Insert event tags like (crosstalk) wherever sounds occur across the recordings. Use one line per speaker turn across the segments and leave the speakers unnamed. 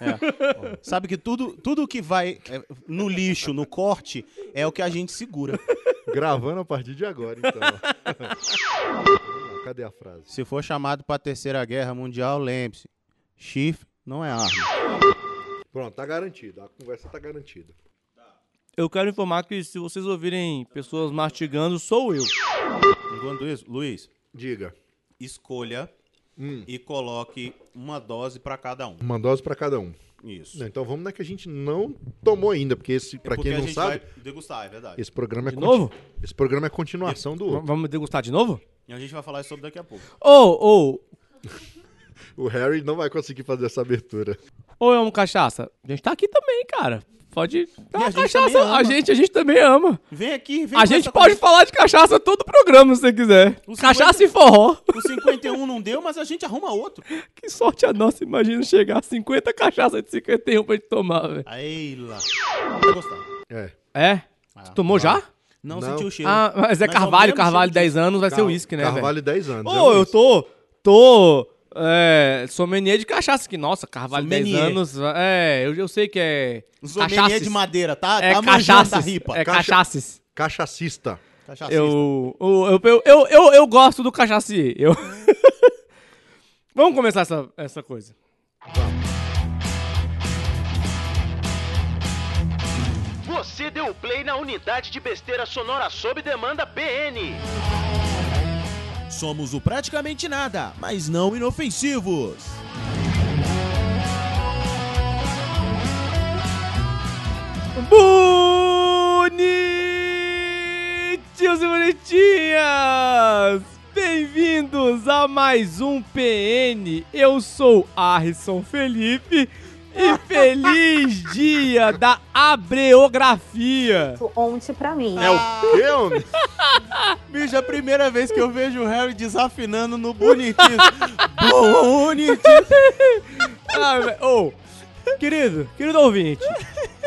É. (laughs) Sabe que tudo, tudo que vai é, no lixo, no corte, é o que a gente segura.
Gravando a partir de agora, então. Cadê a frase?
Se for chamado para a Terceira Guerra Mundial, lembre-se: chifre não é arma.
Pronto, tá garantido. A conversa tá garantida.
Eu quero informar que se vocês ouvirem pessoas mastigando, sou eu.
Enquanto isso, Luiz,
Diga.
escolha
Hum,
e coloque uma dose para cada um.
uma dose pra cada um.
Isso.
Não, então vamos na que a gente não tomou ainda, porque
É
esse, pra
Porque
quem
a
não
gente
sabe,
vai degustar, é verdade.
esse programa é
De
conti-
novo?
Esse programa é continuação do
V-
outro.
Vamos degustar de novo?
E a gente vai falar sobre daqui a pouco.
Ou, ou,
O Harry não vai conseguir fazer essa abertura.
ou é um cachaça? A gente tá aqui também, cara. Pode. Tá,
E a gente também
cachaça,
ama.
a gente, a gente também ama.
Vem aqui, vem
A
começar
gente
com
pode
isso.
falar de cachaça todo o programa, se você quiser.
Os
Cachaça e forró. (laughs)
O 51 não deu, mas a gente arruma outro.
Que sorte a nossa, imagina chegar a 50 cachaça de 51 pra gente tomar, velho.
Aí lá. Vai gostar.
É.
É?
Ah,
tu tomou já?
Não,
Não.
senti o cheiro.
Ah, mas é
Mas ao
Carvalho,
menos
Carvalho
cheiro de-
10 anos vai ser uísque, né, velho?
Carvalho 10 anos.
Ô,
é
eu
isso.
tô. Tô. É. Sommelier de cachaça aqui. Nossa, Carvalho, 10
Sommelier.
anos. É, eu, eu sei que é.
Sommelier
cachaças.
de madeira, tá?
É
tá manjando da
cachaças.
ripa.
É
Cacha-
cachaças.
Cachacista.
Cachacista.
Eu, eu, eu, eu, eu, eu gosto do cachaci. Eu... (laughs) Vamos começar essa, essa coisa.
Você deu play na unidade de besteira sonora sob demanda BN.
Somos o praticamente nada, mas não inofensivos.
Bonitinhos e bonitinhas! Bem-vindos a mais um PN. Eu sou Arison Felipe e feliz dia da abreografia.
ontem tipo, pra mim. né?
É o quê, homem?
Bicho, é a primeira vez que eu vejo o Harry desafinando no bonitinho. bonitinho.
(laughs) Ah, velho, ô, querido, querido ouvinte,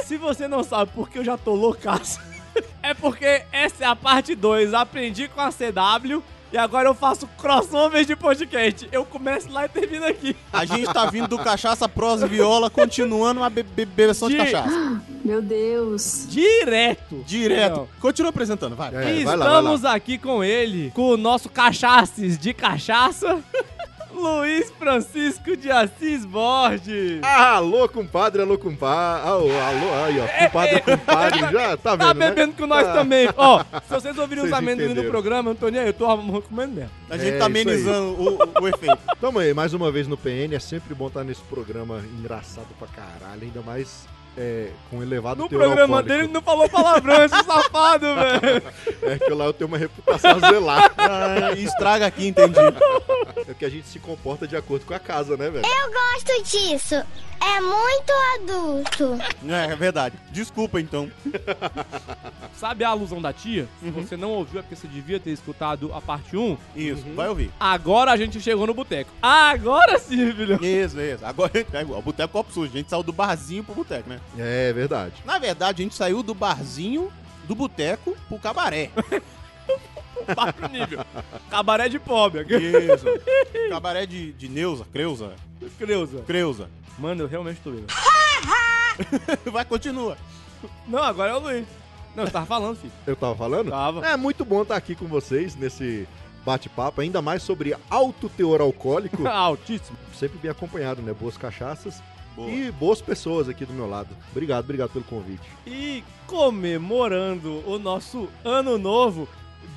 se você não sabe porque eu já tô loucaço, (laughs) é porque essa é a parte 2. Aprendi com a CW e agora eu faço crossover de podcast. Eu começo lá e termino aqui.
A gente tá vindo do cachaça pros viola, continuando a be- be- bebeção de
Di-
cachaça.
Meu Deus.
Direto.
Direto.
Não.
Continua apresentando, vai.
É.
e
vai lá, vai
estamos aqui com ele, com o nosso cachaces de cachaça, (laughs) Luiz Francisco de Assis Borges.
Ah, alô, compadre, alô, compadre. Alô, alô, aí, ó. Compadre, compadre, já tá vendo,
É,
né?
Tá bebendo com nós
Ah,
também. Ó, se vocês ouvirem os
Vocês
amendoim no
entenderam.
programa, Antônio, eu tô comendo mesmo.
A gente
É,
tá
isso aí.
amenizando o, o efeito.
Tamo aí, mais uma vez no PN. É sempre bom estar nesse programa engraçado pra caralho, ainda mais é, com elevado
No
teor
programa
alcoólico.
dele ele não falou palavrão, esse safado, velho.
(laughs) É que lá eu tenho uma
(laughs)
reputação a zelar.
Ah, estraga aqui, entendi.
É que a gente se comporta de acordo com a casa, né, velho?
gosto disso. É muito adulto.
É, é verdade. Desculpa, então.
Sabe a alusão da tia? Se você não ouviu, é porque você devia ter escutado a parte 1.
Isso,
Uhum.
vai ouvir.
Agora a gente chegou no boteco. Agora sim, filho. (laughs)
Isso, isso. Agora (laughs) a gente é igual. O boteco é copo sujo. A gente saiu do barzinho pro boteco, né?
É verdade.
Na verdade, a gente saiu do barzinho, do boteco, pro cabaré.
Baixo nível. Cabaré de pobre. aqui.
Isso. (laughs) cabaré de, de Neuza, Creuza,
Creuza.
Creuza. (laughs)
Mano, eu realmente tô indo.
Vai, continua.
Não, agora é o Luiz. Não, você tava falando, filho.
Eu tava falando?
(laughs) Tava.
É muito bom estar aqui com vocês nesse bate-papo, ainda mais sobre alto teor
(laughs)
alcoólico.
Altíssimo.
sempre bem acompanhado, né? Boas cachaças
Boa.
e boas pessoas aqui do meu lado. Obrigado, obrigado pelo convite.
E comemorando o nosso ano novo,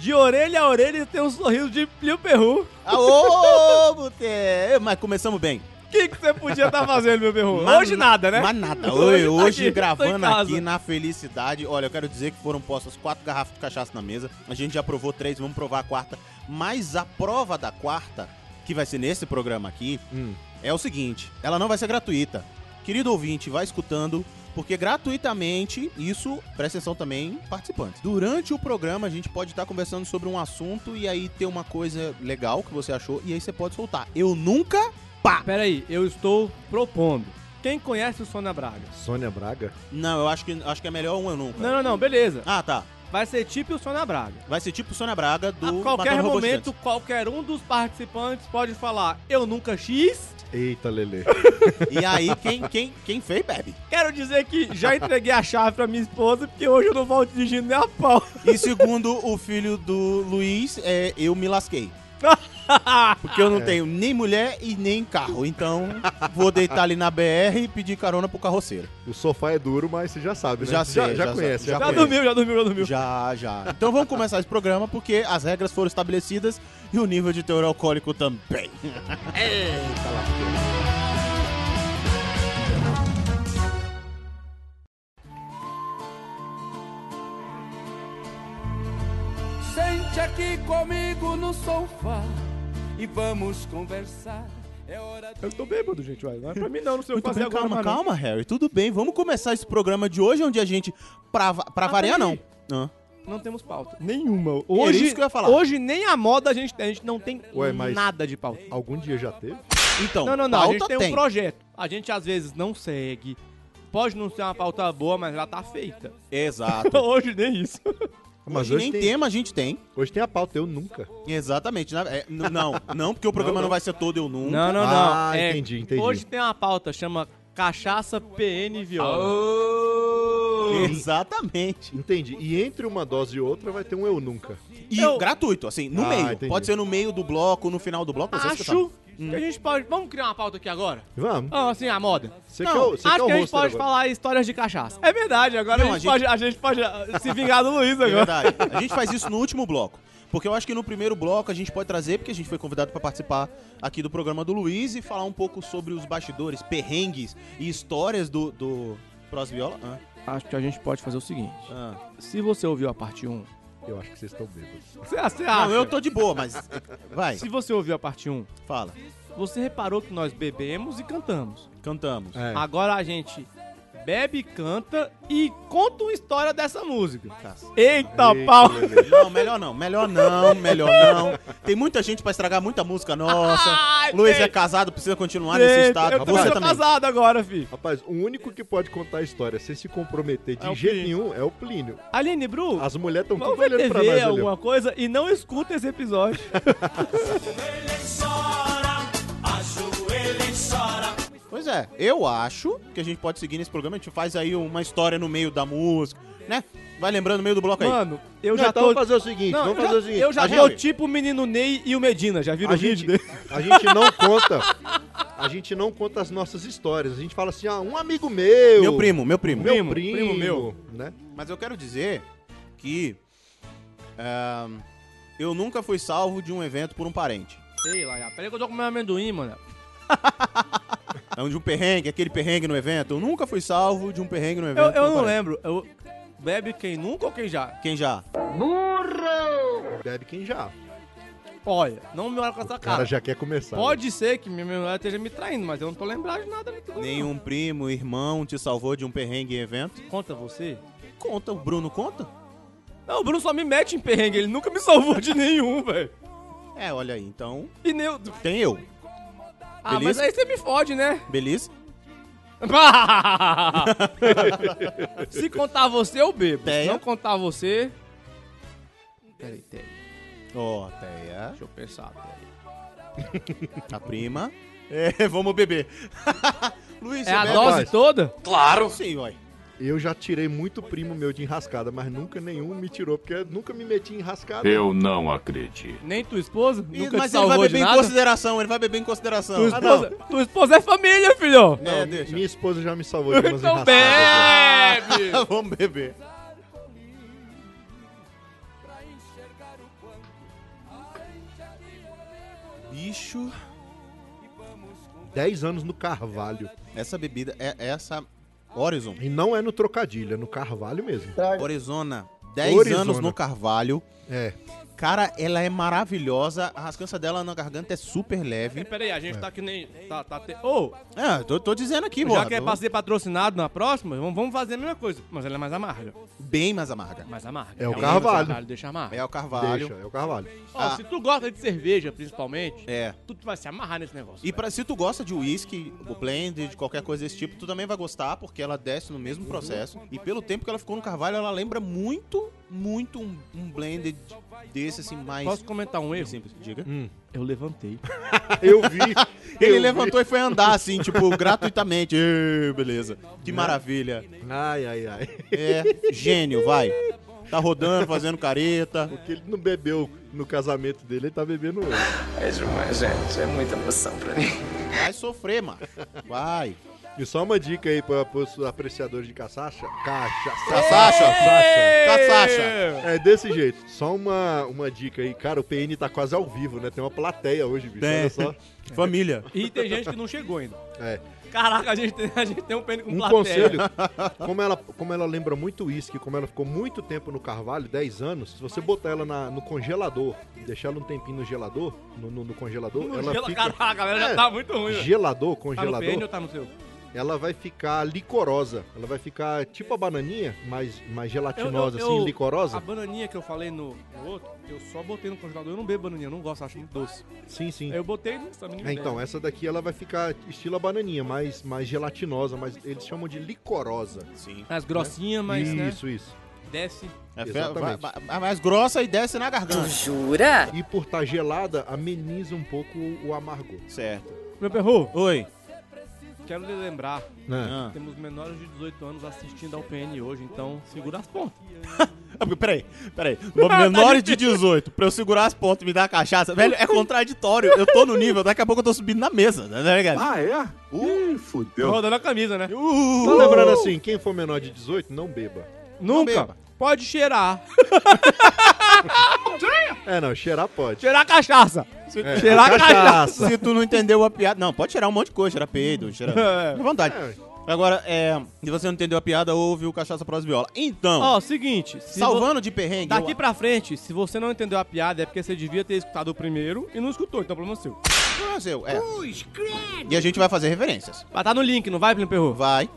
de orelha a orelha tem um sorriso de Plio Perru.
Alô, (laughs) boteco. Mas começamos bem.
O que que você podia estar fazendo, meu (laughs) perro?
Mas-
Hoje nada, né?
Mas nada. Hoje,
Hoje tá
hoje
aqui, tô em
gravando
casa.
aqui na felicidade. Olha, eu quero dizer que foram postas quatro garrafas de cachaça na mesa. A gente já provou três, vamos provar a quarta. Mas a prova da quarta, que vai ser nesse programa aqui,
Hum.
é o seguinte: ela não vai ser gratuita. Querido ouvinte, vai escutando, porque gratuitamente, isso, presta atenção também, participantes. Durante o programa, a gente pode estar conversando sobre um assunto e aí ter uma coisa legal que você achou, e aí você pode soltar. Eu nunca. Pá!
Peraí, eu estou propondo. Quem conhece o Sônia Braga?
Sônia Braga?
Não, eu acho que, acho que é melhor um eu nunca.
Não, não, não, beleza.
Ah, tá.
Vai ser tipo o Sônia Braga.
Vai ser tipo o Sônia Braga do
a qualquer
Matando Robôs
momento,
Gigantes.
qualquer um dos participantes pode falar eu nunca X.
Eita, Lele.
E aí, quem, quem, quem fez, bebe.
Quero dizer que já entreguei a chave pra minha esposa, porque hoje eu não volto dirigindo nem a pau.
E segundo o filho do Luiz, é, eu me
(laughs)
lasquei. Porque eu não tenho nem mulher e nem carro. Então, vou deitar ali na BR e pedir carona pro carroceiro.
O sofá é duro, mas você já sabe, né?
Já sei,
já,
já
conhece.
sei,
Já
já
Já
conheço.
conhece.
dormiu, já dormiu, já dormiu.
Já, já. Então vamos começar esse programa porque as regras foram estabelecidas e o nível de teor alcoólico também.
Sente aqui comigo no sofá e vamos conversar. É hora de...
Eu tô bêbado, gente, ué. Não é pra mim não, não sei o
Muito
que fazer
bem,
agora,
calma,
mano.
calma, Harry. Tudo bem, vamos começar esse programa de hoje onde a gente, pra, va- pra variar, não.
peraí.
Ah.
Não temos pauta. Nenhuma. Hoje,
isso que eu ia falar.
Hoje nem a moda a gente tem, a gente não tem
Ué, mas-
nada de pauta.
Algum dia já teve?
Então,
Não, não, não, a gente
pauta
tem, um projeto. A gente às vezes não segue. Pode não ser uma pauta boa, mas ela tá feita.
Exato.
(laughs) Hoje nem isso.
Mas
hoje nem
tem,
tema a gente tem.
hoje tem a pauta, eu nunca.
Exatamente. na- é, n- não, não, porque o programa não, vai ser todo eu nunca.
Não, não, não.
Ah,
É,
entendi, entendi.
Hoje tem uma pauta, chama Cachaça PN Viola.
Exatamente.
Entendi. E entre uma dose e outra vai ter um eu nunca.
E
Eu-
gratuito, assim, no
Ah,
meio.
entendi.
Pode ser no meio do bloco, no final do bloco. vocês que
Acho que a gente pode... Vamos criar uma pauta aqui agora?
Vamos.
Ah, assim, a moda.
Você
não,
quer, o- você quer
Acho
é o
que a gente
roster
pode
agora.
falar histórias de cachaça. É verdade, agora
Não,
a, gente
a
Pode, a gente pode ah, se vingar do Luiz
É
agora.
verdade. A gente faz isso no último bloco. Porque eu acho que no primeiro bloco a gente pode trazer, porque a gente foi convidado pra participar aqui do programa do Luiz e falar um pouco sobre os bastidores, perrengues e histórias do, do Prosviola. Ah,
Acho que a gente pode fazer o seguinte.
ah.
Se você ouviu a parte 1...
Eu acho que vocês estão bêbados.
Você, você acha?
Não, eu tô de boa, mas. Vai,
Ah. Se você ouviu a parte 1,
fala.
você reparou que nós bebemos e cantamos.
Cantamos.
É.
Agora a gente bebe, canta e conta uma história dessa música.
Tá.
Eita,
Eita,
pau!
Lele.
Não, melhor não, melhor não, melhor não. Tem muita gente pra estragar muita música nossa.
Ai,
Luiz
tem.
é casado, precisa continuar
Gente,
nesse estado.
Eu também
Você
sou
também.
casado agora, fi.
Rapaz, o único que pode contar a história sem se comprometer de
É o
jeito
Plínio.
nenhum é o Plínio.
Aline Bru,
As mulheres estão
vamos
tudo
ver
olhando pra
TV,
nós ali.
alguma
ó.
coisa e não escuta esse episódio.
Pois é, eu acho que a gente pode seguir nesse programa, a gente faz aí uma história no meio da música, né? Vai lembrando no meio do bloco aí.
Mano, eu
Não,
já
então
tô...
vamos fazer o seguinte,
Não,
vamos
eu já-
fazer o seguinte.
Eu já
a
tô
gente,
tipo o menino Ney e o Medina, já viram
a
o vídeo
gente,
dele?
a gente não conta. A gente não conta as nossas histórias. A gente fala assim, ah, um amigo meu.
Meu primo, meu primo.
Meu primo,
Primo, primo meu.
Né?
Mas eu quero dizer que ah, eu nunca fui salvo de um evento por um parente.
Sei lá, já. Peraí que eu tô comendo amendoim, mano.
É um De um perrengue, aquele perrengue no evento. Eu nunca fui salvo de um perrengue no
Eu,
evento.
eu
por um
não
parente.
lembro. Eu... Bebe quem nunca ou quem já?
Quem já?
Bebe quem já.
Olha, não me olha com essa
O cara
cara.
já quer começar. né?
Pode ser que minha memória esteja me traindo, mas eu não tô lembrado de nada. né?
Nenhum primo, irmão te salvou de um perrengue em evento?
Conta você?
Conta, o Bruno conta?
Não, o Bruno só me mete em perrengue, ele nunca me salvou de nenhum, (laughs) velho.
É, olha aí, então
E nem eu...
tem eu,
Ah, mas
Beleza?
aí você me fode, né?
(laughs) beleza?
Se contar você, eu bebo. Se
Teia.
não contar você... Peraí, Teia.
Ó, Teia,
Deixa eu pensar, Teia.
a prima. É, (laughs) vamos beber. Luiz, você
É a
bebe?
dose
rapaz.
toda?
Claro. Sim, ué.
Eu já tirei muito primo meu de enrascada, mas nunca nenhum me tirou, porque eu nunca me meti em enrascada.
Eu não acredito.
Nem tua esposa?
Ih,
nunca te
Mas ele vai
salvou de
beber em
nada?
consideração, ele vai beber em consideração.
Tua
Ah,
esposa, tua esposa é família, filho.
não,
É,
é, deixa.
Minha esposa já me salvou de umas
Então
enrascadas. né?
assim,
bebe!
vamos beber. Bicho,
Dez anos no Carvalho.
essa bebida é essa Horizon.
E não é no Trocadilho, é no Carvalho mesmo.
Tá. Horizona. 10
Horizona.
anos no Carvalho.
É.
Cara, ela é maravilhosa. A rascança dela na garganta é super leve.
Peraí, a gente tá que nem... Tá, tá... Te... Ô,
É, tô, tô dizendo aqui,
Já
mano.
que é pra ser patrocinado na próxima, vamos vamos fazer a mesma coisa. Mas ela é mais amarga.
Bem mais amarga.
Mais amarga.
É o
Realmente,
Carvalho.
o Carvalho deixa amarga.
É o Carvalho.
Deixa, é o Carvalho.
Ó,
Ah.
se tu gosta de cerveja, principalmente,
É.
tu vai se amarrar nesse negócio.
E pra, se tu gosta de whisky, o blend, de qualquer coisa desse tipo, tu também vai gostar, porque ela desce no mesmo processo. E pelo tempo que ela ficou no Carvalho, ela lembra muito muito um, um blended desse, assim, mais...
Posso comentar um erro?
Simples, diga.
Eu levantei.
Eu vi.
(laughs) Ele
eu
levantou e foi andar,
(laughs)
assim, tipo, gratuitamente. Ê, beleza. Que
Né?
maravilha.
vi. Ai, ai, ai.
É, gênio, vai. Tá rodando, fazendo careta.
Porque ele não bebeu no casamento dele, ele tá bebendo hoje.
Vai sofrer, mano. Vai.
E só uma dica aí pra, pros apreciadores de caçacha. Cachaça.
Caçacha. Tá, Caçacha.
É desse jeito. Só uma, uma dica aí. Cara, o PN tá quase ao vivo, né? Tem uma plateia hoje, bicho.
Tem.
Olha
(laughs)
só.
Família.
E tem gente que não chegou ainda.
É.
Caraca, a gente tem, a gente tem um pênis com
Um
plateia.
conselho, como ela, como ela lembra muito uísque, como ela ficou muito tempo no carvalho, 10 anos, se você botar ela na- no congelador, deixar ela um tempinho no gelador, no, no- no congelador,
No
ela
gelo-
fica...
Caraca, a galera
É.
já tá muito ruim. velho.
Gelador,
Tá no pênis
congelador,
ou tá no seu?
ela vai ficar licorosa. Ela vai ficar tipo a bananinha, mais, mais gelatinosa,
Eu- eu-
assim,
eu-
licorosa.
A bananinha que eu falei no, no outro, eu só botei no congelador. Eu não bebo bananinha, eu não gosto, acho muito doce.
Sim, sim.
Eu botei nessa menina.
É, então, essa daqui ela vai ficar estilo a bananinha, mais, mais gelatinosa, mas eles chamam de licorosa.
Sim.
Mais grossinha, mas né,
isso, isso.
desce.
É fe-
Exatamente.
vai- vai- mais grossa e desce na garganta.
Jura?
E por estar gelada, ameniza um pouco o, o amargor.
Certo.
Meu perro,
Oi.
quero lhe lembrar,
Né?
Ah.
temos menores de 18 anos assistindo ao PN hoje, então segura as pontas.
Ah, porque, Peraí, peraí.
tá
Menores de 18, pra eu segurar as pontas e me dar a cachaça, velho, é contraditório. Eu tô no nível, daqui a pouco eu tô subindo na mesa, né, ligado?
Ah, é? Ih, fudeu.
Rodando a camisa, né?
Uh,
Tá lembrando assim, quem for menor de 18, não beba.
Nunca.
beba.
Pode cheirar.
É, não, cheirar pode.
Cheirar cachaça.
É,
Cheirar cachaça.
Se tu não entendeu a piada. Não, pode tirar um monte de coisa, tirar peido, tirar.
É.
Fica à vontade.
É.
Agora, é. Se você não entendeu a piada, ouve o Cachaça Prós Viola. Então,
Ó, seguinte. se
salvando de perrengue.
vo- Daqui
eu-
pra frente, se você não entendeu a piada, é porque você devia ter escutado o primeiro e não escutou, então problema seu.
Ah, seu, é. E a gente vai fazer referências.
Mas tá no link, não vai, Plínio Perru?
Vai.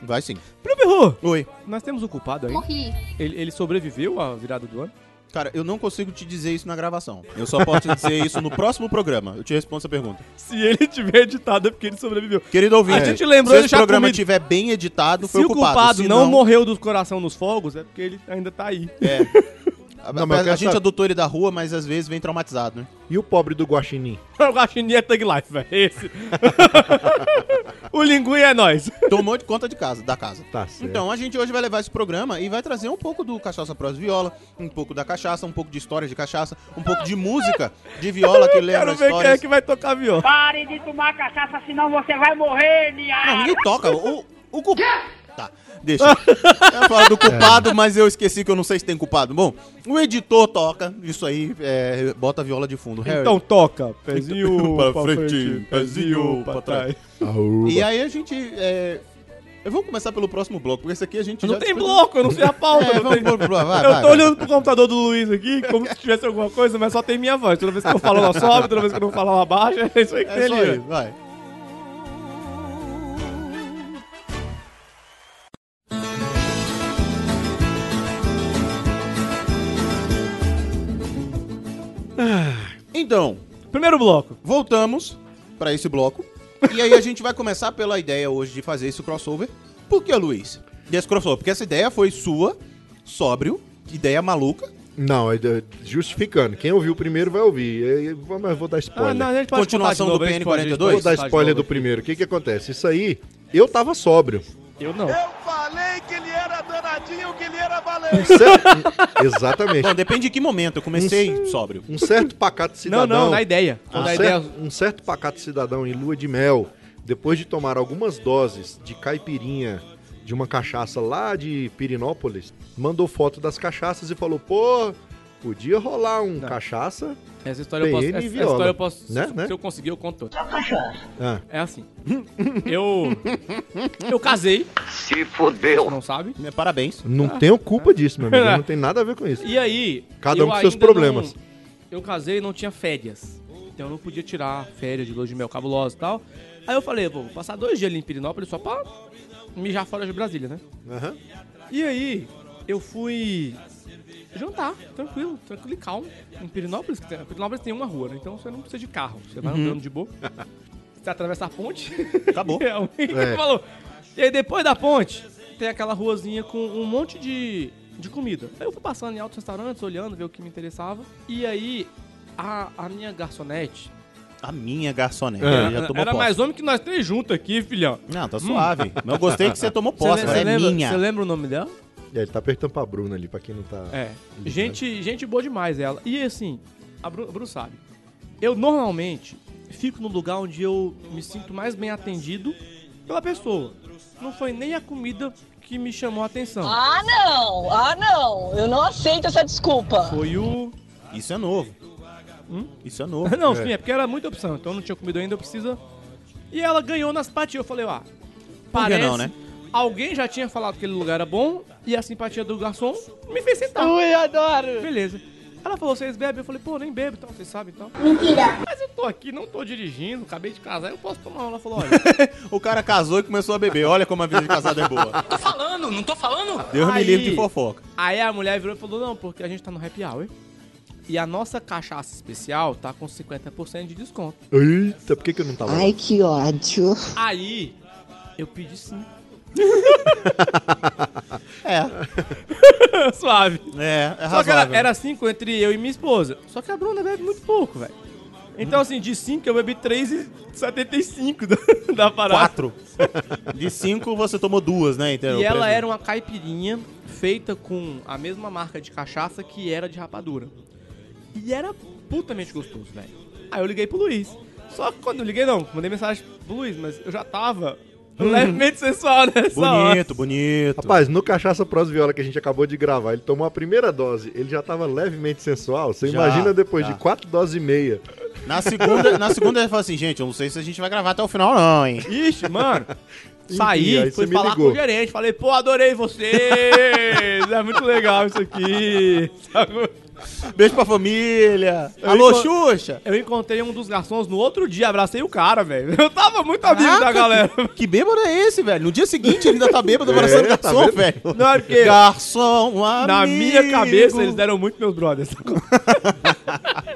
Vai sim.
Plínio Perru,
Oi.
nós temos um culpado aí.
Morri.
Ele, ele sobreviveu à virada do ano?
Cara, eu não consigo te dizer isso na gravação. Eu só posso te dizer isso no próximo programa. Eu te respondo essa pergunta.
Se ele tiver editado, é porque ele sobreviveu.
Querido ouvinte,
A gente lembrou de
se esse
deixar
programa
comida.
estiver bem editado, foi
Se o culpado
Se
não, morreu do coração nos fogos, é porque ele ainda tá aí. (laughs)
É. A,
Não, mas eu
a- a
quero
gente
saber-
adotou ele da rua, mas às vezes vem traumatizado,
(laughs)
né?
E o pobre do guaxinim?
O Guaxinim é Thug Life, velho. Esse. (laughs) o Linguim é nós.
Tomou de conta de casa, da casa.
Tá certo.
Então, a gente hoje vai levar esse programa e vai trazer um pouco do Cachaça Pros Viola, um pouco da cachaça, um pouco de história de cachaça, um pouco de música de viola
(laughs)
que lembra
Quero ver quem é
histórias.
que vai tocar viola.
Pare de tomar cachaça, senão você vai morrer, Nia!
Não, ninguém toca. O, o culpado. Tá, deixa. Eu falo do
(laughs) É.
culpado, mas eu esqueci que eu não sei se tem culpado. Bom, o editor toca isso aí, é, bota a viola de fundo.
Então toca. Pezinho
(laughs) Pra
pra,
frente,
frente,
pezinho
pezinho
pra
pra trás.
E aí a gente. É... Eu vou começar pelo próximo bloco, porque esse aqui a gente.
Não
já
tem
discutiu.
bloco, eu não sei a pauta.
É,
não
vamos
tem...
pro bloco. Vai,
eu
vai,
tô
vai.
olhando pro computador do Luiz aqui, como se tivesse alguma coisa, mas só tem minha voz. Toda vez que eu falo, ela sobe, toda vez que eu não falo, ela baixa. (laughs) É isso aí que tem
É só
ali.
isso, vai.
Ah.
Então,
Primeiro bloco.
voltamos pra esse bloco. E aí a gente vai começar pela ideia hoje de fazer esse crossover. Por que, Luiz? Desse crossover? Porque essa ideia foi sua, sóbrio, ideia maluca.
Não, é de- justificando. Quem ouviu o primeiro vai ouvir. É, é, vamos- Mas vou dar spoiler.
Ah, a gente
Continuação do
a gente pode- a gente
PN42?
vou
pode
dar
de
spoiler do
novo.
primeiro. O que que acontece? Isso aí, eu tava sóbrio.
Eu não.
Falei que ele era danadinho, que ele era valente.
Um certo- (laughs) Exatamente.
Bom, Então, depende de que momento. Eu comecei sóbrio.
Um certo pacato
(laughs) Não,
cidadão...
não, na ideia.
Um,
na ideia.
certo, um certo pacato cidadão em lua de mel, depois de tomar algumas doses de caipirinha de uma cachaça lá de Pirinópolis, mandou foto das cachaças e falou: pô, podia rolar um cachaça.
Essa história eu posso.
PN
Essa, essa
viola.
história eu posso.
Né,
se,
né?
se eu conseguir, eu conto toda.
Ah,
É assim. (laughs) Eu. Eu casei,
Se fudeu.
não sabe?
Parabéns.
não tenho culpa disso, meu amigo.
(laughs)
Não tem nada a ver com isso.
Ah. E aí.
Cada
eu
um com seus
ainda
problemas.
não- eu casei e não tinha férias. Então eu não podia tirar férias de luz de mel cabulosa e tal. Aí eu falei, vou passar dois dias ali em Pirinópolis só pra mijar fora de Brasília, né?
Aham.
E aí, eu fui jantar, tranquilo, tranquilo e calmo. Em Pirinópolis, que tem- Pirinópolis tem uma rua, né? Então você não precisa de carro. Você
Uhum.
vai andando de boa. Você atravessa a
(laughs)
ponte.
Acabou.
É, o que ele
É.
falou. E aí, depois da ponte, tem aquela ruazinha com um monte de de comida. Aí eu fui passando em altos restaurantes, olhando, ver o que me interessava. E aí, a, a minha garçonete.
A minha garçonete.
É.
ele Já tomou
Ah. era
posse.
mais homem que nós três juntos aqui, filhão.
Não, tá suave. Mas eu gostei que você tomou
Você
posse,
le-
agora
você
é
lembra,
minha.
Você lembra o nome dela?
É, ele tá apertando pra Bruna ali, pra quem não tá.
É. Gente, gente boa demais ela. E assim, a Bru, a Bru sabe. Eu normalmente fico no lugar onde eu me sinto mais bem atendido pela pessoa. Não foi nem a comida que me chamou a atenção.
Ah, não! Ah, não! Eu não aceito essa desculpa.
Foi o.
Isso é novo.
Hum?
Isso é novo.
(laughs) Não,
É.
sim, é porque era muita opção. Então eu não tinha comido ainda, eu precisa. E ela ganhou nas simpatia. Eu falei, ó. Parece.
não, né?
Alguém já tinha falado que aquele lugar era bom e a simpatia do garçom me fez sentar.
Ui, adoro!
Beleza. Ela falou, vocês bebem? Eu falei, pô, nem bebo, então, vocês sabem, então.
Mentira.
Mas eu tô aqui, não tô dirigindo, acabei de casar, eu posso tomar. Ela
(laughs)
falou, olha,
O cara casou e começou a beber. Olha como a vida de casado é boa.
Tô Tá falando, não tô falando?
Deus me
Aí.
livre de fofoca.
Aí a mulher virou e falou: Não, porque a gente tá no happy hour. E a nossa cachaça especial tá com 50% de desconto.
Eita, por que, que eu não tava lá?
que ódio.
Aí eu pedi sim.
É,
(laughs) Suave.
(laughs) é, é
Só que era,
razoável.
era cinco entre eu e minha esposa. Só que a Bruna bebe muito pouco, velho. Então, assim, de 5 eu bebi 3,75 da, (laughs) da parada.
Quatro. (laughs) De cinco, você tomou duas, né? Então,
E ela era uma caipirinha feita com a mesma marca de cachaça que era de rapadura. E era putamente gostoso, velho. Aí eu liguei pro Luiz. Só que quando eu liguei, não, mandei mensagem pro Luiz, mas eu já tava levemente sensual nessa hora.
Hum. Bonito, bonito.
Rapaz, no Cachaça Pros Viola que a gente acabou de gravar, ele tomou a primeira dose, ele já tava levemente sensual. Você
Já,
imagina depois
já.
de quatro doses e meia.
Na segunda, na segunda ele falou assim, gente, eu não sei se a gente vai gravar até o final não, hein?
Ixi, (laughs) mano.
Enfim,
Saí,
aí
fui
você me
falar
ligou.
com o gerente, falei, pô, adorei vocês, é muito legal isso aqui. Sabe?
Beijo pra família.
Eu
Alô,
enco-
Xuxa.
Eu encontrei um dos garçons no outro dia, abracei o cara, velho. (laughs) Eu tava muito amigo da galera.
Que bêbado é esse, velho? No dia seguinte ele ainda tá bêbado abraçando
É, tá
garçom,
vendo?
velho.
Não, é porque-
Garçom, um amigo.
Na minha cabeça, eles deram muito meus brothers. tá?
(laughs)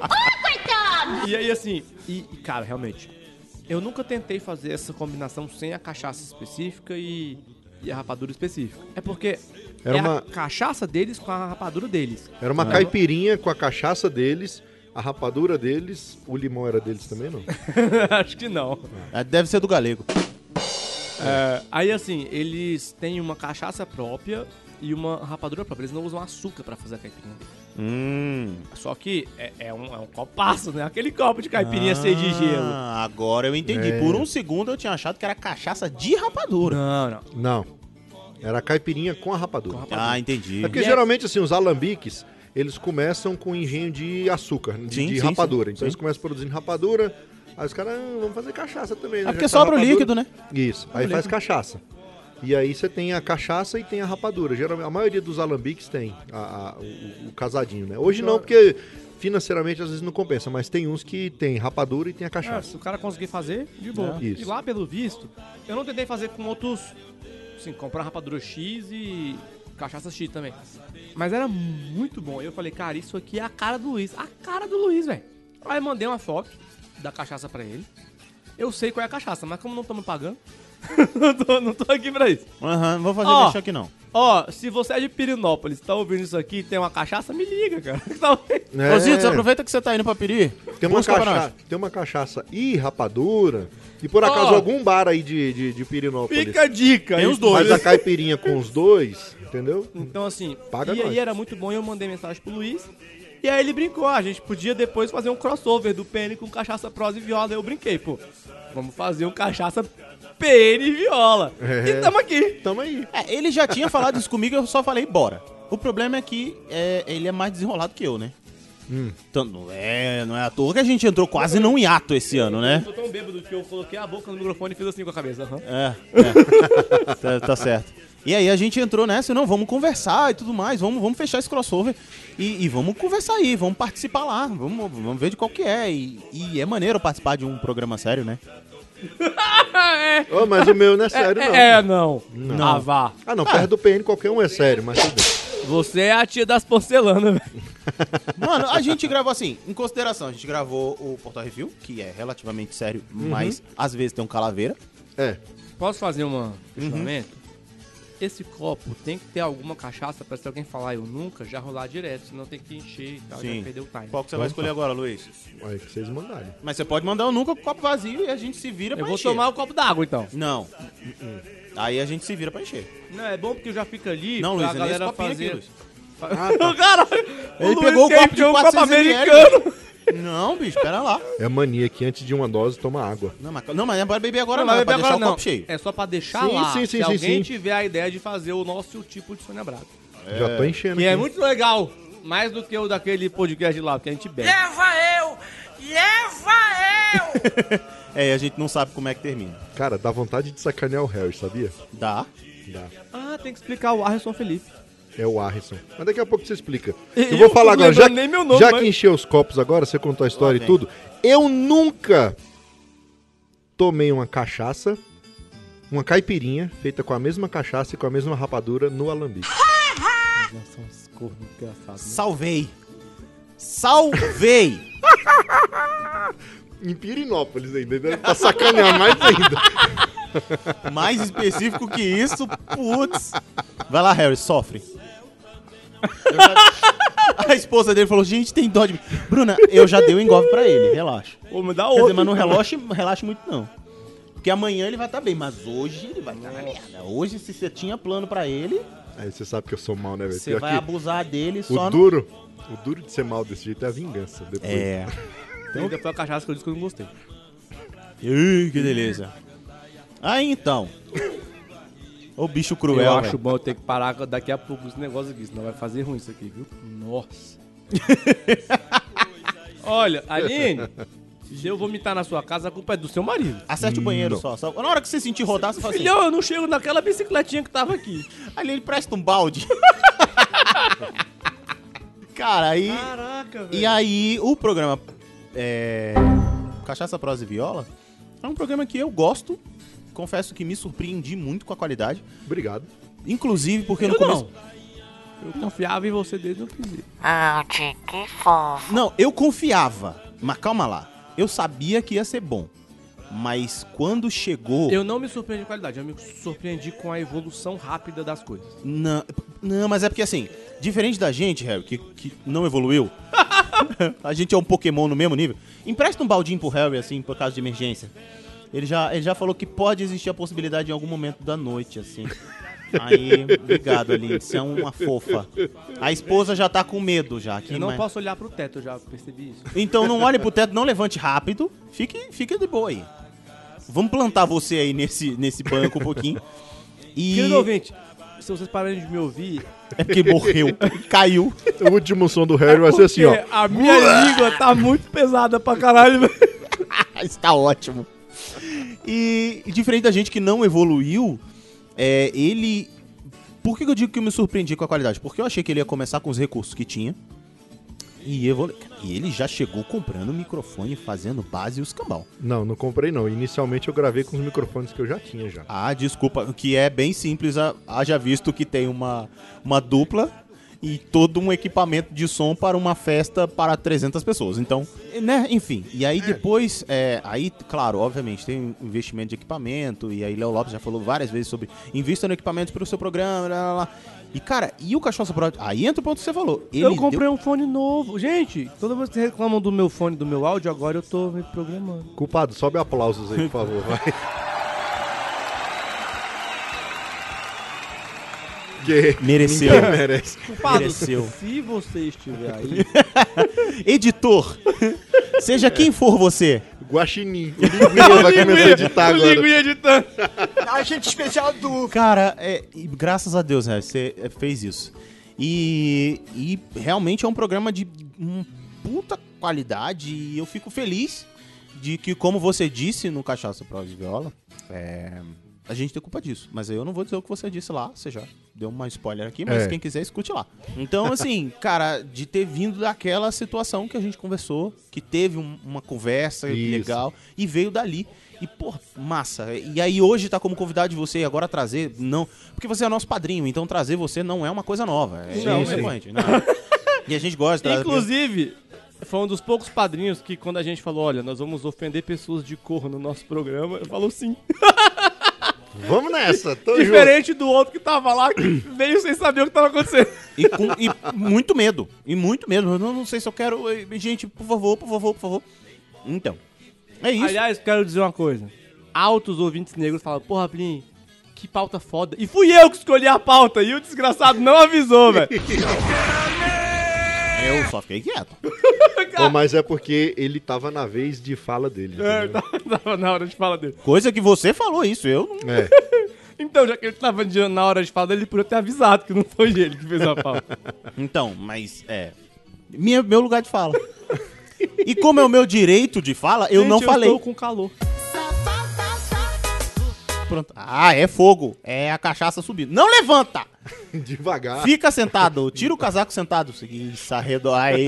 e aí, assim, e, e, cara, realmente, eu nunca tentei fazer essa combinação sem a cachaça específica e, e a rapadura específica. É porque
Era
é
uma-
a cachaça deles com a rapadura deles.
(laughs) Era uma
É.
Ah.
caipirinha com a cachaça deles, a rapadura deles, o limão era deles também, não?
Acho que não.
É, Deve ser do galego.
É, aí, assim, eles têm uma cachaça própria e uma rapadura própria. Eles não usam açúcar pra fazer a caipirinha.
Hum.
Só que é, é um, é um copaço, né? Aquele copo de caipirinha cheio de gelo.
Ah, Agora eu entendi.
É.
Por um segundo eu tinha achado que era cachaça de rapadura.
Não, não.
Não. Era a caipirinha com a
Com
rapadura.
rapadura.
Ah, entendi.
É porque
E é-
geralmente, assim, os alambiques, eles começam com engenho de açúcar, de,
Sim,
de
sim,
rapadura.
sim,
então
sim.
eles começam produzindo rapadura, aí os caras, ah, vamos fazer cachaça também. né?
É
Já
porque
que tá
sobra o
rapadura."
líquido, né?
Isso, aí faz cachaça. E aí você tem a cachaça e tem a rapadura. Geralmente, a maioria dos alambiques tem a- a- o, o casadinho, né? Hoje não, porque financeiramente às vezes não compensa, mas tem uns que tem rapadura e tem a
Ah,
cachaça.
se o cara conseguir fazer, de boa.
Né?
É. Isso.
E lá, pelo visto, eu não tentei fazer com outros. Assim, comprar rapadura X e cachaça X também. Mas era muito bom. Eu falei, cara, isso aqui é a cara do Luiz. A cara do Luiz, velho. Aí eu mandei uma foto da cachaça pra ele. Eu sei qual é a cachaça, mas como não estamos pagando, (laughs) não, tô, não tô aqui pra isso.
Aham, não vou fazer
Ó.
mexer aqui não.
Ó, se você é de Pirinópolis, tá ouvindo isso aqui e tem uma cachaça, me liga, cara. (laughs) Talvez.
É. Ô, Zito, aproveita que você tá indo pra Piri.
É. Tem uma,
Busca pra
cacha-
nós.
tem uma cachaça e rapadura. E por acaso
Ó.
algum bar aí de, de, de Pirinópolis
Fica a dica.
Tem os
isso-
dois.
faz a caipirinha com os dois, entendeu?
Então, assim,
Paga
e
nós.
aí era muito bom e eu mandei mensagem pro Luiz. E aí ele brincou, ah, a gente podia depois fazer um crossover do PN com cachaça prosa e viola. Eu brinquei, pô, vamos fazer um cachaça PN e viola.
É.
E tamo aqui.
Tamo aí.
É, ele já tinha falado isso comigo, eu só falei, bora. O problema é que é, ele é mais desenrolado que eu, né?
Hum.
Então, não é, não é à toa que a gente entrou quase num hiato esse ano, né?
tô É. tão bêbado que eu coloquei a boca no microfone e fiz assim com a cabeça. aham.
É, é. (laughs) tá, tá certo. E aí a gente entrou nessa, não, vamos conversar e tudo mais, vamos, vamos fechar esse crossover e, e vamos conversar aí, vamos participar lá, vamos, vamos ver de qual que é. E, e é maneiro participar de um programa sério, né?
Ô, mas o meu não é sério,
é,
não.
é, não.
Não.
Ah, vá.
Ah, não, perto do PN qualquer um é sério, mas tudo bem.
Você é a tia das porcelanas, velho.
Mano, a gente gravou assim, em consideração, a gente gravou o Portal Review, que é relativamente sério,
Uhum.
mas às vezes tem um calaveira.
É.
Posso fazer um questionamento? esse copo tem que ter alguma cachaça pra se alguém falar eu nunca, já rolar direto, senão tem que encher e tal,
Sim.
já perdeu o time.
Qual que você vai escolher agora, Luiz?
Olha que vocês mandarem.
Mas você pode mandar o nunca com o copo vazio e a gente se vira
Eu
pra
vou
encher.
tomar o Uhum. copo d'água então.
Não. Aí a gente se vira pra encher.
Não, é bom porque já fica ali
Não,
pra
Luiz, é nesse
galera
copinho
fazer. (laughs)
aqui, Luiz.
o cara, o
Ele
Luiz
pegou o
quer
copo de
que um
400
americano.
Não, bicho, pera lá.
É mania que antes de uma dose toma água.
Não, mas, não, mas bora beber agora
Não,
não,
mas
é pra
agora
deixar
não.
o copo cheio.
É só pra deixar
Sim,
lá.
sim, sim,
se
sim,
alguém
sim.
tiver a ideia de fazer o nosso tipo de Sônia Braga.
Já tô enchendo.
Que é
aqui.
muito legal. Mais do que o daquele podcast lá, que a gente bebe.
Leva eu! Leva eu!
É, e a gente não sabe como é que termina.
Cara, dá vontade de sacanear o Harry, sabia?
Dá.
Dá.
Ah, tem que explicar o Arson Felipe.
É o Harrison. Mas daqui a pouco você explica.
E-
Eu
eu
vou
não
falar
tô
agora. Já,
lembrando nem meu nome,
já
mas-
que encheu os copos agora, você contou a
Lá
história e
vem.
tudo. Eu nunca tomei uma cachaça, uma caipirinha, feita com a mesma cachaça e com a mesma rapadura no alambique.
São uns cornos engraçados.
Salvei. Salvei.
Em Pirinópolis ainda, ainda pra sacanear mais ainda.
Mais específico que isso, putz. Vai lá, Harry, sofre. Eu já- (laughs) A esposa dele falou, gente, tem dó de mim. Bruna, eu já dei o engolve pra ele, relaxa.
Vou me dar
Quer dizer,
outro.
mas não é relaxe, relaxe muito, não. Porque amanhã ele vai estar bem, mas hoje ele vai estar na merda. Hoje, se você tinha plano pra ele,
(laughs) Aí você sabe que eu sou mal, né, velho?
você
Pior
vai
que
abusar dele só
né?
o
no...
duro, o duro de ser mal desse jeito é a vingança. Depois.
É.
Então, ainda foi a cachaça que eu disse que eu não gostei.
Ih, que delícia. Aí então. Ô bicho cruel. né?
eu acho
velho.
bom eu ter que parar daqui a pouco esse negócio aqui, senão vai fazer ruim isso aqui, viu? Nossa. (laughs) Olha, Aline, se eu vomitar na sua casa, a culpa é do seu marido.
Acerte o banheiro só, só. Na hora que você sentir rodar, você faz assim.
Filhão, eu não chego naquela bicicletinha que tava aqui.
Ali ele presta um
(laughs)
balde. Cara, aí.
Ah, Caraca,
E aí, o programa é, Cachaça, Prosa e Viola é um programa que eu gosto. Confesso que me surpreendi muito com a qualidade.
Obrigado.
Inclusive porque no
Eu
começo.
não. Eu confiava em você desde o princípio.
Não, eu confiava. Mas calma lá. Eu sabia que ia ser bom. Mas quando chegou.
Eu não me surpreendi com a qualidade, eu me surpreendi com a evolução rápida das coisas.
Não, não, mas é porque assim, diferente da gente, Harry, que, que não evoluiu, a gente é um Pokémon no mesmo nível. Empresta um baldinho pro Harry, assim, por causa de emergência. Ele já, ele já falou que pode existir a possibilidade em algum momento da noite, assim. Aí, obrigado, Aline, você é uma fofa. A esposa já tá com medo já. aqui,
Eu não
mas-
posso olhar pro teto, eu já percebi isso.
Então não olhe pro teto, não levante rápido, fique, fique de boa aí. Vamos plantar você aí nesse, nesse banco um pouquinho. E...
Querido ouvinte, se vocês pararem de me ouvir,
É porque morreu, caiu.
O último som do Harry vai ser assim, ó.
É porque a minha língua tá muito pesada pra caralho. velho.
Está ótimo. E diferente da gente que não evoluiu, é, ele. Por que que eu digo que eu me surpreendi com a qualidade? Porque eu achei que ele ia começar com os recursos que tinha. E, evolu... e ele já chegou comprando microfone, fazendo base e os cambal.
Não, não comprei não. Inicialmente eu gravei com os microfones que eu já tinha já.
Ah, desculpa, que é bem simples, ah, haja visto que tem uma, uma dupla e todo um equipamento de som para uma festa para 300 pessoas. Então, né, enfim. E aí depois, é, aí, claro, obviamente, tem um investimento de equipamento, e aí Léo Lopes já falou várias vezes sobre invista no equipamento para o seu programa, lá, lá, lá. E, cara, e o Cachaça Pro... Aí entra o ponto que você falou. Ele
eu comprei
deu-
um fone novo. Gente, toda vez que vocês reclamam do meu fone, do meu áudio, agora eu tô me programando.
Culpado, sobe aplausos aí, por favor. Vai. (laughs) Que
(laughs) Mereceu.
ninguém merece.
Culpado,
Mereceu.
se você estiver aí,
Editor, seja quem for você,
Guaxinim. O Linguinha vai começar a editar agora.
editando.
Cara, é, e graças a Deus, né? Você é, fez isso. E, e realmente é um programa de um puta qualidade e eu fico feliz de que, como você disse no Cachaça Prova de Viola, é, a gente tem culpa disso. Mas aí eu não vou dizer o que você disse lá, você já deu uma spoiler aqui, mas
É.
quem quiser, escute lá. Então,
(laughs)
assim, cara, de ter vindo daquela situação que a gente conversou, que teve um- uma conversa
Isso.
legal, e veio dali. E, pô, massa. E aí hoje tá como convidado de você e agora trazer, não. Porque você é nosso padrinho, então trazer você não é uma coisa nova. É
Não,
isso,
sim.
gente, não. E a gente gosta. de trazer-
Inclusive, foi um dos poucos padrinhos que quando a gente falou, olha, nós vamos ofender pessoas de cor no nosso programa, eu falo sim.
Vamos nessa, tô
Diferente do outro que tava lá, que veio sem saber o que tava acontecendo.
E, com, e muito medo. E muito medo. Eu não, não sei se eu quero. eh, Gente, por favor, por favor, por favor. Então. É isso.
Aliás, quero dizer uma coisa. Altos ouvintes negros falam, porra, Plin, que pauta foda. E fui eu que escolhi a pauta e o desgraçado não avisou, velho.
Eu só fiquei quieto.
junto. Pô, mas é porque ele tava na vez de fala dele.
É,
entendeu?
tava- (laughs) tava na hora de falar dele.
Coisa que você falou isso. Eu não.
tá.
É. (laughs)
Então, já que ele tava de- na hora de falar dele, ele podia ter avisado que não foi ele que fez a pauta.
Então, mas é. Minha, meu lugar de
(laughs)
fala. E como é o meu direito de fala, eu
Gente,
não falei.
Eu tô com calor.
Pronto. Ah, é fogo. É a cachaça subindo. Não levanta!
Devagar.
Fica sentado. Tira o casaco sentado. Isso, arredou. Aí.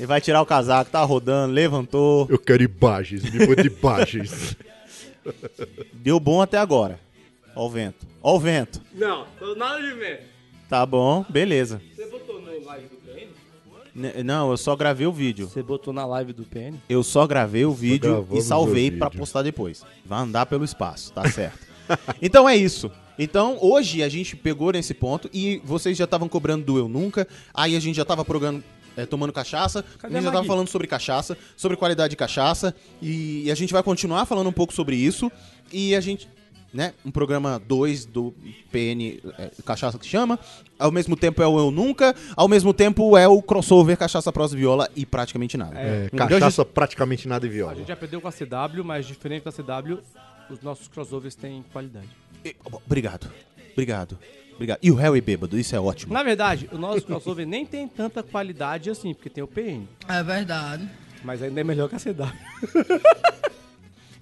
Ele vai tirar o casaco, tá rodando, levantou.
Eu quero imagens, me manda imagens.
Deu bom até agora. Ó o vento. Ó o vento.
Não, tô nada de ver.
Tá bom, beleza.
Você botou no live do PN?
N- não, eu só gravei o vídeo.
Você botou na live do PN?
Eu só gravei o vídeo e
gravamos
salvei
o vídeo.
pra postar depois. Vai andar pelo espaço, tá certo. (laughs) então é isso. Então, hoje a gente pegou nesse ponto e vocês já estavam cobrando do Eu Nunca, aí a gente já tava progrando, é, tomando cachaça,
Cadê
a gente
a
já tava
Magui?
falando sobre cachaça, sobre qualidade de cachaça, e, e a gente vai continuar falando um pouco sobre isso, e a gente, né, um programa 2 do PN é, Cachaça que chama, ao mesmo tempo é o Eu Nunca, ao mesmo tempo é o crossover Cachaça Prosa e Viola e praticamente nada.
É,
Então, a gente-
cachaça praticamente nada e
A
viola.
gente já perdeu com a CW, mas diferente da CW, os nossos crossovers têm qualidade.
E- Obrigado. Obrigado. Obrigado. E o Harry bêbado, isso é ótimo.
Na verdade, o nosso crossover nem tem tanta qualidade assim, porque tem o PN.
É verdade.
Mas ainda é melhor que a CW.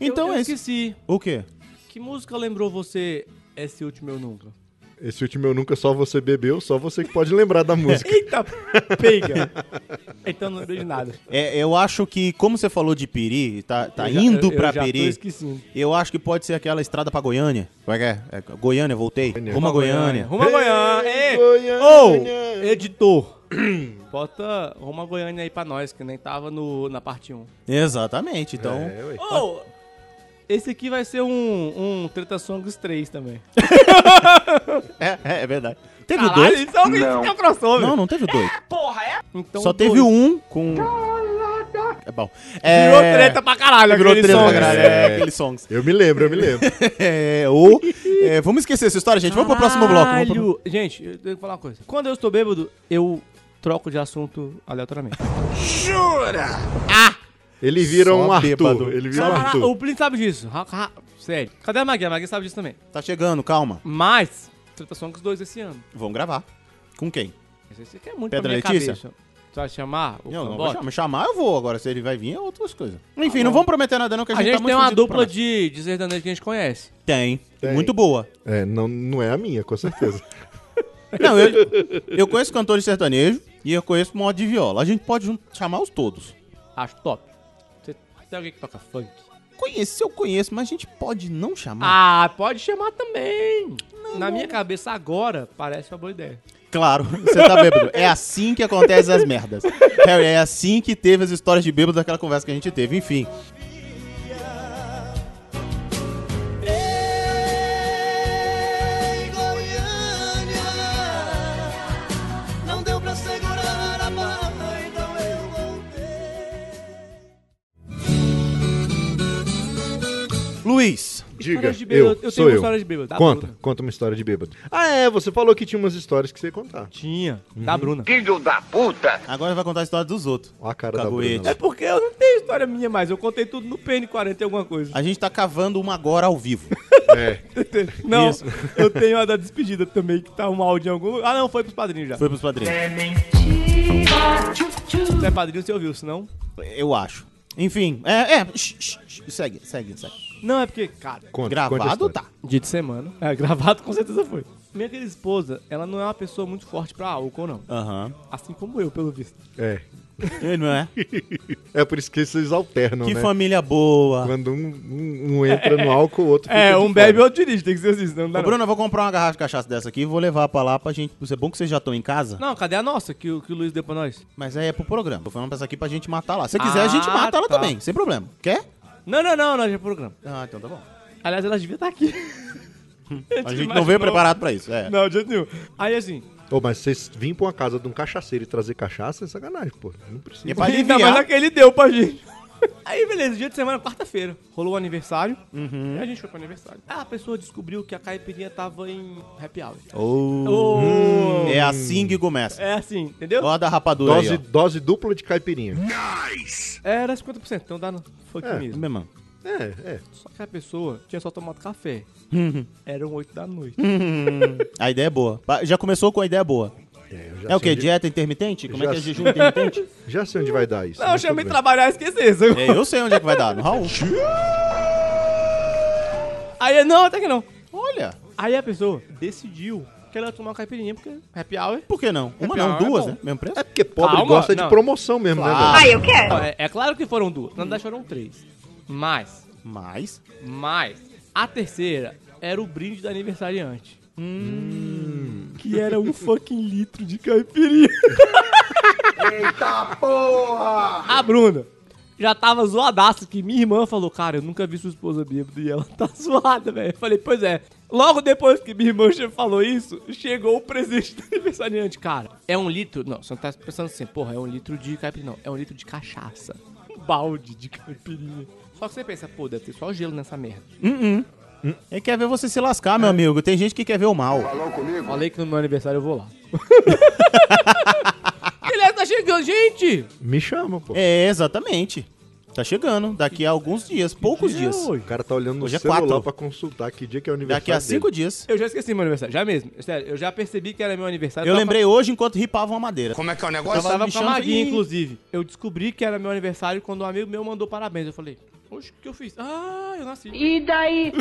Então
eu, eu
é isso.
esqueci.
O quê?
Que música lembrou você esse último eu nunca?
Esse último eu nunca só você bebeu, só você que pode lembrar da música.
Eita, pega! (laughs) então não lembrei de nada.
É, eu acho que, como você falou de Piri, tá, tá
Eu já-
indo
eu- eu
pra
já tô
Piri.
esquecendo.
Eu acho que pode ser aquela estrada pra Goiânia. Como é que é? É, Goiânia, voltei. Rumo a Goiânia.
Rumo a Goiânia. Ei,
Goiânia.
Ô, editor. (clears throat) Bota Rumo a Goiânia aí pra nós, que nem tava no, na parte 1.
Exatamente. Então,
É, ué.
Ô, esse aqui vai ser um, um Treta Songs 3 também.
é, é, é verdade. Teve o
Caralho,
dois?
isso é um, isso é um crossover.
Não, não teve o dois.
Então,
Só teve
dois.
um com. É bom. É...
Virou treta pra caralho
Virou
aquele
treta pra
song.
caralho. É, aqueles songs.
Eu me lembro, eu me lembro.
É, ou. é, vamos esquecer essa história, gente. Vamos pro próximo bloco. Vamos pro-
Caralho. Gente, eu tenho que falar uma coisa. Quando eu estou bêbado, eu troco de assunto aleatoriamente.
Ele vira
Só
um Arthur.
bêbado.
Ele vira um
Só-
Arthur.
o Plin sabe disso. Ra- ra- Sério. Cadê a Maguinha? A Maguinha sabe disso também.
Tá chegando, calma.
Mas, Treta Songs 2 esse ano.
Vamos gravar. Com quem?
Você quer muito
Pedra
pra minha
Letícia?
cabeça. Tu vai chamar o
Não, não
Cambota?
vou chamar. Me chamar eu vou. Agora, se ele vai vir, é outras coisas. Enfim, não vamos prometer nada não, que a
A
gente,
gente,
tá muito
tem uma
fudido
dupla
pra
de, de sertanejo que a gente conhece.
nada. Tem.
Tem.
Muito boa.
É, não, não é a minha,
(laughs)
com certeza.
Não, eu, eu conheço cantores sertanejo e eu conheço modo de viola. A gente pode jun- chamar os todos.
Acho top. Você tem alguém que toca funk?
Conhecer eu conheço, mas a gente pode não chamar.
Ah, pode chamar também. Na minha cabeça agora, parece uma boa ideia.
Claro, você tá bêbado. É assim que acontecem as merdas. Harry, é assim que teve as histórias de bêbado daquela conversa que a gente teve. Enfim,
Não deu pra segurar a barra, então eu
Luiz.
Diga,
Histórias de
eu,
bêbado. Eu
sou
tenho uma
eu.
história de
Tá
bêbado, dá
Conta,
Bruna.
conta uma história de bêbado. Ah, é, você falou que tinha umas histórias que você ia contar.
Tinha.
Uhum.
Da Bruna.
Agora vai contar a história dos outros.
Olha a cara
Caguete.
da Bruna.
É porque eu não tenho história minha mais. Eu contei tudo no PN40 e alguma
(laughs)
coisa.
A gente tá cavando uma agora ao vivo.
lá. É,
Não,
Isso.
eu tenho a da despedida também, que tá um áudio em algum lugar. Ah, não, foi pros padrinhos já.
Foi pros padrinhos.
Se é padrinho, você ouviu, senão...
Eu acho. Enfim, é, é. shh, shh, shh, Segue, segue, segue.
Não, é porque, cara...
conta,
Gravado
conta a
tá.
Dia de semana. É, (laughs) gravado com certeza foi. Minha querida esposa, ela não é uma pessoa muito forte pra álcool, não.
Aham.
Assim como eu, pelo visto.
história.
Ele não é?
É, é por isso que vocês alternam,
que
né?
família boa.
Quando um, um- um entra no álcool, o outro fica
É,
de
um
fora.
bebe e outro dirige, tem que ser assim, senão não dá
Ô, Bruno, eu vou comprar uma garrafa de cachaça dessa aqui e vou levar pra lá pra gente. É bom que vocês já estão em casa,
não. Não, cadê a nossa que, o- que o Luiz deu pra nós?
mas aí é pro programa. Tô falando pra essa aqui pra gente matar lá. Se quiser, a gente
Ah,
mata ela
tá.
também, sem problema. Quer?
Não, não, não, nós é programa.
Ah, então tá bom.
Aliás, elas deviam estar (laughs) aqui.
A gente não veio preparado pra isso. É.
Não, de jeito nenhum. Aí assim,
Ô, mas vocês virem pra uma casa de um cachaceiro e trazer cachaça é sacanagem, pô. Não precisa.
É pra
Ainda
aliviar.
mais a que ele deu pra gente. (laughs) Aí, beleza, dia de semana, quarta-feira. Rolou o aniversário. E a gente foi pro aniversário. Ah, a pessoa descobriu que a caipirinha tava em happy hour.
Oh.
Oh.
É assim que começa.
É assim, entendeu?
Ó da rapadura
Dose,
aí,
dose dupla de caipirinha.
Era 50%, então dá no funk
É.
ó.
mesmo.
Mesmo.
É, é.
Só que a pessoa tinha só tomado café. Eram 8 da noite.
A ideia é boa. Pa- Já começou com a ideia boa.
É, eu já
É o
sei
quê?
onde-
Dieta intermitente? Como é
Já
que é
sei.
jejum intermitente?
Já sei onde vai dar isso. é
Não,
mas
chamei
tudo bem.
trabalhar e esqueci isso.
É, eu sei onde é que vai dar, no Raul.
Aí, não, até que não.
Olha,
Aí a pessoa decidiu que ela ia tomar uma caipirinha, porque happy hour.
por que não? Uma
Happy
não,
hour é
duas,
bom.
né? Mesmo preço?
É porque pobre
Calma,
gosta
não.
de promoção mesmo, né,
Claro.
velho?
eu quero.
É, é claro que foram duas, na verdade foram três. Mas,
Mas,
mas, a terceira era o brinde do aniversariante. Que era um fucking litro de caipirinha. Eita porra! A Bruna já tava zoadaça que minha irmã falou, cara, eu nunca vi sua esposa bêbada e ela (laughs) tá zoada, velho. Eu falei, pois é. Logo depois que minha irmã che- falou isso, chegou o presente do aniversariante. Cara, é um litro... Não, você não tá pensando assim, porra, é um litro de caipirinha. Não, é um litro de cachaça. (laughs) Um balde de caipirinha. Só que você pensa, pô, deve ter só gelo nessa merda.
ele quer ver você se lascar,
É.
meu amigo. Tem gente que quer ver o mal.
Falei que no meu aniversário eu vou lá. (laughs) Ele tá chegando, gente!
Me chama, pô.
É, exatamente. Tá chegando, daqui a alguns dias, poucos dias.
O cara tá olhando no
Hoje é
celular
quatro.
pra consultar que dia que é o aniversário
Daqui a
dele.
cinco dias.
Eu já esqueci meu aniversário, já mesmo. Sério, eu já percebi que era meu aniversário.
Eu
tava-
lembrei hoje enquanto ripavam a madeira.
Como é que é o negócio?
Eu tava
me
com a
chamando-
Maguinha,
Ih.
inclusive. Eu descobri que era meu aniversário quando um amigo meu mandou parabéns. Eu falei, oxe, o que eu fiz? Ah, eu nasci.
E daí?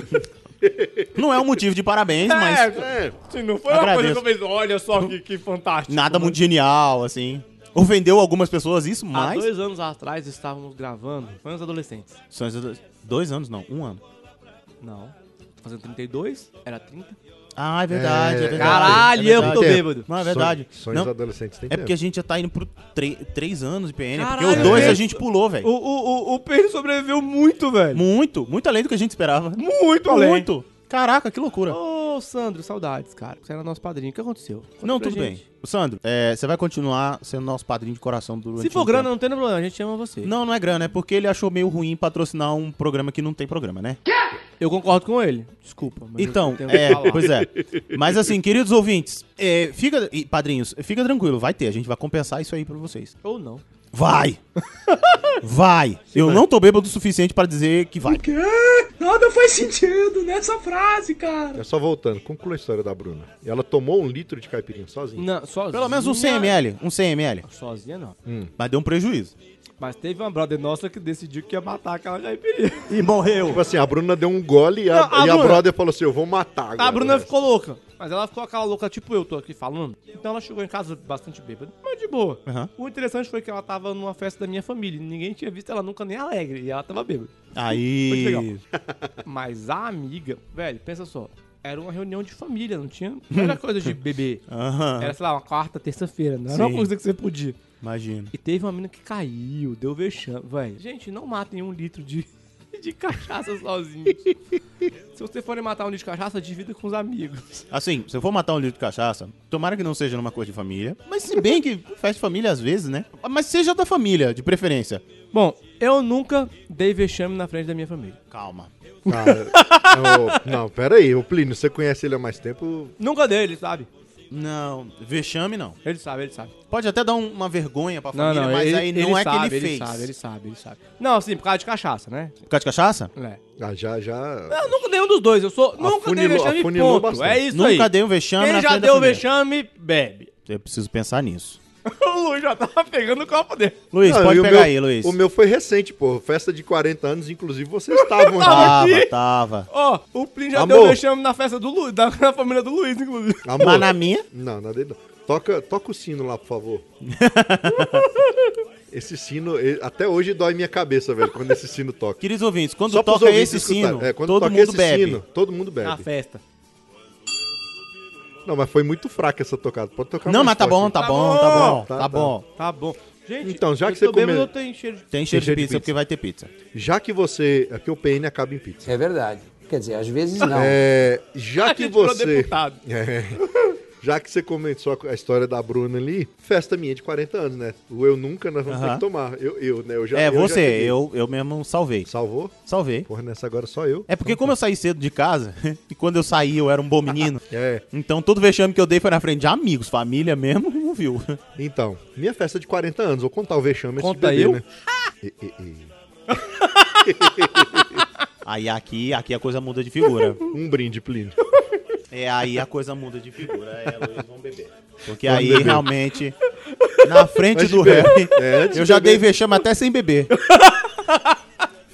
Não
(laughs)
é um motivo de parabéns, mas
É,
Se não foi
Agradeço.
fiz, olha só que, que fantástico.
nada muito genial, assim. Ofendeu algumas pessoas, isso,
Há
mas.
dois anos atrás estávamos gravando fãs adolescentes.
São esses dois- dois anos, não, um ano.
Não. Fazendo 32, era 30.
Ah, é verdade, é,
É,
verdade.
Caralho,
é
eu que tô
verdade.
Tem
bêbado.
Não, é verdade.
Sonhos, sonhos
Não,
adolescentes tem
é porque a
tempo.
gente já tá indo pro tre- três anos de PN, porque
Caralho,
o dois
é.
a gente pulou, velho.
O, o, o, o Pedro sobreviveu muito, velho.
Muito, muito além do que a gente esperava.
Muito além.
Muito. Caraca, que loucura.
Ô, Sandro, saudades, cara. Você era nosso padrinho. O que aconteceu? Conta
Não,
pra
tudo
gente.
bem. Sandro, é, você vai continuar sendo nosso padrinho de coração durante
Se for
um
grana,
tempo.
não tem problema. A gente ama você.
Não, não é grana, é porque ele achou meio ruim patrocinar um programa que não tem programa, né?
Eu concordo com ele. Desculpa. mas
Então,
eu tenho que
é,
falar.
pois é. Mas assim, queridos ouvintes, é, fica, e padrinhos, fica tranquilo, vai ter, a gente vai compensar isso aí pra vocês.
Ou não.
Vai!
(laughs)
Vai! Eu não tô bêbado o suficiente pra dizer que vai.
Nada faz sentido nessa frase, cara.
É só voltando, conclua a história da Bruna. Ela tomou um litro de caipirinha sozinha.
Não, sozinha.
Pelo menos um 100ml, um 100ml.
Sozinha não.
Mas deu um prejuízo.
Mas teve uma brother nossa que decidiu que ia matar aquela caipirinha.
E morreu.
Tipo assim, a Bruna deu um gole e a,
Não, a
e a
Bruna-
brother falou assim: eu vou matar agora.
A Bruna
né?
ficou louca. Mas ela ficou aquela louca, tipo eu tô aqui falando. Então ela chegou em casa bastante bêbada, mas de boa.
Aham.
O interessante foi que ela tava numa festa da minha família. e Ninguém tinha visto ela nunca nem alegre. E ela tava bêbada. Muito legal.
Aí.
Mas a amiga, velho, pensa só. Era uma reunião de família, não tinha. Não era
(laughs)
coisa de bebê.
Aham.
Era, sei lá, uma quarta, terça-feira. Não era uma
Sim.
coisa que você podia.
Imagino.
E teve uma mina que caiu, deu vexame. Velho, gente, não matem um litro de, (laughs) de cachaça sozinho. Se você forem matar um litro de cachaça, divida com os amigos.
Assim, se eu for matar um litro de cachaça, tomara que não seja numa coisa de família. Mas se bem que festa de família às vezes, né? Mas seja da família, de preferência.
Bom, eu nunca dei vexame na frente da minha família.
Calma.
Ah, eu- não, pera aí, o Plínio, você conhece ele há mais tempo.
Nunca dei, ele sabe.
Não, vexame não.
Ele sabe, ele sabe.
Pode até dar um- uma vergonha pra família, mas aí não é
sabe,
que ele, fez.
sabe, ele sabe, ele sabe. Não, assim, por causa de cachaça, né?
Por causa de cachaça?
É.
Ah, já, já.
Eu nunca dei um dos dois, eu
Ah,
sou... Nunca dei
Afunilou-
vexame,
afunilou
ponto.
bastante.
É isso aí.
Nunca dei um vexame
Quem
na
já
frente da
deu
família.
vexame, bebe. (laughs)
Eu preciso pensar nisso.
o Lu já tava pegando o copo dele.
Luiz,
Não, e
pode
o
pegar
meu-
aí, Luiz.
O meu foi recente, pô. Festa de 40 anos, inclusive vocês estavam lá.
(laughs) Tava, tava.
Ó, o Plin já
Amor.
deu vexame na festa do Luiz, da- (laughs) na família do Luiz, inclusive.
Amor.
Mas na minha?
Não, nada dele não. Toca, toca o sino lá,
(laughs)
por favor. esse sino, ele- até hoje dói minha cabeça, velho, quando esse sino toca.
Queridos ouvintes, quando
Só pros
toca
ouvintes
esse
escutarem.
sino,
É, quando
todo
toca
mundo
esse
bebe. Ah,
sino, todo mundo bebe.
Na festa.
Não, mas foi muito fraca essa tocada. Pode tocar
Não, mas
mais
tá bom,
forte.
tá bom, tá bom, tá
tá
bom.
Tá bom. Gente,
Então, já
eu
que você
tô bêbado,
comeu-
eu tenho cheiro de...
Tem cheiro
cheiro
de pizza
de pizza.
porque vai ter pizza.
Já que você... É que o PN acaba em pizza.
É verdade.
Quer dizer, às vezes não.
É,
(laughs)
(laughs)
(laughs)
já que
gente virou
você.
deputado.
(laughs) É. já que você começou a- a história da Bruna ali, festa minha de 40 anos, né? O eu nunca nós vamos ter
Aham.
que tomar. Eu, eu, né? Eu já,
é,
eu já
você,
cheguei.
eu, eu mesmo salvei.
Salvou?
Salvei.
Porra, nessa agora só eu.
É porque como eu saí cedo de casa, (laughs) e quando eu saí eu era um bom
(laughs)
menino,
é.
então todo vexame que eu dei foi na frente de amigos, família mesmo, (laughs) não viu.
Então, minha festa de 40 anos, vou contar o vexame antes de
Conta
beber,
eu?
né? E- e- e.
Aí aqui, aqui a coisa muda de
(laughs)
figura.
Um brinde, Plínio.
É, aí a coisa muda de figura, é, Luiz, vamos beber. Porque
Vamos
aí
beber.
realmente, na frente
Antes
do
de beber.
rap,
É, antes
eu
de
já dei
beber.
vexame até sem beber.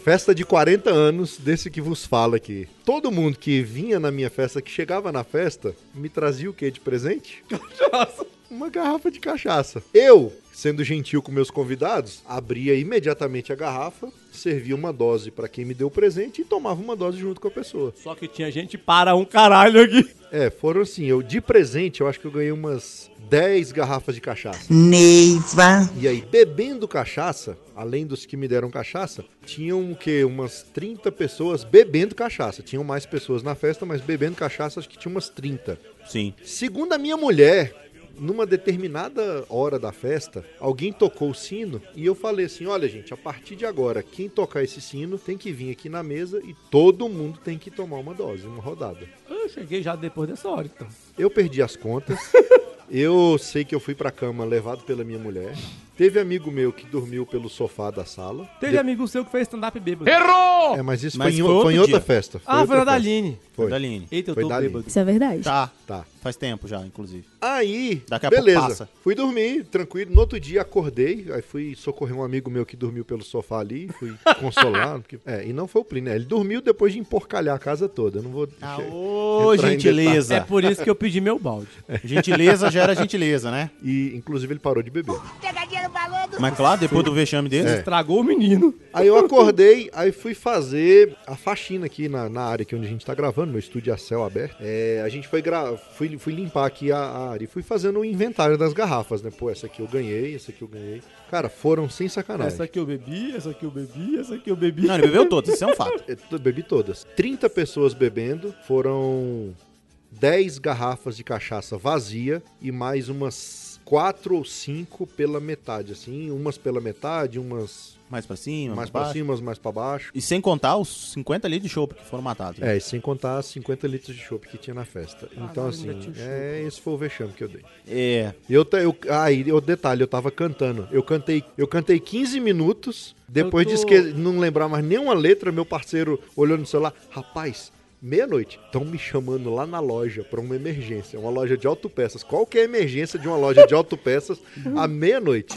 Festa de 40 anos desse que vos fala aqui. Todo mundo que vinha na minha festa, que chegava na festa, me trazia o quê
(laughs)
de presente? Cachaça. Uma garrafa de cachaça. Eu, sendo gentil com meus convidados, abria imediatamente a garrafa, servia uma dose pra quem me deu o presente e tomava uma dose junto com a pessoa.
Só que tinha gente para um caralho aqui.
É, foram assim, eu de presente, eu acho que eu ganhei umas 10 garrafas de cachaça.
Neiva.
E aí, bebendo cachaça, além dos que me deram cachaça, tinham o quê? Umas 30 pessoas bebendo cachaça. Tinham mais pessoas na festa, mas bebendo cachaça acho que tinha umas 30.
Sim.
Segundo a minha mulher, numa determinada hora da festa, alguém tocou o sino e eu falei assim: olha, gente, a partir de agora, quem tocar esse sino tem que vir aqui na mesa e todo mundo tem que tomar uma dose, uma rodada.
Eu cheguei já depois dessa hora, então.
Eu perdi as contas. Eu sei que eu fui pra cama levado pela minha mulher. Teve amigo meu que dormiu pelo sofá da sala.
Teve
De-
amigo seu que fez stand-up bêbado.
É, mas isso
Mas
foi, em,
foi
o- foi em
outro
outra
dia.
festa.
Ah, foi na
outra
Daline.
festa. Foi.
Da Aline.
Eita, eu
Foi
tô
Daline.
bêbado.
Isso é verdade.
Tá,
Tá.
faz tempo já, inclusive.
Aí,
Daqui a pouco
beleza.
passa.
Fui dormir, tranquilo. No outro dia acordei, aí fui socorrer um amigo meu que dormiu pelo sofá ali,
(laughs)
fui consolar. porque- É, e não foi o Plínio, né? Ele dormiu depois de emporcalhar a casa toda. Eu não vou.
Ah, Ô,
entrar em
gentileza.
É por isso que eu pedi meu balde.
É.
Gentileza gera gentileza, né?
E, inclusive, ele parou de beber.
Pegadinha no balão do...
Mas claro, depois do vexame dele,
É.
Estragou o menino.
Aí eu acordei, aí fui fazer a faxina aqui na, na área aqui onde a gente tá gravando, meu estúdio a céu aberto. É, a gente foi gra... fui, fui limpar aqui a, a área e fui fazendo o inventário das garrafas, né? Pô, essa aqui eu ganhei, essa aqui eu ganhei. Cara, foram sem sacanagem.
Essa aqui eu bebi, essa aqui eu bebi, essa aqui eu bebi.
Não, ele bebeu todas, isso é um fato.
Eu to- bebi todas. 30 pessoas bebendo, foram 10 garrafas de cachaça vazia e mais umas 4 ou 5 pela metade, assim. Umas pela metade, umas
Mais pra cima,
mais
mais
pra
pra cima.
cima, umas mais pra baixo.
E sem contar os 50 litros de chopp que foram matados. né?
É, e sem contar as 50 litros de chopp que tinha na festa. então,
ainda
assim,
Ah, tinha um chopp.
é, esse foi o vexame que eu dei.
É.
E Eu, ta- eu, ah, e o detalhe, eu tava cantando. Eu cantei, eu cantei 15 minutos, depois
tô-
de esque- não lembrar mais nenhuma letra, meu parceiro olhou no celular, rapaz, meia-noite, estão me chamando lá na loja pra uma emergência, uma loja de autopeças. Qual que é a emergência de uma loja de autopeças
Uhum.
à meia-noite?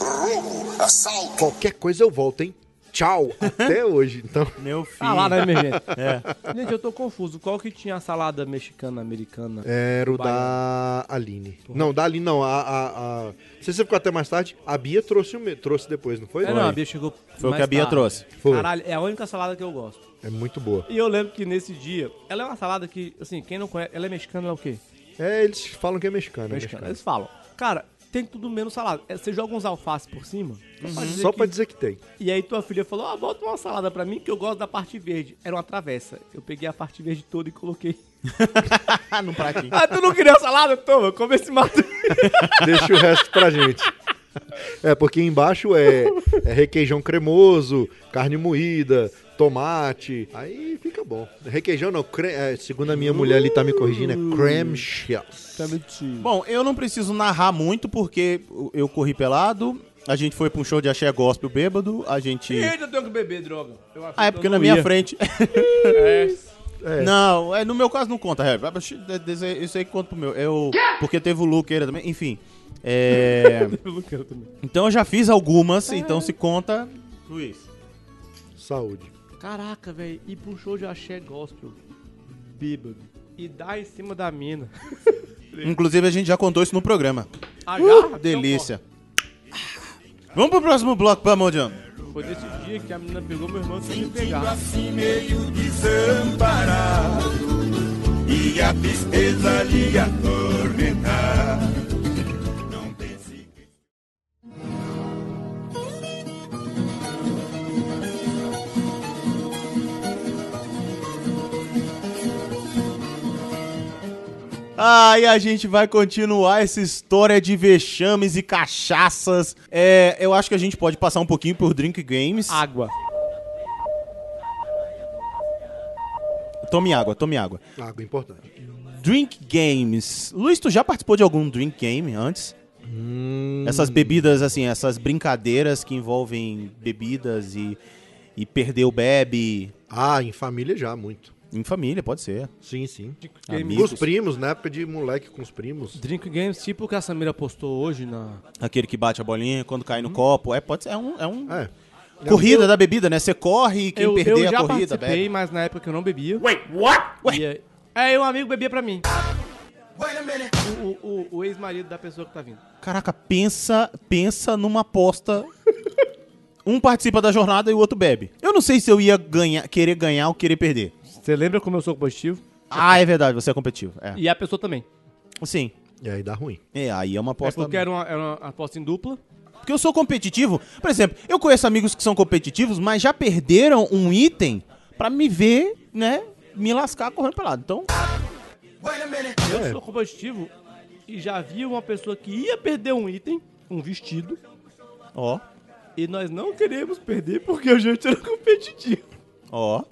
Qualquer coisa eu volto, hein?
(laughs)
Tchau, até hoje. Então,
Meu filho.
Ah, lá na (laughs) emergência.
É.
Gente, eu tô confuso. Qual que tinha a salada mexicana, americana?
Era o da Aline. Não, da Aline não. A, a, a- Não sei se você ficou até mais tarde. A Bia trouxe, o me- trouxe depois, não foi?
É, não, a Bia chegou
Foi o
mais
que a Bia
tarde.
trouxe.
Foi.
Caralho, é a única salada que eu gosto.
É muito boa.
E eu lembro que nesse dia, ela é uma salada que, assim, quem não conhece, ela é mexicana, ela é o quê?
É, eles falam que é mexicano. é mexicano.
Mexicana. Eles falam, cara, tem tudo menos salada. É, Você joga uns alfaces por cima,
Só pra dizer que tem.
E aí tua filha falou, ah, bota uma salada pra mim que eu gosto da parte verde. Era uma travessa. Eu peguei a parte verde toda e coloquei.
(laughs) Ah, no pratinho.
(laughs) Ah, tu não queria salada? Toma, come esse mato.
Deixa o resto pra gente. É, porque embaixo é, é requeijão cremoso, carne moída, tomate. Aí fica bom. Requeijão não, cre- é, segundo a minha mulher ali tá me corrigindo, é
Uh.
creme cheese.
(laughs) Bom, eu não preciso narrar muito porque eu corri pelado, a gente foi pra um show de axé gospel bêbado, a gente...
(laughs) eu tenho que beber droga. Eu achei
Ah, é
que
porque
eu
na
não
minha
ia.
frente...
É.
(laughs) Não, é, no meu caso não conta, Harry. Isso aí que conta pro meu. Eu, porque teve o Luqueira também, enfim. (laughs) É, então eu já fiz algumas, então se conta... Luiz.
Saúde.
Caraca, velho, ir pra um show de axé gospel, bêbado, Uh, e dar em cima da mina.
Inclusive a gente já contou isso no programa.
Ah, já? Então,
Delícia. Ah. Vamos pro próximo bloco, pelo amor de Deus.
ó, Foi nesse dia que a menina pegou meu irmão sem me pegar.
assim meio desamparado E a tristeza lhe atormentar Não pense que
Aí a gente vai continuar essa história de vexames e cachaças. É, eu acho que a gente pode passar um pouquinho por Drink Games.
Água.
Tome água, tome água.
Água, importante.
Drink Games. Luiz, tu já participou de algum Drink Game antes? Essas bebidas, assim, essas brincadeiras que envolvem bebidas e, e perder o bebe.
Ah, em família já, muito.
Em família, pode ser.
Sim, sim. Com
Amigos.
os primos, na época de moleque com os primos.
Drink Games, tipo o que a Samira postou hoje na.
Aquele que bate a bolinha quando cai no copo. É, pode ser. É um. É um...
É.
Corrida da bebida, né? Você corre e quem
eu,
perder é
eu já
a corrida
participei,
bebe.
mas na época que eu não bebia. Wait, what? Aí, é, e um amigo bebia pra mim. O, o- o- o ex-marido da pessoa que tá vindo.
Caraca, pensa, pensa numa aposta. um participa da jornada e o outro bebe. Eu não sei se eu ia ganhar, querer ganhar ou querer perder.
Você lembra como eu sou positivo?
Ah, é verdade, você é competitivo. É.
E a pessoa também.
Sim.
E aí dá ruim.
É, aí é uma aposta.
é porque era uma, era uma aposta em dupla.
Porque eu sou competitivo. Por exemplo, eu conheço amigos que são competitivos, mas já perderam um item pra me ver, né, me lascar correndo pelado. Então,
Eu
É.
sou competitivo e já vi uma pessoa que ia perder um item, um vestido,
ó,
e nós não queríamos perder porque a gente era competitivo.
ó.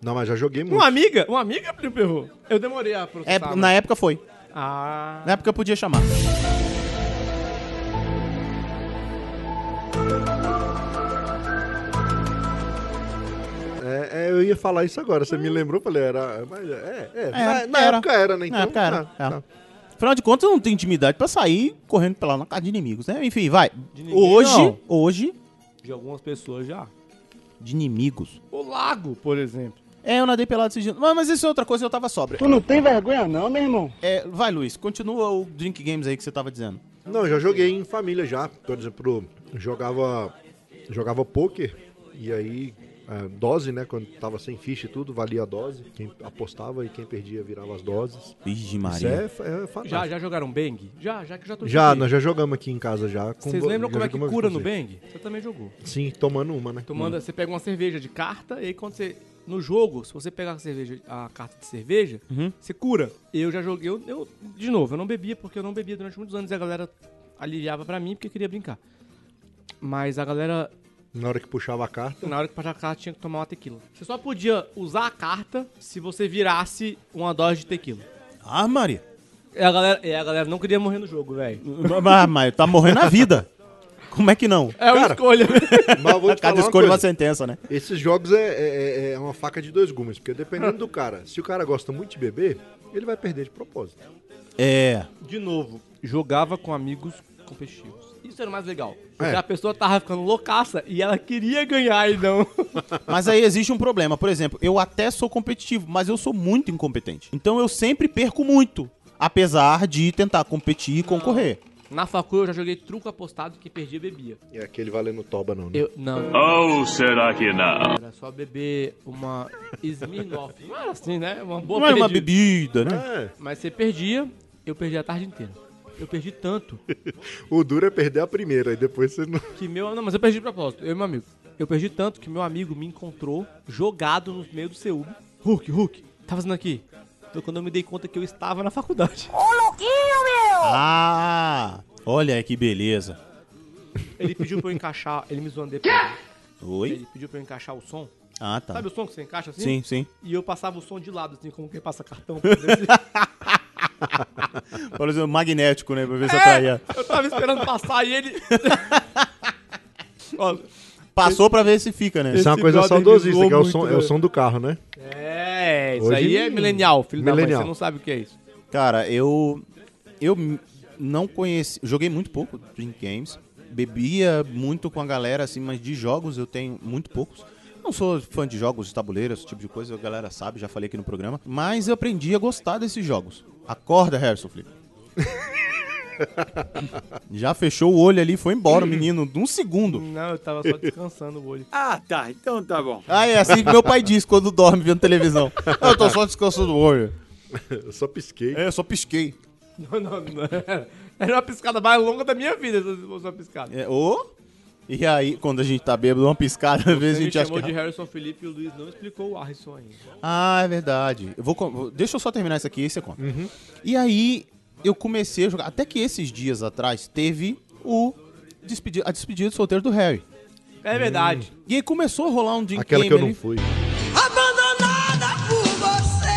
Não, mas já joguei muito.
Uma amiga, uma amiga me ferrou. Eu demorei a processar.
É,
mas-
na época foi.
Ah,
Na época eu podia chamar.
É, é, eu ia falar isso agora, você me
Hum.
lembrou, eu falei, era. Mas é, é. na, na
era. É,
época era, né? Então,
Na época era.
tá,
era.
tá.
Afinal de contas, eu não tenho intimidade pra sair correndo pela na casa de inimigos, né? Enfim, vai.
ninguém,
Hoje,
não.
hoje,
de algumas pessoas já.
de inimigos.
O lago, por exemplo.
É, eu nadei pelado esse dia. Mas, mas isso é outra coisa, eu tava sobra.
Tu não tem vergonha não, meu irmão?
É, vai, Luiz, continua o Drink Games aí que você tava dizendo.
Não, já joguei em família já. Por exemplo, jogava. Jogava pôquer e aí. é, dose, né? Quando tava sem ficha e tudo, valia a dose. Quem apostava e quem perdia virava as doses.
Vixe,
Isso
Maria.
é, fa- é fantástico.
Já, já jogaram Bang? Já, já que eu já tô
Já,
de-
nós já jogamos aqui em casa já. com
Vocês
vo-
lembram
já
como é que
jogamos
cura
com
no
você.
Bang? Você também jogou.
Sim, tomando uma, né?
Tu manda, você pega uma cerveja de carta e aí quando você. No jogo, se você pegar a, cerveja, a carta de cerveja, você cura. Eu já joguei, eu, eu- de novo, eu não bebia porque eu não bebia durante muitos anos e a galera aliviava pra mim porque queria brincar. Mas a galera,
Na hora que puxava a carta.
na hora que passava a carta, tinha que tomar uma tequila. Você só podia usar a carta se você virasse uma dose de tequila.
Ah, Maria.
E É, a galera, e a galera não queria morrer no jogo, velho.
mas, mas tá morrendo a vida. Como é que não?
É uma
Cara,
escolha.
Mas eu vou te falar
Cada
uma
escolha é uma
coisa.
sentença, né?
Esses jogos é, é- é- é uma faca de dois gumes, porque dependendo do cara, se o cara gosta muito de beber, ele vai perder de propósito.
É.
De novo, jogava com amigos competitivos. Isso era o mais legal. Porque
É.
a pessoa tava ficando loucaça e ela queria ganhar e não. (laughs)
Mas aí existe um problema. Por exemplo, eu até sou competitivo, mas eu sou muito incompetente. Então eu sempre perco muito. Apesar de tentar competir e concorrer.
Na facul eu já joguei truco apostado que perdia bebia.
E aquele valendo toba não, né?
Eu não,
Ou será que não?
era só beber uma Smirnoff. Não era assim, né? Uma boa
não é uma
perdida.
bebida, né?
É,
Mas você perdia, eu perdi a tarde inteira. Eu perdi tanto
o duro é perder a primeira, e depois você não...
que meu. Não, mas eu perdi de propósito, eu e meu amigo. Eu perdi tanto que meu amigo me encontrou jogado no meio do seu Uber. Hulk, Hulk, tá fazendo aqui? Então quando eu me dei conta que eu estava na faculdade.
Ah! Olha aí que beleza.
Ele pediu pra eu encaixar, ele me zoando depois. né?
Oi?
Ele pediu pra eu encaixar o som.
Ah, tá.
Sabe o som que você encaixa assim?
Sim, sim.
E eu passava o som de lado, assim, como quem passa cartão. por exemplo.
Por exemplo, magnético, né? Pra
É!
ver se atraía.
eu tava esperando passar e ele. (laughs) Ó,
Passou pra ver se fica, né?
Isso é uma
Esse
coisa
brother me
saudosista,
zoou
que é o,
muito,
som, é
velho.
o som do carro, né?
é, isso
Hoje
aí é
não-
milenial, filho da
millennial.
mãe. Você não sabe o que é isso.
Cara, eu. Eu m- não conheci. Joguei muito pouco Dream Games. Bebia muito com a galera, assim, mas de jogos eu tenho muito poucos. Não sou fã de jogos de tabuleiro, esse tipo de coisa, a galera sabe, já falei aqui no programa. Mas eu aprendi a gostar desses jogos. Acorda, Harrison (laughs) Flip. já fechou o olho ali e foi embora, menino, de um segundo.
Não, eu tava só descansando o olho. (laughs)
Ah, tá, então tá bom.
Ah, é assim que meu pai diz quando dorme vendo televisão. (laughs) Eu tô só descansando o olho.
Eu só pisquei.
É, eu só pisquei.
Não, não, não. Era uma piscada mais longa da minha vida, se fosse uma piscada.
É, ô? E aí, quando a gente tá bêbado, uma piscada, (laughs) às vezes a
Ele
gente acha
chamou
que... é
de
é
Harrison Felipe e o Luiz não explicou o Harrison ainda.
Ah, é verdade. Eu vou, co- deixa eu só terminar isso aqui e você conta.
Uhum.
E aí, eu comecei a jogar. Até que esses dias atrás teve o despedi- a despedida de solteiro do Harry.
Hum,
É verdade.
E aí começou a rolar um drink
Aquela
game
que eu não
ali.
fui.
Abandonada por você.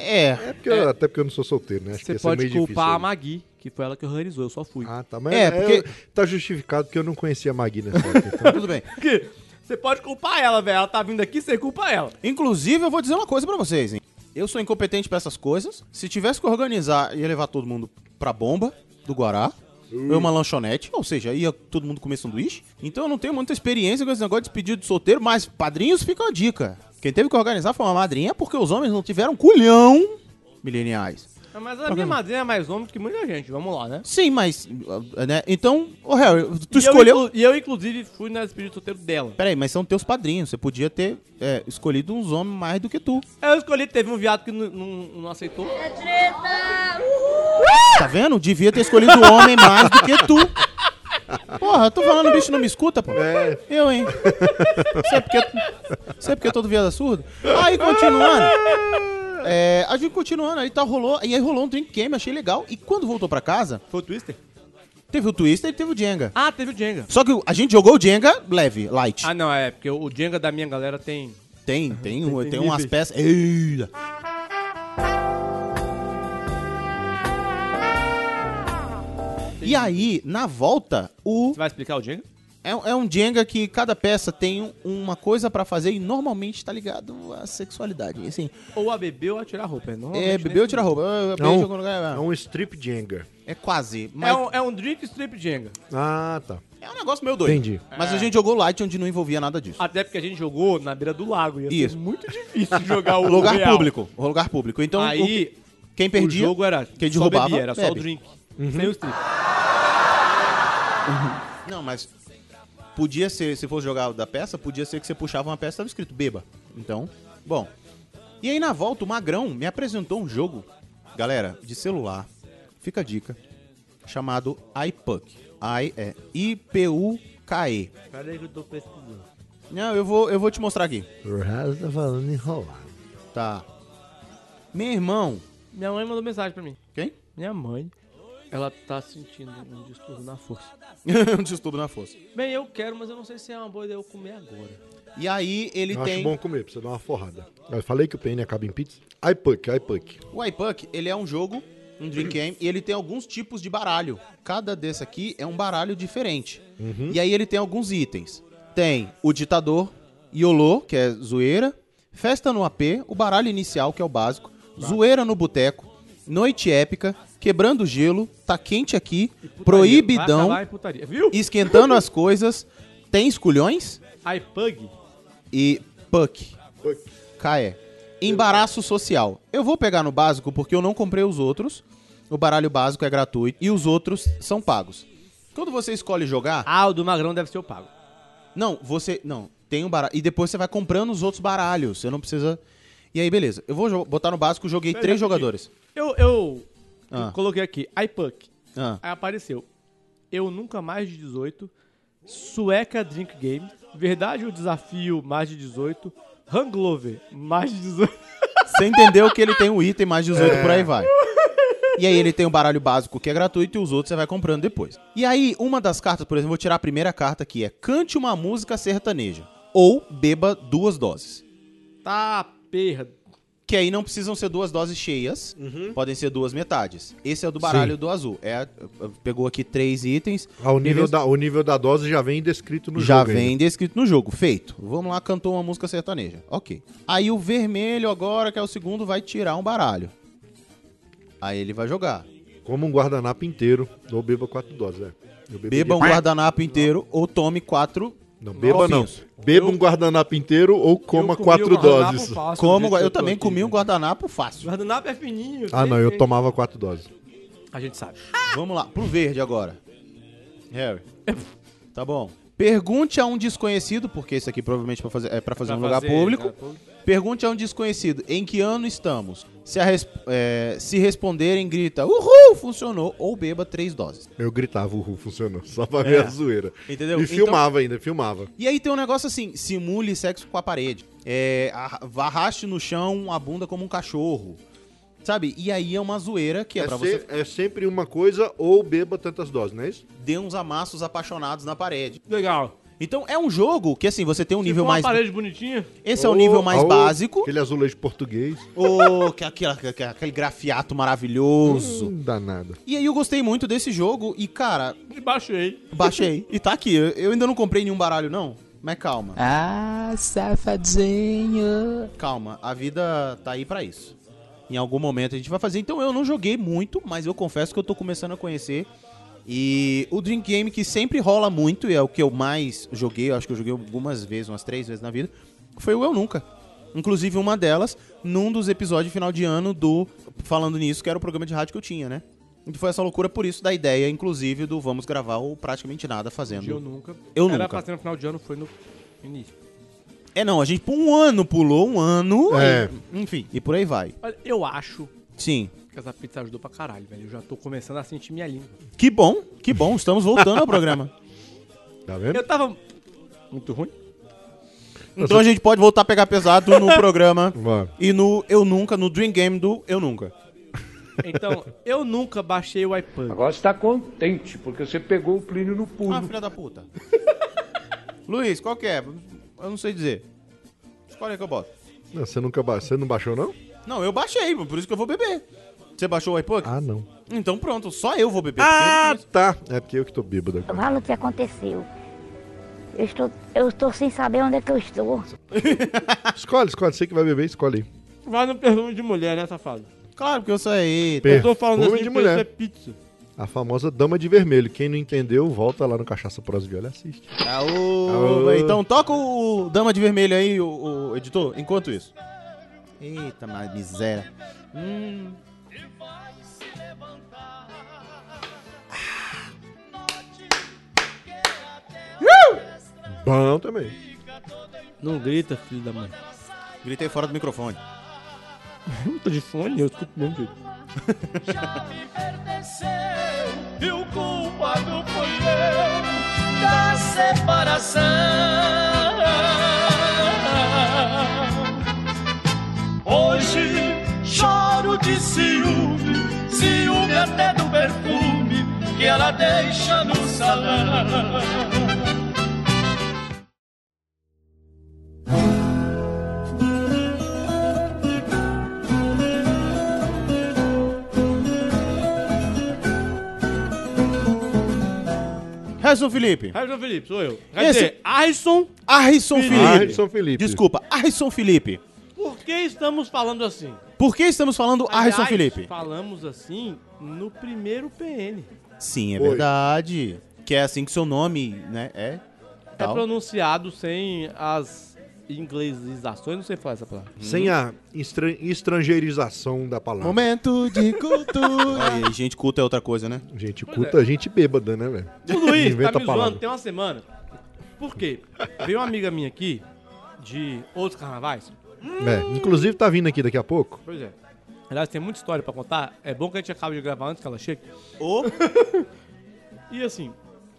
É.
É porque eu- até porque eu não sou solteiro, né? Acho que
Você
ia ser meio
pode
difícil.
culpar a
né?
Magui, que foi ela que organizou, eu só fui.
Ah, tá. Mas
É,
é,
porque-
tá justificado porque eu não conhecia a Magui nessa época. então.
tá Tudo bem.
Porque você pode culpar ela, velho. Ela tá vindo aqui, você culpa ela.
Inclusive, eu vou dizer uma coisa pra vocês, hein? Eu sou incompetente pra essas coisas. Se tivesse que organizar, ia levar todo mundo pra bomba do Guará. Ou uma lanchonete, ou seja, ia todo mundo comer sanduíche. Então eu não tenho muita experiência com esse negócio de pedido de solteiro, mas padrinhos fica a dica. Quem teve que organizar foi uma madrinha, porque os homens não tiveram culhão mileniais.
Mas
Tá
a minha madrinha é mais homem do que muita gente, vamos lá, né?
Sim, mas. Né? Então, ô Harry, tu
E eu,
escolheu.
inclu- E eu, inclusive, fui na despedida de solteiro dela.
Peraí, mas são teus padrinhos. Você podia ter é, escolhido uns homens mais do que tu.
Eu escolhi, teve um viado que não- não não aceitou.
Tá vendo? Devia ter escolhido um homem mais do que tu. Porra, eu tô falando, o bicho não me escuta, pô.
É.
Eu, hein? Sei porque, sei porque todo viado é surdo. Aí, continuando. É, a gente continuando, aí tá, rolou, e aí rolou um drink game, achei legal. E quando voltou pra casa,
Foi o Twister?
teve o Twister e teve o Jenga.
Ah, teve o Jenga.
Só que a gente jogou o Jenga leve, light.
Ah, não, é, porque o Jenga da minha galera tem...
Tem, tem, um, tem,
tem
umas
níveis.
peças. Eita. E aí, na volta, o
Você vai explicar o Jenga?
é, é um Jenga que cada peça tem um- uma coisa pra fazer e normalmente tá ligado à sexualidade. Assim,
Ou a beber ou a tirar roupa. né?
é, bebeu, tira a roupa. ah, beijo,
Não.
algum lugar,
É
ah.
um strip Jenga.
É quase, mas
É um, é um drink strip Jenga.
Ah, tá.
é um negócio meio doido.
Entendi. Ah,
Mas a gente jogou light onde não envolvia nada disso.
Até porque a gente jogou na beira do lago. Ia
Isso.
ser muito difícil
(laughs)
jogar o
lugar
real.
público. Lugar público. Então, o-
Aí,
quem perdia,
o jogo era
quem
só
derrubava,
bebia, era só o
bebe. Uhum.
drink. Sem o strip.
Não, mas podia ser, se fosse jogar o da peça, podia ser que você puxava uma peça e tava escrito beba. Então, bom. E aí na volta o Magrão me apresentou um jogo, galera, de celular. Fica a dica. Chamado iPuck. I é I P U K E.
Peraí que eu tô pesquisando.
Não, eu vou eu vou te mostrar aqui.
O Raz tá falando enrolado.
Tá. Meu irmão,
Minha mãe mandou mensagem pra mim.
quem? (laughs)
Minha mãe, ela tá sentindo um distúrbio na força.
um distúrbio na força.
Bem, eu quero, mas eu não sei se é uma boa ideia eu comer agora.
E aí ele
Eu acho
tem
bom comer, pra você dar uma forrada. Eu falei que o PN acaba em pizza. iPuck, iPuck.
O iPuck, ele é um jogo, um
Uhum.
drink game, e ele tem alguns tipos de baralho. Cada desse aqui é um baralho diferente.
Uhum.
E aí ele tem alguns itens. Tem o ditador, Iolô, que é zoeira, festa no AP, o baralho inicial, que é o básico,
Tá.
zoeira no boteco, noite épica, quebrando gelo, tá quente aqui, proibidão,
Vai acabar em putaria, viu?
esquentando as coisas, tem esculhões
iPug.
e puck. Caé. Embaraço social. Eu vou pegar no básico porque eu não comprei os outros. O baralho básico é gratuito e os outros são pagos. Quando você escolhe jogar,
Ah, o do Magrão deve ser o pago.
não, você não tem um baralho e depois você vai comprando os outros baralhos. Você não precisa. E aí, beleza? Eu vou jo- botar no básico. Joguei três jogadores.
Eu, eu,
Ah.
eu coloquei aqui, iPug.
Ah,
Aí apareceu, eu nunca mais de 18, Sueca Drink Game, Verdade ou Desafio mais de 18, Hanglover mais de 18.
Você entendeu que ele tem um item mais 18
É.
por aí vai. E aí ele tem o baralho básico que é gratuito e os outros você vai comprando depois. E aí, uma das cartas, por exemplo, vou tirar a primeira carta que é cante uma música sertaneja. Ou beba duas doses.
Tá, perda.
Que aí não precisam ser duas doses cheias,
Uhum.
podem ser duas metades. Esse é o do baralho do azul. É, pegou aqui três itens,
Ah, o, nível
Beleza.
da, o nível da dose já vem descrito no
já
jogo.
vem
ainda.
descrito no jogo, feito. Vamos lá, cantou uma música sertaneja. Ok. Aí o vermelho agora, que é o segundo, vai tirar um baralho. Aí ele vai jogar.
Como um guardanapo inteiro. Ou beba quatro doses, é. Eu beberia-
Beba um guardanapo inteiro ou tome quatro.
Não, beba não.
golfinhos.
Beba um guardanapo inteiro ou coma
Eu comi
quatro
o guardanapo
doses.
fácil, do
Como
jeito que
eu
tô
também
aqui, né?
comi um
gente.
guardanapo fácil.
Guardanapo é fininho.
Ah, não, eu
perfeito.
tomava quatro doses.
A gente sabe.
Vamos lá, pro verde agora. (laughs) Harry. Tá bom. Pergunte a um desconhecido, porque isso aqui provavelmente pra fazer, é pra fazer
Pra
um lugar
fazer,
público.
né, público.
Pergunte a um desconhecido em que ano estamos. Se, a res- é, se responderem, grita Uhul, funcionou, ou beba três doses.
Eu gritava, uhul, funcionou. (laughs) Só pra ver
É.
a zoeira.
Entendeu?
E
Então-
filmava ainda, filmava.
E aí tem um negócio assim: simule sexo com a parede. É, arra- arraste no chão a bunda como um cachorro. Sabe? E aí é uma zoeira que é,
É,
pra
se-
você
é sempre uma coisa ou beba tantas doses, não é isso?
dê uns amassos apaixonados na parede.
Legal.
Então é um jogo que assim, você tem um nível
uma
mais.
parede bonitinha.
Esse é o
Ou-
nível mais
ou
básico.
Aquele azulejo português.
Ou que- aquela- que- que- aquele grafiato maravilhoso.
Não dá nada.
E aí eu gostei muito desse jogo e, cara,
E baixei.
baixei. e tá aqui. Eu, eu ainda não comprei nenhum baralho, não. Mas calma.
Ah, safadinho.
Calma. A vida tá aí pra isso. Em algum momento a gente vai fazer. Então eu não joguei muito, mas eu confesso que eu tô começando a conhecer. E o Dream Game que sempre rola muito, e é o que eu mais joguei, eu acho que eu joguei algumas vezes, umas três vezes na vida, foi o Eu Nunca. Inclusive uma delas, num dos episódios de final de ano do Falando Nisso, que era o programa de rádio que eu tinha, né? E foi essa loucura por isso da ideia, inclusive, do vamos gravar o Praticamente Nada fazendo.
Eu nunca.
Eu
Era
Nunca.
pra ser no final de ano, foi no início.
É não, a gente por um ano pulou, um ano,
É.
e- enfim, e por aí vai.
Olha, eu acho
Sim.
que essa pizza ajudou pra caralho, velho. Eu já tô começando a sentir minha língua.
Que bom, que bom, estamos voltando ao programa.
Tá vendo?
Eu tava muito ruim.
Então a gente pode voltar a pegar pesado no programa
Vá.
e no Eu Nunca, no Dream Game do Eu Nunca.
(laughs) Então, eu nunca baixei o iPad.
Agora está contente, porque você pegou o Plínio no pulo.
Ah, filha da puta. Luiz, qual que é? Eu não sei dizer. Escolhe aí que eu boto.
Não, você nunca ba... você não baixou, não?
Não, eu baixei, por isso que eu vou beber. Você baixou o iPod?
Ah, não.
Então pronto, só eu vou beber.
Ah,
porque-
tá. É porque eu que tô bêbado agora.
Fala o que aconteceu. Eu estou, eu estou sem saber onde é que eu estou.
Escolhe, escolhe. Você que vai beber, escolhe aí.
Vai no perfume de mulher, né, safado?
Claro que eu saí.
Eu tô falando
Perfume
assim
de
porque isso
mulher.
é pizza.
A famosa dama de vermelho. Quem não entendeu, volta lá no Cachaça Prosvio. Olha, assiste.
Aô,
Aô.
tá, vai. Então toca o Dama de Vermelho aí, o, o editor, enquanto isso. Eita, mas miséria. Hum.
Bom também.
Não grita, filho da mãe.
Gritei fora do microfone.
(laughs) Eu tô de fone, eu escuto mesmo jeito.
E o culpado foi eu da separação. Hoje choro de ciúme, ciúme até do perfume que ela deixa no salão.
Harrison Felipe.
Harrison Felipe, sou eu. Quer
Esse-
dizer, Harrison,
Harrison Felipe.
Harrison Ah, Felipe.
Desculpa, Harrison Felipe.
por que estamos falando assim?
Por que estamos falando Ah, Harrison
Aliás,
Felipe?
Falamos assim no primeiro PN.
Sim, é
Oi.
verdade. Que é assim que seu nome, né, é
É
tal.
pronunciado sem as inglesizações, não sei falar
(laughs)
essa palavra.
Sem a estra- estrangeirização da palavra.
Momento de cultura. e (laughs) aí, gente, culto é outra coisa, né?
Gente culta,
é.
gente bêbada, né, velho?
O Luiz tá
Inventa
me
a palavra.
zoando tem uma semana. Por quê? Veio uma amiga minha aqui, de outros carnavais.
É. Inclusive, tá vindo aqui daqui a pouco.
Pois é. Aliás, tem muita história pra contar. É bom que a gente acabe de gravar antes que ela chegue.
Ô.
(laughs) E assim,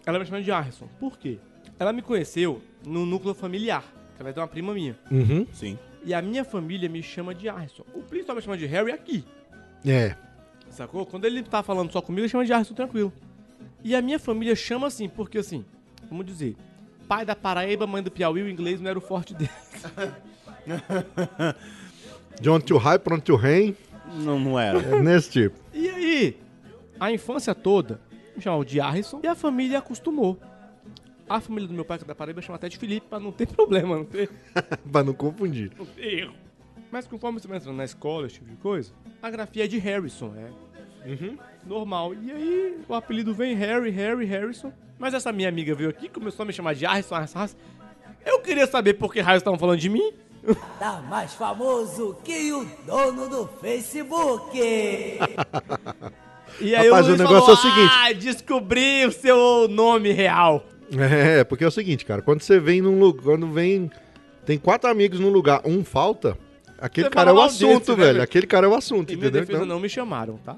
ela me chama de Harrison. Por quê? Ela me conheceu no núcleo familiar. que Ela é de uma prima minha.
Uhum.
Sim.
E a minha família me chama de Harrison. O principal me chama de Harry aqui.
É.
Sacou? Quando ele tá falando só comigo, ele chama de Harrison tranquilo. E a minha família chama assim, porque assim, vamos dizer, pai da Paraíba, mãe do Piauí, o inglês não era o forte dele. (laughs)
John to high, pronto to rain.
Não, não era.
É nesse tipo. (laughs)
E aí, a infância toda me chamava de Harrison e a família acostumou. A família do meu pai, que é da Paraíba, chama até de Felipe, pra não ter (laughs) problema, não ter,
pra não confundir.
não ter erro. Mas conforme você vai entrando na escola, esse tipo de coisa, a grafia é de Harrison, é
Uhum.
normal. E aí o apelido vem Harry, Harry, Harrison. Mas essa minha amiga veio aqui, começou a me chamar de Harrison, Harrison, Harrison. Eu queria saber por que Harrison estavam falando de mim.
Tá mais famoso que o dono do
(laughs)
Facebook.
E aí
Rapaz,
Luiz
o negócio é o seguinte.
Ah, descobri o seu nome real.
É, porque é o seguinte, cara, quando você vem num lugar, quando vem tem quatro amigos num lugar, um falta, Aquele
Você
cara é o
fala mal desse,
assunto,
né,
velho.
velho?
Aquele cara é o assunto,
Em minha
entendeu?
defesa,
Então-
não me chamaram, tá?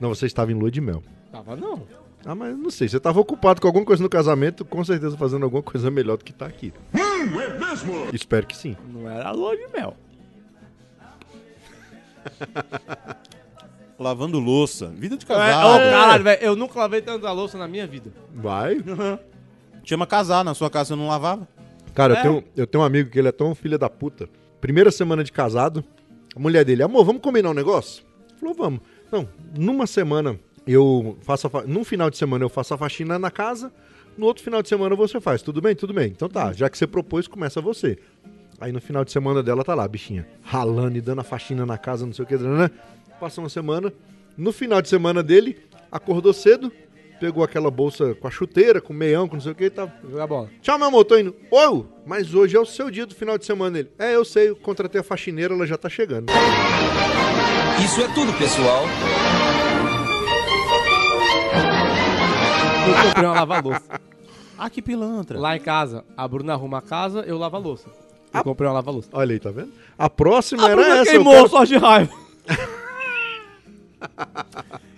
Não, você estava em lua de mel.
Tava não.
Ah, mas não sei. Você estava ocupado com alguma coisa no casamento, com certeza fazendo alguma coisa melhor do que tá aqui.
é mesmo?
Espero que sim.
Não era lua de mel.
Lavando louça. Vida de
É,
casal.
oh, caralho, velho, eu nunca lavei tanta louça na minha vida.
Vai.
Chama casar, na sua casa você não lavava?
Cara,
É.
eu, tenho, eu tenho um amigo que ele é tão filha da puta. Primeira semana de casado, a mulher dele, amor, vamos combinar um negócio? Ele Falou, vamos. Não, numa semana eu faço a fa... Num final de semana eu faço a faxina na casa, no outro final de semana você faz. Tudo bem? Tudo bem. Então tá, já que você propôs, começa você. Aí no final de semana dela tá lá, a bichinha, ralando e dando a faxina na casa, não sei o que, né? Passou uma semana. No final de semana dele, acordou cedo, pegou aquela bolsa com a chuteira, com o meião, com não sei o que e tá.
Jogar bola.
Tchau, meu amor, tô indo. Ô, mas hoje é o seu dia do final de semana dele. É, eu sei, eu contratei a faxineira, ela já tá chegando.
Isso é tudo, pessoal.
Eu comprei uma lava-louça.
Ah, que pilantra.
Lá em casa, a Bruna arruma a casa, eu lavo a louça. Eu comprei uma lava-louça.
Olha aí, tá vendo? A próxima
A
era
Bruna
essa. eu
Ah, queimou
quero-
só de raiva.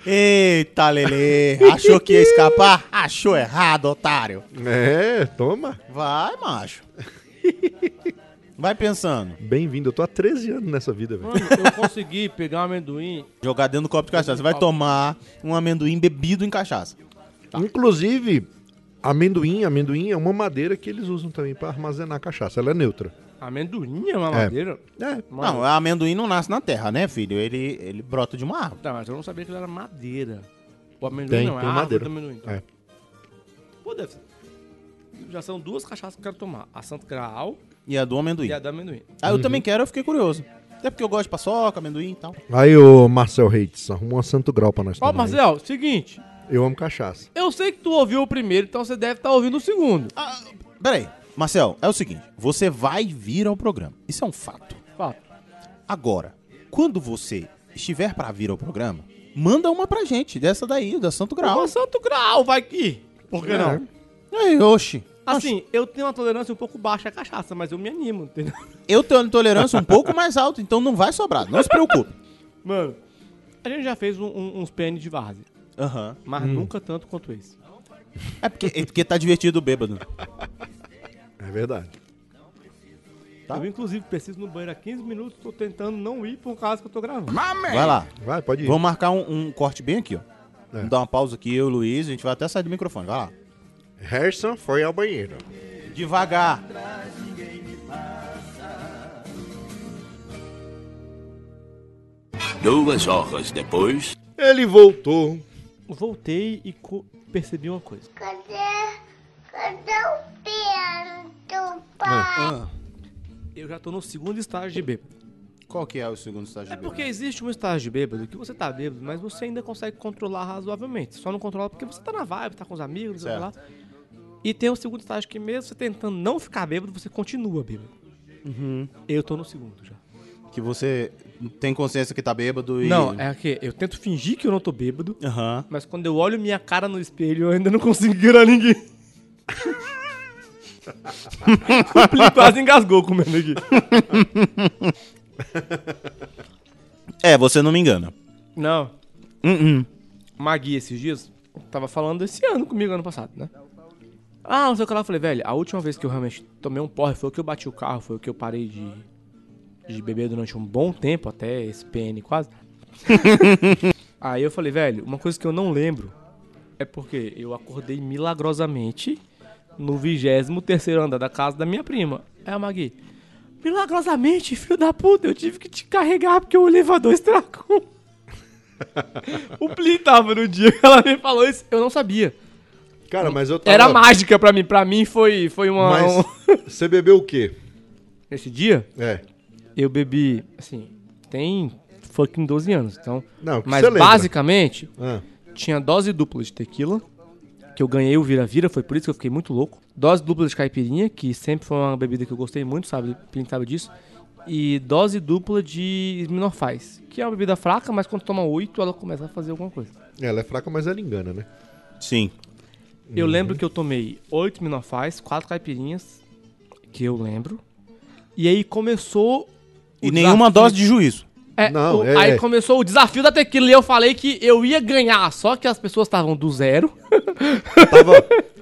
Eita, Lele. Achou que ia escapar? Achou errado, otário.
É, toma.
Vai, macho. Vai pensando.
Bem-vindo, eu tô há 13 anos nessa vida, velho.
Mano, eu consegui pegar um amendoim.
Jogar dentro do copo de cachaça. Você vai tomar um amendoim bebido em cachaça.
Tá.
Inclusive, amendoim, amendoim é uma madeira que eles usam também pra armazenar cachaça. Ela é neutra.
Amendoim é uma madeira?
É.
Não, amendoim não nasce na terra, né, filho? Ele, ele brota de uma árvore.
Tá, mas eu não sabia que ele era madeira. O amendoim
Tem,
não, é
tem
a árvore
madeira.
do amendoim. então.
É.
Pô, deve ser. Já são duas cachaças que eu quero tomar. A Santo Graal
E a do amendoim.
e é a da amendoim.
Ah, eu também quero, eu fiquei curioso. Até porque eu gosto de paçoca, amendoim e tal.
Aí, ô Marcel Reitz, arruma uma santo grau pra nós
Ó,
tomar, hein?
Marcel, seguinte.
Eu amo cachaça.
Eu sei que tu ouviu o primeiro, então você deve estar ouvindo o segundo.
Ah, peraí. Marcel, é o seguinte: você vai vir ao programa. Isso é um fato.
Fato.
Agora, quando você estiver pra vir ao programa, manda uma pra gente, dessa daí, da Santo Grau.
Uma Santo Graal, vai que. Por que
É.
não?
Ei, oxi.
Assim, eu tenho uma tolerância um pouco baixa à cachaça, mas eu me animo, entendeu? (laughs)
Eu tenho uma intolerância um pouco mais alta, então não vai sobrar, não se preocupe.
Mano, a gente já fez um- um- uns PN de várzea,
Aham.
mas nunca tanto quanto esse.
É porque, é porque tá divertido o bêbado.
É verdade.
Eu, inclusive, preciso ir no banheiro há 15 minutos, tô tentando não ir por causa que eu tô gravando.
Vai lá.
Vai, pode ir.
Vamos marcar um, um corte bem aqui, ó. Vamos dar uma pausa aqui, eu e o Luiz, a gente vai até sair do microfone, vai lá.
Harrison foi ao banheiro.
Devagar.
Duas horas depois.
Ele voltou.
Voltei e co- percebi uma coisa.
Cadê? Cadê o piano,
Ah. Eu já tô no segundo estágio de bêbado.
Qual que é o segundo estágio
É porque existe um estágio de bêbado que você tá bêbado, mas você ainda consegue controlar razoavelmente. Só não controla porque você tá na vibe, tá com os amigos, sei lá. E tem o segundo estágio que mesmo você tentando não ficar bêbado, você continua bêbado. Eu tô no segundo já.
Que você tem consciência que tá bêbado e.
Não, é que eu tento fingir que eu não tô bêbado,
Aham.
mas quando eu olho minha cara no espelho, eu ainda não consigo virar ninguém. (laughs) o Plínio quase engasgou comendo aqui.
É, você não me engana.
Não.
Uh
Magui esses dias tava falando esse ano comigo, ano passado, né? Ah, não sei o que lá. Eu falei, velho, a última vez que eu realmente tomei um porre foi o que eu bati o carro, foi o que eu parei de, de beber durante um bom tempo, até esse PN quase. Aí eu falei, velho, uma coisa que eu não lembro é porque eu acordei milagrosamente no 23 andar da casa da minha prima. É a Magui. Milagrosamente, filho da puta, eu tive que te carregar porque o elevador estragou. o Plin tava no dia que ela me falou isso, eu não sabia.
Cara, mas eu tava...
Hum. Era mágica pra mim, pra mim foi, foi uma... um-
Mas você bebeu o quê?
Esse dia,
É.
eu bebi, assim, tem fucking 12 anos, então...
Não, o que
Mas
você lembra?
basicamente,
Ah.
tinha dose dupla de tequila, que eu ganhei o vira-vira, foi por isso que eu fiquei muito louco. Dose dupla de caipirinha, que sempre foi uma bebida que eu gostei muito, sabe? O Plínio sabe disso. E dose dupla de Smirnoff Ice, que é uma bebida fraca, mas quando toma 8, ela começa a fazer alguma coisa.
Ela é fraca, mas ela engana, né?
Sim. Uhum.
Eu lembro que eu tomei 8 Smirnoff Ice, 4 caipirinhas, que eu lembro. E aí começou.
E nenhuma dose de juízo.
É,
Não,
o-
é-
aí
é.
começou o desafio da tequila e eu falei que eu ia ganhar, só que as pessoas estavam do
(laughs)
zero.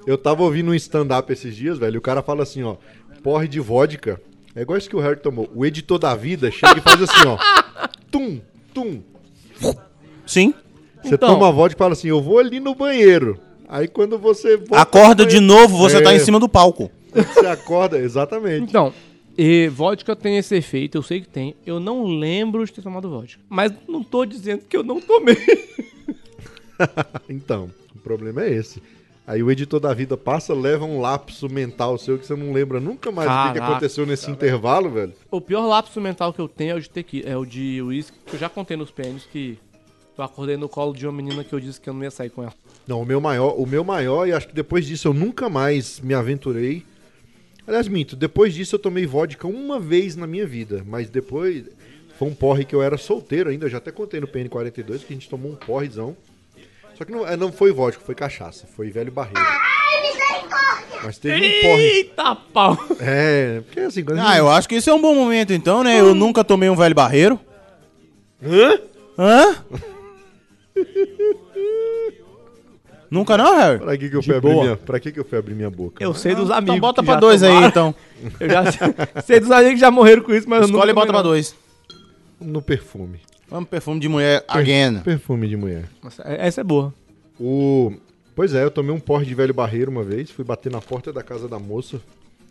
Eu tava ouvindo um stand-up esses dias, velho, e o cara fala assim, ó, porre de vodka. É igual isso que o Harry tomou. O editor da vida chega e faz assim, ó. Tum, tum.
Sim.
Você
Então.
toma vodka e fala assim, eu vou ali no banheiro. Aí quando você... volta
Acorda
no
de
banheiro-
novo, você tá
É,
em cima do palco.
Quando você acorda, exatamente.
Então, e vodka tem esse efeito, eu sei que tem. Eu não lembro de ter tomado vodka. Mas não tô dizendo que eu não tomei. (laughs)
então, o problema é esse. Aí o editor da vida passa, leva um lapso mental seu que você não lembra nunca mais o que que
Caraca,
aconteceu nesse
cara.
intervalo, velho.
O pior lapso mental que eu tenho é o de tequila, é o de uísque, que eu já contei nos pênis que eu acordei no colo de uma menina que eu disse que eu não ia sair com ela.
Não, o meu maior, o meu maior, e acho que depois disso eu nunca mais me aventurei. Aliás, minto, depois disso eu tomei vodka uma vez na minha vida, mas depois foi um porre que eu era solteiro ainda, eu já até contei no PN42 que a gente tomou um porrezão. Só que não, eh, não foi vodka, foi cachaça, foi velho barreiro. Mas teve um porre.
Eita pau!
É, porque assim, quando
Ah, eu acho que esse é um bom momento então, né?
Hum.
Eu nunca tomei um velho barreiro.
Hã?
Hã? nunca não, Harry?
Pra que, que eu
De
fui abrir
boa.
minha, pra que, que eu fui abrir minha boca?
Eu sei dos
então
amigos.
bota
que
pra
já
dois aí,
tomaram.
então.
Eu já sei- (laughs) sei dos amigos que já morreram com isso, mas eu
Escolhe e
nunca
bota
tomei,
pra
não.
dois.
No perfume.
Vamos perfume de mulher
Per-
again.
Perfume de mulher.
Nossa, Essa é boa.
O... Pois é, eu tomei um porre de velho barreiro uma vez, fui bater na porta da casa da moça.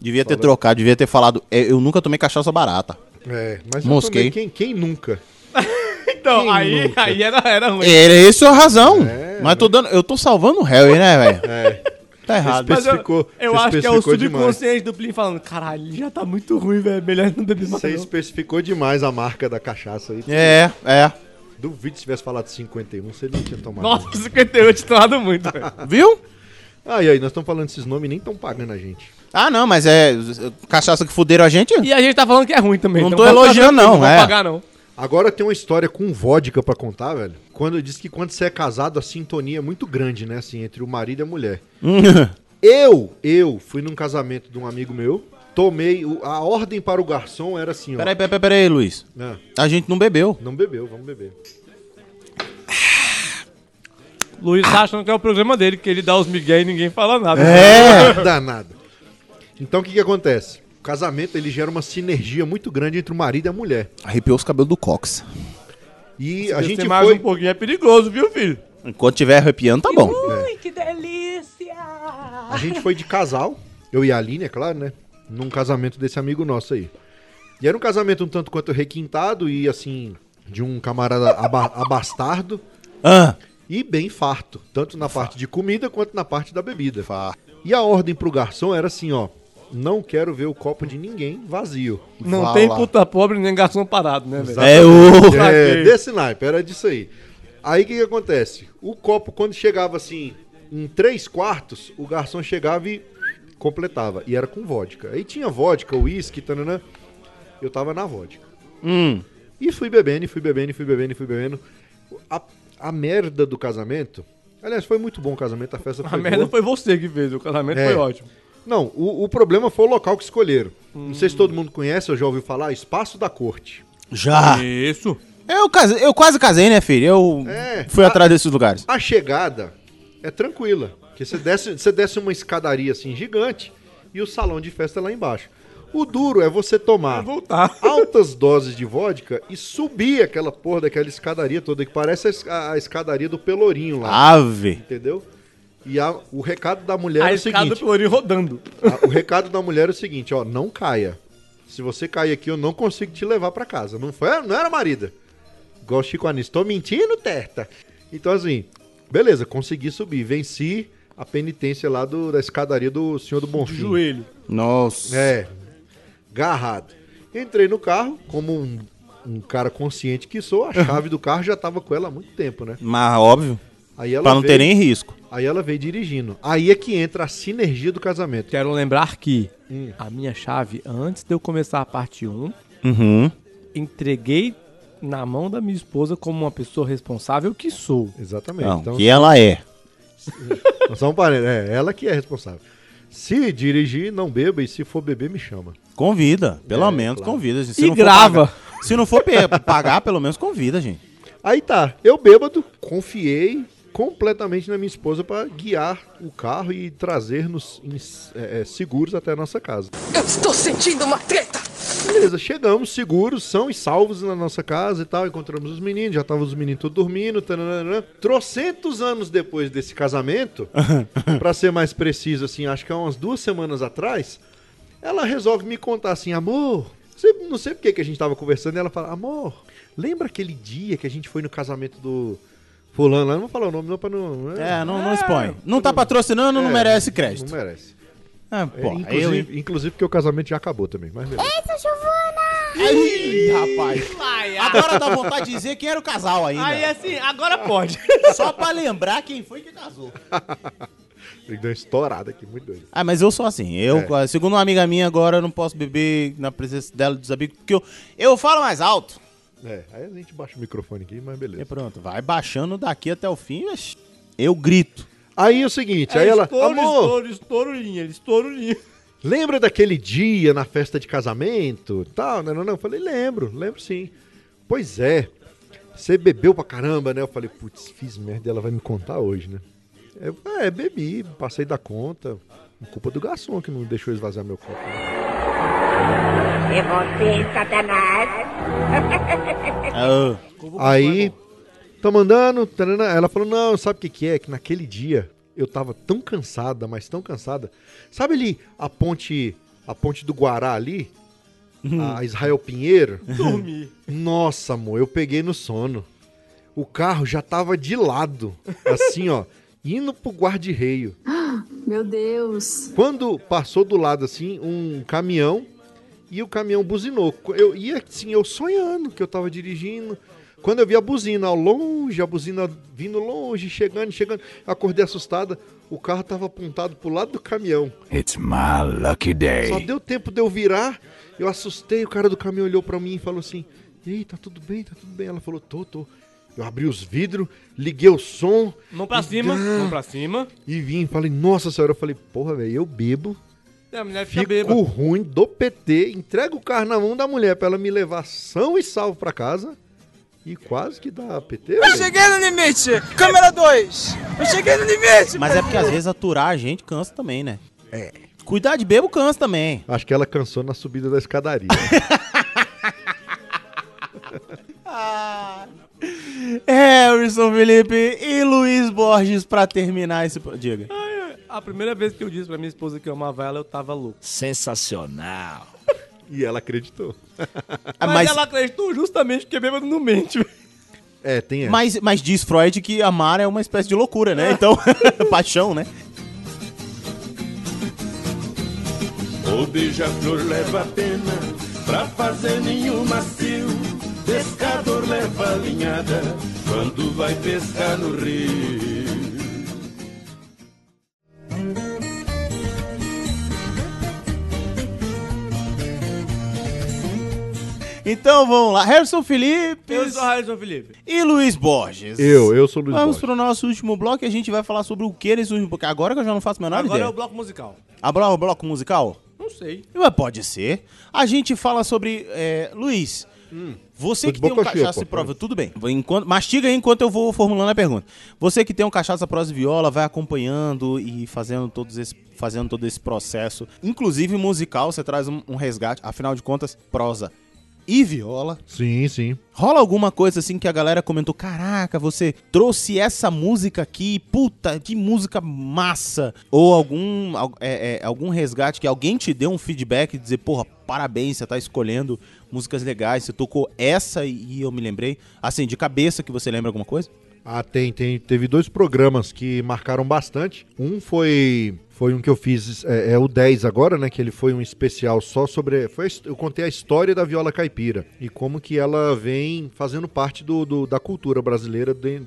Devia ter trocado, devia ter falado. é, Eu nunca tomei cachaça barata.
É, mas
Mosquei.
eu tomei quem, quem nunca?
Então,
Quem
aí,
nunca?
aí era, era ruim.
Era essa é a razão.
É.
Mas tô dando, eu tô salvando o Harry, né, velho?
É.
Tá errado.
Mas eu,
Especificou-
eu
você
acho que é o
especificou demais.
subconsciente do Plin falando, caralho, ele já tá muito ruim, velho. Melhor não beber mais.
Você
não."
especificou demais a marca da cachaça aí.
É, é.
Duvido se tivesse falado 51, você não tinha tomado.
Nossa, 58 estourado muito, velho.
Viu?
Ah, e aí, nós estamos falando esses nomes e nem estão pagando a gente.
Ah, não, mas é. Cachaça que fuderam a gente?
E a gente tá falando que é ruim também.
Não
então
tô
vamos tá
elogiando,
tranquilo,
não,
vamos
é.
pagar, não.
Agora tem uma história com vodka pra contar, velho. Quando diz que quando você é casado, a sintonia é muito grande, né? Assim, entre o marido e a mulher.
(laughs)
Eu, eu fui num casamento de um amigo meu, tomei. o- a ordem para o garçom era assim, ó.
Peraí, peraí, peraí, Luiz.
Ah,
A gente não bebeu.
não bebeu, vamos beber.
Luiz tá achando que é o programa dele, que ele dá os migué e ninguém fala nada. né? É.
Danado. Então o que, que acontece? O casamento ele gera uma sinergia muito grande entre o marido e a mulher.
Arrepiou os cabelos do Cox.
E
Se
a gente
descer mais
foi.
um pouquinho é perigoso, viu, filho?
Enquanto tiver arrepiando, tá bom.
Ui, que delícia!
A gente foi de casal, eu e a Aline, é claro, né? Num casamento desse amigo nosso aí. E era um casamento um tanto quanto requintado e assim, de um camarada aba- abastardo
Ah,
e bem farto, tanto na parte de comida quanto na parte da bebida. E a ordem pro garçom era assim, ó: não quero ver o copo de ninguém vazio.
Não
Vá
tem
lá.
puta pobre nem garçom parado, né, velho?
É o-
É,
Saquei.
desse naipe, era disso aí. Aí o que, que acontece? O copo, quando chegava assim, em três quartos, o garçom chegava e completava. E era com vodka. Aí tinha vodka, uísque, tananã. Eu tava na vodka.
hum.
E fui bebendo, e fui bebendo, e fui bebendo, e fui bebendo. A, a merda do casamento. Aliás, foi muito bom o casamento, a festa
A
foi
merda
boa.
foi você que fez, o casamento
É.
foi ótimo.
Não, o, o problema foi o local que escolheram. Não
Hum.
sei se todo mundo conhece ou já ouviu falar, Espaço da Corte.
Já.
Ah.
Isso.
Eu, casei- É eu quase casei, né, filho? Eu
É.
fui atrás desses lugares.
A chegada é tranquila. Porque você desce, você desce uma escadaria assim gigante e o salão de festa é lá embaixo. O duro é você tomar
voltar.
altas doses de vodka e subir aquela porra daquela escadaria toda, que parece a es- a, a escadaria do Pelourinho
Ah.
lá.
Ave.
Entendeu? E a- o recado da mulher
a
é o
escada do
seguinte:
Pelourinho rodando.
a- o recado da mulher é o seguinte, ó, não caia. Se você cair aqui, eu não consigo te levar pra casa. Não foi, não era marida. Igual o Chico Anísio. Tô mentindo, Terta. Então, assim, beleza, consegui subir. Venci a penitência lá do- da escadaria do Senhor do
De
Bonfim.
joelho.
Nossa.
É, garrado. Entrei no carro, como um, um cara consciente que
(laughs)
sou, a chave do carro já tava com ela há muito tempo, né?
Mas óbvio.
Aí ela
pra não
veio-
ter nem risco.
Aí ela veio dirigindo. Aí é que entra a sinergia do casamento.
Quero lembrar que
Hum.
a minha chave, antes de eu começar a parte 1,
Uhum.
entreguei na mão da minha esposa como uma pessoa responsável que sou.
Exatamente.
Não,
então,
que ela é.
Só um parênteses, é ela que é responsável. Se dirigir, não beba, e se for beber, me chama.
Convida, pelo
É,
menos
claro.
convida. gente.
E
não for
grava.
pagar- se não for pe- pagar, pelo menos convida, gente.
Aí tá, eu bêbado, confiei completamente na minha esposa pra guiar o carro e trazer-nos em- é, é, seguros até a nossa casa.
Eu estou sentindo uma treta!
Beleza, chegamos seguros, são e salvos na nossa casa e tal. Encontramos os meninos, já estavam os meninos todos dormindo. Tananana. Trocentos anos depois
(laughs)
desse casamento, pra ser mais preciso, assim, acho que há umas duas semanas atrás, ela resolve me contar assim: amor, você- não sei porque que a gente tava conversando. E ela fala: amor, lembra aquele dia que a gente foi no casamento do fulano? lá? Eu não vou falar o nome, não, pra não. né?
É, não, não expõe. Não tá patrocinando, não
É,
merece crédito.
Não merece.
Ah,
É,
pô, eu, hein?
inclusive, inclusive porque o casamento já acabou também, mas beleza.
Eita, Giovana!
Ih,
É
rapaz.
Ai, ai.
Agora dá vontade de dizer quem era o casal ainda.
Aí assim, agora pode.
Só pra lembrar quem foi que casou.
Ele deu uma estourada aqui, muito doido.
Ah, mas eu sou assim. Eu,
É.
segundo uma amiga minha, agora eu não posso beber na presença dela dos amigos, porque eu, eu falo mais alto.
É, aí a gente baixa o microfone aqui, mas beleza.
E pronto, vai baixando daqui até o fim, mas eu grito.
Aí é o seguinte, aí ela.
Estouro,
Amor,
estouro, estouro linha, ele estouro linha.
lembra daquele dia na festa de casamento? Tal, né? Não, não. Eu falei, lembro, lembro sim. Pois é. Você bebeu pra caramba, né? Eu falei, putz, fiz merda, ela vai me contar hoje, né? Eu, é, bebi, passei da conta. Culpa do garçom que não deixou esvaziar meu copo.
E você, Satanás?
Ah,
Aí, tamo andando, tarana, ela falou, não, sabe o que que é? Que naquele dia eu tava tão cansada, mas tão cansada. Sabe ali a ponte, a ponte do Guará ali? A Israel Pinheiro?
Dormi.
Nossa, amor, eu peguei no sono. O carro já tava de lado, assim, ó, indo pro guarda-reio.
Meu Deus.
Quando passou do lado, assim, um caminhão e o caminhão buzinou. Eu ia, assim, eu sonhando que eu tava dirigindo. Quando eu vi a buzina ao longe, a buzina vindo longe, chegando, chegando, eu acordei assustada. O carro tava apontado pro lado do caminhão.
It's my lucky
Só deu tempo de eu virar. Eu assustei, o cara do caminhão olhou pra mim e falou assim: E aí, tá tudo bem? Tá tudo bem? Ela falou: Tô, tô. Eu abri os vidros, liguei o som.
Mão pra
e
cima,
dá.
mão pra cima.
E vim, falei: Nossa senhora. Eu falei: Porra, velho, eu bebo.
É, a mulher fica
Fico
bêbada.
ruim do PT, entrego o carro na mão da mulher pra ela me levar são e salvo pra casa. E quase que dá PT. velho.
no limite! Câmera 2! Eu cheguei no limite!
Mas é porque às vezes aturar a gente cansa também, né? É. Cuidar de bebo cansa também.
Acho que ela cansou na subida da escadaria.
É, Harrison Felipe e Luiz Borges pra terminar esse. pro- Diga.
A primeira vez que eu disse pra minha esposa que eu amava ela, eu tava louco.
Sensacional.
e ela acreditou.
Ah,
Mas,
mas-
ela acreditou justamente porque bêbado não mente. velho.
É, tem essa.
Mas, mas diz Freud que amar é uma espécie de loucura, né? Então, (laughs) paixão, né?
O beija-flor leva pena pra fazer nenhum macio. Pescador leva linhada quando vai pescar no rio.
Então vamos lá. Harrison Felipe
Eu sou Harrison Felipe.
e Luiz Borges.
Eu, eu sou o Luiz
Vamos
Borges.
pro nosso último bloco e a gente vai falar sobre o que eles usam. Porque agora que eu já não faço a menor
Agora é
ideia.
o bloco musical.
Abra o bloco musical?
Não sei.
Ué, pode ser. A gente fala sobre. é, Luiz,
Hum.
você
Tô
que
de
tem um
boca cheia,
cachaça
pô.
e prova, tudo bem. Enquanto, mastiga aí enquanto eu vou formulando a pergunta. Você que tem um cachaça, prosa e viola, vai acompanhando e fazendo, todos esse, fazendo todo esse processo, inclusive musical, você traz um, um resgate. Afinal de contas, prosa e viola.
Sim, sim.
Rola alguma coisa assim que a galera comentou: caraca, você trouxe essa música aqui, puta, que música massa! Ou algum, al- é, é, algum resgate que alguém te deu um feedback e dizer: porra, parabéns, você tá escolhendo músicas legais, você tocou essa e eu me lembrei. Assim, de cabeça que você lembra alguma coisa?
Ah, tem, tem. Teve dois programas que marcaram bastante. Um foi foi um que eu fiz, é, é o 10 agora, né? Que ele foi um especial só sobre. Foi, a his- eu contei a história da viola caipira e como que ela vem fazendo parte do, do- da cultura brasileira de-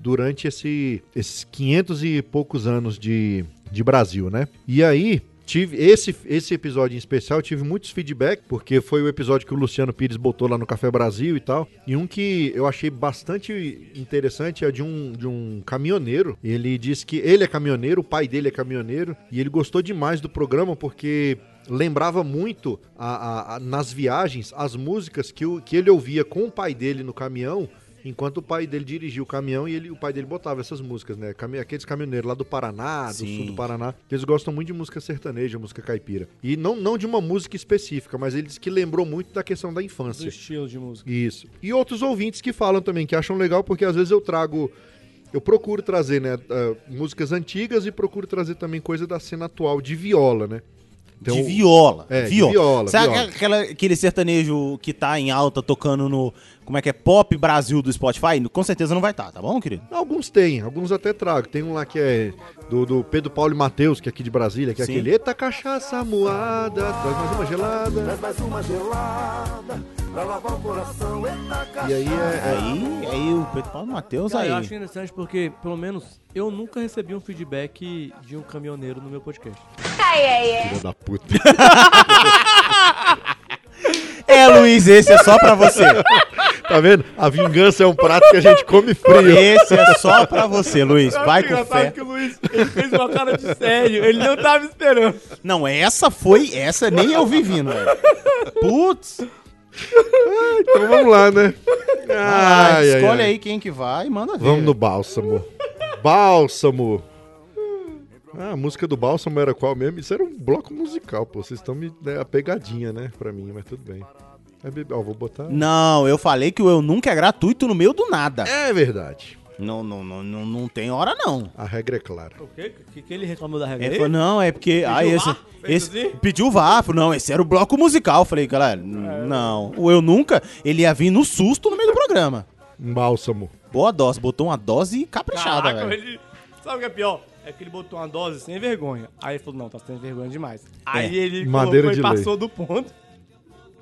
durante esse, esses 500 e poucos anos de, de Brasil, né? E aí. Tive esse, esse episódio em especial, eu tive muitos feedback, porque foi o episódio que o Luciano Pires botou lá no Café Brasil e tal. E um que eu achei bastante interessante é de um, de um caminhoneiro. Ele disse que ele é caminhoneiro, o pai dele é caminhoneiro, e ele gostou demais do programa porque lembrava muito a- a- a- nas viagens as músicas que, o, que ele ouvia com o pai dele no caminhão, enquanto o pai dele dirigia o caminhão e ele, o pai dele botava essas músicas, né? Cami- Aqueles caminhoneiros lá do Paraná, do
Sim.
sul do Paraná, que eles gostam muito de música sertaneja, música caipira. E não, não de uma música específica, mas ele disse que lembrou muito da questão da infância.
Do estilo de música.
Isso. E outros ouvintes que falam também, que acham legal, porque às vezes eu trago. Eu procuro trazer, né, ah, músicas antigas e procuro trazer também coisa da cena atual de viola, né? Então-
de viola.
É,
viola.
de viola.
Sabe
viola.
aquela- aquele sertanejo que tá em alta tocando no. Como é que é? Pop Brasil do Spotify? Com certeza não vai estar, tá, bom, querido?
Alguns têm, alguns até trago. Tem um lá que é do, do Pedro Paulo e Matheus, que é aqui de Brasília, que é
Sim.
aquele Eita cachaça moada, traz mais uma gelada. Traz mais uma gelada, pra lavar o coração, E aí é... é-
Aí, aí o Pedro Paulo Matheus
Cara,
aí.
eu acho interessante porque, pelo menos, eu nunca recebi um feedback de um caminhoneiro no meu podcast.
Ai, ai, ai.
Filha da puta. (laughs)
É, Luiz, esse é só pra
(laughs)
você.
tá vendo? A vingança é um prato que a gente come frio.
Esse é só pra você, Luiz. Vai com fé.
que o Luiz ele fez uma cara de sério, ele não tava esperando.
Não, essa foi. Essa nem eu vi vindo, velho. Putz.
Então vamos lá, né?
Ah,
Ai, ai,
escolhe
ai.
aí quem que vai e manda ver.
Vamos no Bálsamo. Bálsamo. Ah, a música do Bálsamo era qual mesmo? Isso era um bloco musical, pô. Vocês estão me... É a pegadinha, né? Pra mim, mas tudo bem. É, bebê- ó, vou botar...
Não, eu falei que o Eu Nunca é gratuito no meio do nada.
É verdade.
Não, não, não, não, não tem hora, não.
A regra é clara.
O que, que, que ele reclamou da regra?
Ele
dele?
falou, não, é porque.
Pediu
ah, esse,
vá? Fez
esse
assim?
Pediu vá, falou, não, esse era o bloco musical. Falei, galera, n-
É.
não. O Eu Nunca, ele ia vir no susto no meio do programa.
Um Bálsamo.
Boa dose, botou uma dose caprichada,
Caraca,
velho.
ele... Sabe o que é pior? É que ele botou uma dose sem vergonha. Aí ele falou, não, tá sem vergonha demais. Aí ele
É, Madeira
colocou
de
e
lei.
passou do ponto.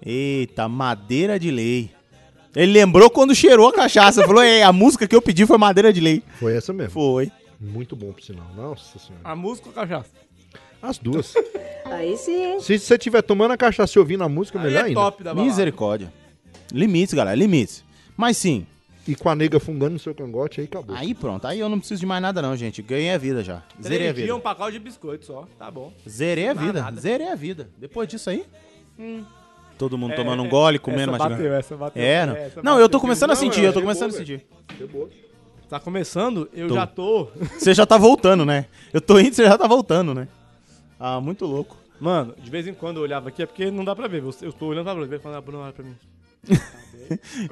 Eita, madeira de lei. Ele lembrou quando cheirou a cachaça. falou, é, a música que eu pedi foi madeira de lei.
Foi essa mesmo.
Foi. Ah.
Muito bom, por sinal. Nossa senhora.
A música ou a cachaça?
As duas.
Aí sim.
Se você estiver tomando a cachaça e ouvindo a música,
é
é
melhor ainda.
Misericórdia. Limites, galera, limites. Mas sim.
E com a nega fungando no seu cangote, aí acabou.
Aí pronto, aí eu não preciso de mais nada, não, gente. Ganhei a vida já. Zerei a
Três dias,
vida.
um pacote de biscoito só, tá bom.
Zerei a
Não dá
vida,
nada.
zerei a vida. Depois disso aí.
Hum.
Todo mundo
É,
tomando um
é,
gole, comendo,
essa
mastigando.
bateu, essa bateu.
É, não.
É, essa
não,
bateu.
eu tô começando a
Não,
sentir,
é,
eu tô
de
começando a
boa,
sentir.
Tá começando, eu
Tô.
já tô...
Você já tá voltando, né? Eu tô indo, você já tá voltando, né? Ah, muito louco.
Mano, de vez em quando eu olhava aqui, é porque não dá pra ver. Eu eu tô olhando pra Bruna, vai falando, a Bruna olha pra mim.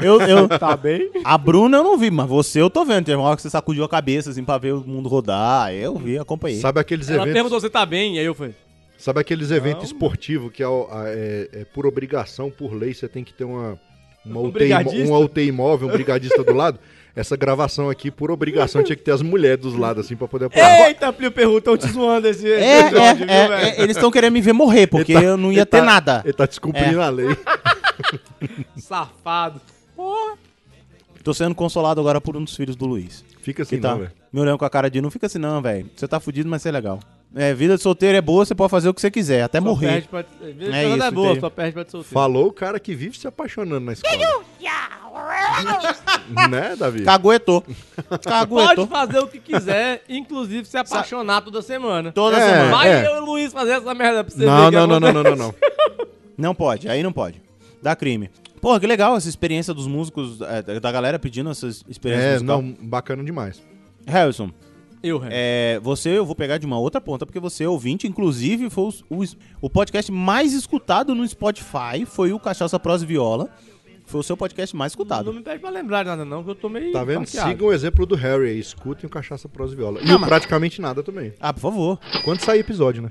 Eu, eu...
(laughs) Tá bem?
A Bruna eu não vi, mas você eu tô vendo. Tem uma hora que você sacudiu a cabeça, assim, pra ver o mundo rodar. Eu vi, acompanhei.
Sabe aqueles
Ela
eventos.
perguntou, você tá bem? E aí eu falei,
Sabe aqueles eventos esportivos que é, o- a- é- é por obrigação, por lei, você tem que ter uma, uma,
Um
UTI,
brigadista.
uma UTI móvel, um brigadista do
(laughs)
lado? Essa gravação aqui, por obrigação, tinha que ter as mulheres dos lados, assim, pra poder apoiar.
Eita, Plio Perru, tão te zoando esse
É,
esse
é,
episódio, viu,
é,
velho?
é, eles estão querendo me ver morrer, porque eu não ia
ele
ter
tá-
nada.
Ele tá descumprindo
É.
a lei.
Safado. Porra.
Tô sendo consolado agora por um dos filhos do Luiz.
Fica assim
que tá
não, velho.
Me olhando com a cara de não fica assim não, velho. Você tá fudido, mas você é legal. É, vida de solteiro é boa, você pode fazer o que você quiser, até morrer.
perde pra- é, vida
é
de solteiro
isso,
é boa,
entendeu?
só perde pra de solteiro.
Falou o cara que vive se apaixonando na escola. né, Davi? (laughs)
Caguetou. Caguetou.
Pode fazer o que quiser, (laughs) inclusive se apaixonar toda semana.
Toda
É,
semana.
Vai
é.
eu e o Luiz fazer essa merda pra você
Não,
ver o
não,
que
não, não, não, não,
acontece.
(laughs) não.
Não pode, aí não pode. Dá crime. Porra, que legal essa experiência dos músicos, é, da- da galera pedindo essas experiências
É,
musical.
não, bacana demais.
Harrison.
Eu, Harrison.
É, você eu vou pegar de uma outra ponta, porque você é ouvinte, inclusive foi os- o, es- o podcast mais escutado no Spotify, foi o Cachaça Pros Viola. Foi o seu podcast mais escutado.
Não me pede pra lembrar de nada não, que eu tô meio
Tá vendo?
baqueado.
Sigam o exemplo do Harry aí. Escutem o Cachaça Pros Viola. E
Ah,
o
mas-
Praticamente Nada também.
Ah, por favor.
Quando sair episódio, né?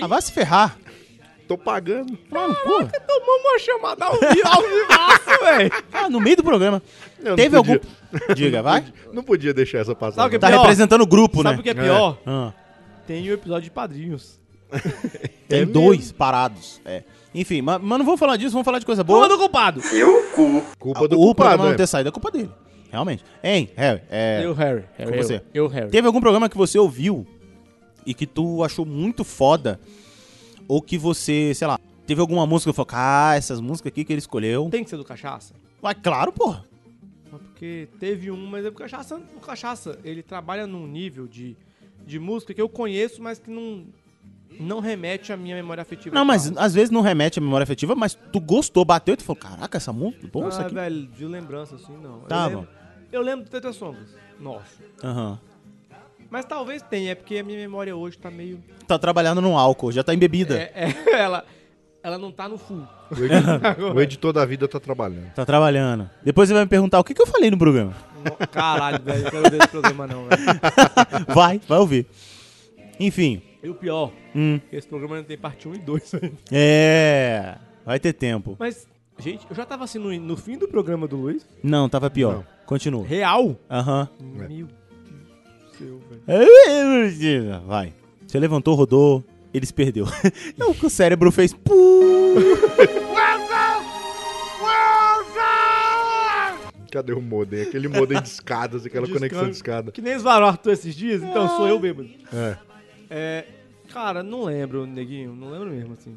Ah, vai se
(laughs)
ferrar.
Tô pagando.
Caraca, tomamos uma chamada ao vivo, ao vivaço, velho.
Ah, no meio do programa.
Eu não
Teve algum.
podia.
Diga, vai.
Não podia deixar essa passar.
Sabe o que é
Tá
pior?
representando o grupo,
Sabe
né?
o que é pior?
Ah.
Tem o episódio de padrinhos.
Tem
É
dois parados. É. Enfim, ma- mas, não vamos falar disso, vamos falar de coisa boa.
Culpa do culpado.
Culpa
tá- o
do
programa
culpado,
não
né?
ter saído é culpa dele. Realmente. Hein, Harry. É,
Eu, Harry.
com
Harry, eu.
você.
Eu, Harry.
Teve algum programa que você ouviu e que tu achou muito foda, ou que você, sei lá, teve alguma música e falou, ah, essas músicas aqui que ele escolheu.
Tem que ser do Cachaça?
Ué, claro, porra.
Mas porque teve um, mas é o Cachaça, o Cachaça, ele trabalha num nível de, de música que eu conheço, mas que não, não remete à minha memória afetiva. Ah,
Não, mas às vezes não remete à memória afetiva, mas tu gostou, bateu e tu falou, caraca, essa música, bom
ah,
isso aqui.
velho, de lembrança assim, não. Eu
Tá,
lembro-
bom.
Eu lembro do Tetra Sombras. Nossa.
Aham.
Mas talvez tenha, é porque a minha memória hoje tá meio...
Tá trabalhando no álcool, já tá em bebida.
É, é, (laughs) ela, ela não tá no full.
O editor, o editor da vida tá trabalhando.
Tá trabalhando. Depois você vai me perguntar o que, que eu falei no programa. (laughs)
Caralho, velho, eu quero ver esse programa não, velho.
vai, vai ouvir. Enfim.
E o pior,
Hum.
que esse programa ainda tem parte 1 e né? 2 ainda.
É. Vai ter tempo.
Mas, gente, eu já tava assim no, no fim do programa do Luiz.
Não, tava pior. Continua.
Real?
Aham.
Meu Deus do céu,
(laughs)
velho.
Vai. Você levantou, rodou, eles perdeu. (laughs) É o que o cérebro fez. Pum.
Cadê o modem? Aquele modem de escadas, aquela
Descanso.
conexão de escada.
Que nem esvaram o Arthur esses dias, então sou eu bêbado.
É.
É, cara, não lembro, neguinho, não lembro mesmo, assim.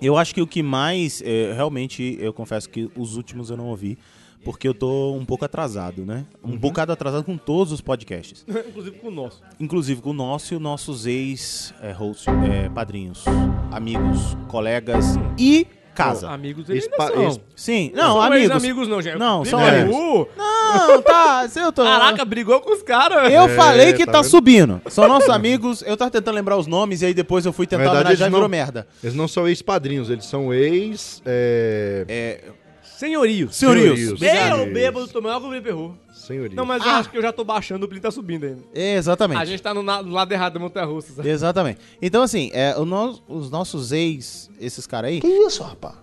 Eu acho que o que mais, é, realmente, eu confesso que os últimos eu não ouvi, porque eu tô um pouco atrasado, né? Um bocado atrasado com todos os podcasts.
(laughs) Inclusive com o nosso.
Inclusive com o nosso e os nossos ex-hosts, é, padrinhos, amigos, colegas e casa.
Não, amigos eles ainda são.
Sim, não,
Não são
amigos.
ex-amigos não, gente.
Não, são
Briga-
amigos.
Uh!
Não, tá, se eu tô...
Caraca, brigou com os caras.
É,
Eu falei que tá, subindo. São
(laughs)
nossos amigos. Eu tava tentando lembrar os nomes e aí depois eu fui tentar homenagear e virou merda.
Eles não são ex-padrinhos, eles são ex... É...
Senhorios.
Senhorios.
Eu bêbado, tomei algo e perrou.
Senhorios.
Não, mas eu acho que eu já tô baixando, o Blin tá subindo ainda.
É, Exatamente.
A gente tá no, na- no lado errado da montanha russa, sabe?
Exatamente. Então, assim, é, o nos- os nossos ex, esses caras aí. Que
isso, rapaz?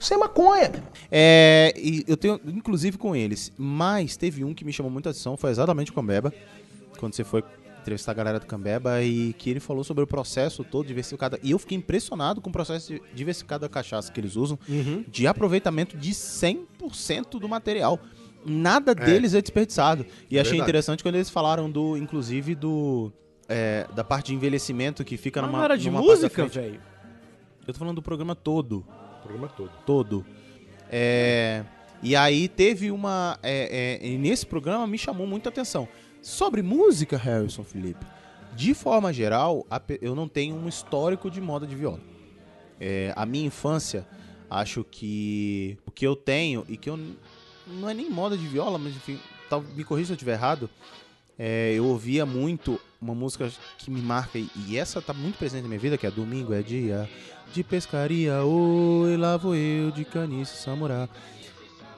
Isso é maconha, meu.
É, e eu tenho, inclusive, com eles. Mas teve um que me chamou muita atenção, foi exatamente com o Cambeba. Quando você foi entrevistar a galera do Cambeba e que ele falou sobre o processo todo diversificado. E eu fiquei impressionado com o processo de- diversificado da cachaça que eles usam, de aproveitamento de 100% do material. Nada deles é desperdiçado. E
É
achei
verdade.
interessante quando eles falaram do, inclusive, do. é, da parte de envelhecimento que fica
Mas
numa.
não era de
numa parte da
música,
frente.
velho?
Eu tô falando do programa todo.
Programa todo.
Todo. É, E aí teve uma. é, é, e nesse programa me chamou muita atenção. Sobre música, Harrison Felipe, de forma geral, a pe- eu não tenho um histórico de moda de viola. É, a minha infância, acho que o que eu tenho, e que eu. n- Não é nem moda de viola, mas enfim, tal- me corrija se eu estiver errado. é, eu ouvia muito uma música que me marca, e- e essa tá muito presente na minha vida, que é Domingo é Dia de Pescaria, oi, lá vou eu de caniço samurá.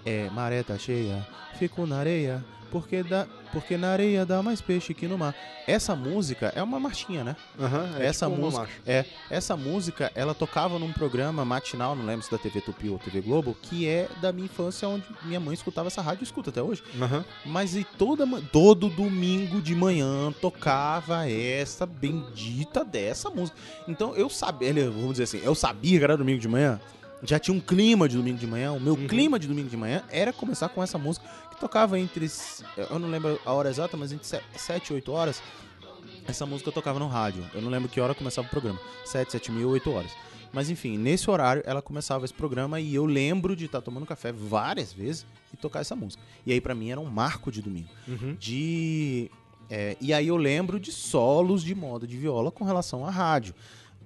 É, maré tá cheia, fico na areia, porque, dá, porque na areia dá mais peixe que no mar. Essa música é uma marchinha, né?
Aham, é
essa
tipo uma
música,
marcha.
é, essa música, ela tocava num programa matinal, não lembro se da TV Tupi ou TV Globo, que é da minha infância, onde minha mãe escutava essa rádio e escuta até hoje.
Aham.
Mas e toda, ma- todo domingo de manhã tocava essa bendita dessa música. Então eu sabia, ele- vamos dizer assim, eu sabia que era domingo de manhã. Já tinha um clima de domingo de manhã. O meu clima de domingo de manhã era começar com essa música que tocava entre. s- Eu não lembro a hora exata, mas entre 7 e 8 horas. Essa música eu tocava no rádio. Eu não lembro que hora começava o programa. 7, 7 mil, 8 horas. Mas enfim, nesse horário ela começava esse programa e eu lembro de estar tomando café várias vezes e tocar essa música. E aí pra mim era um marco de domingo. De. é, e aí eu lembro de solos de moda de viola com relação à rádio.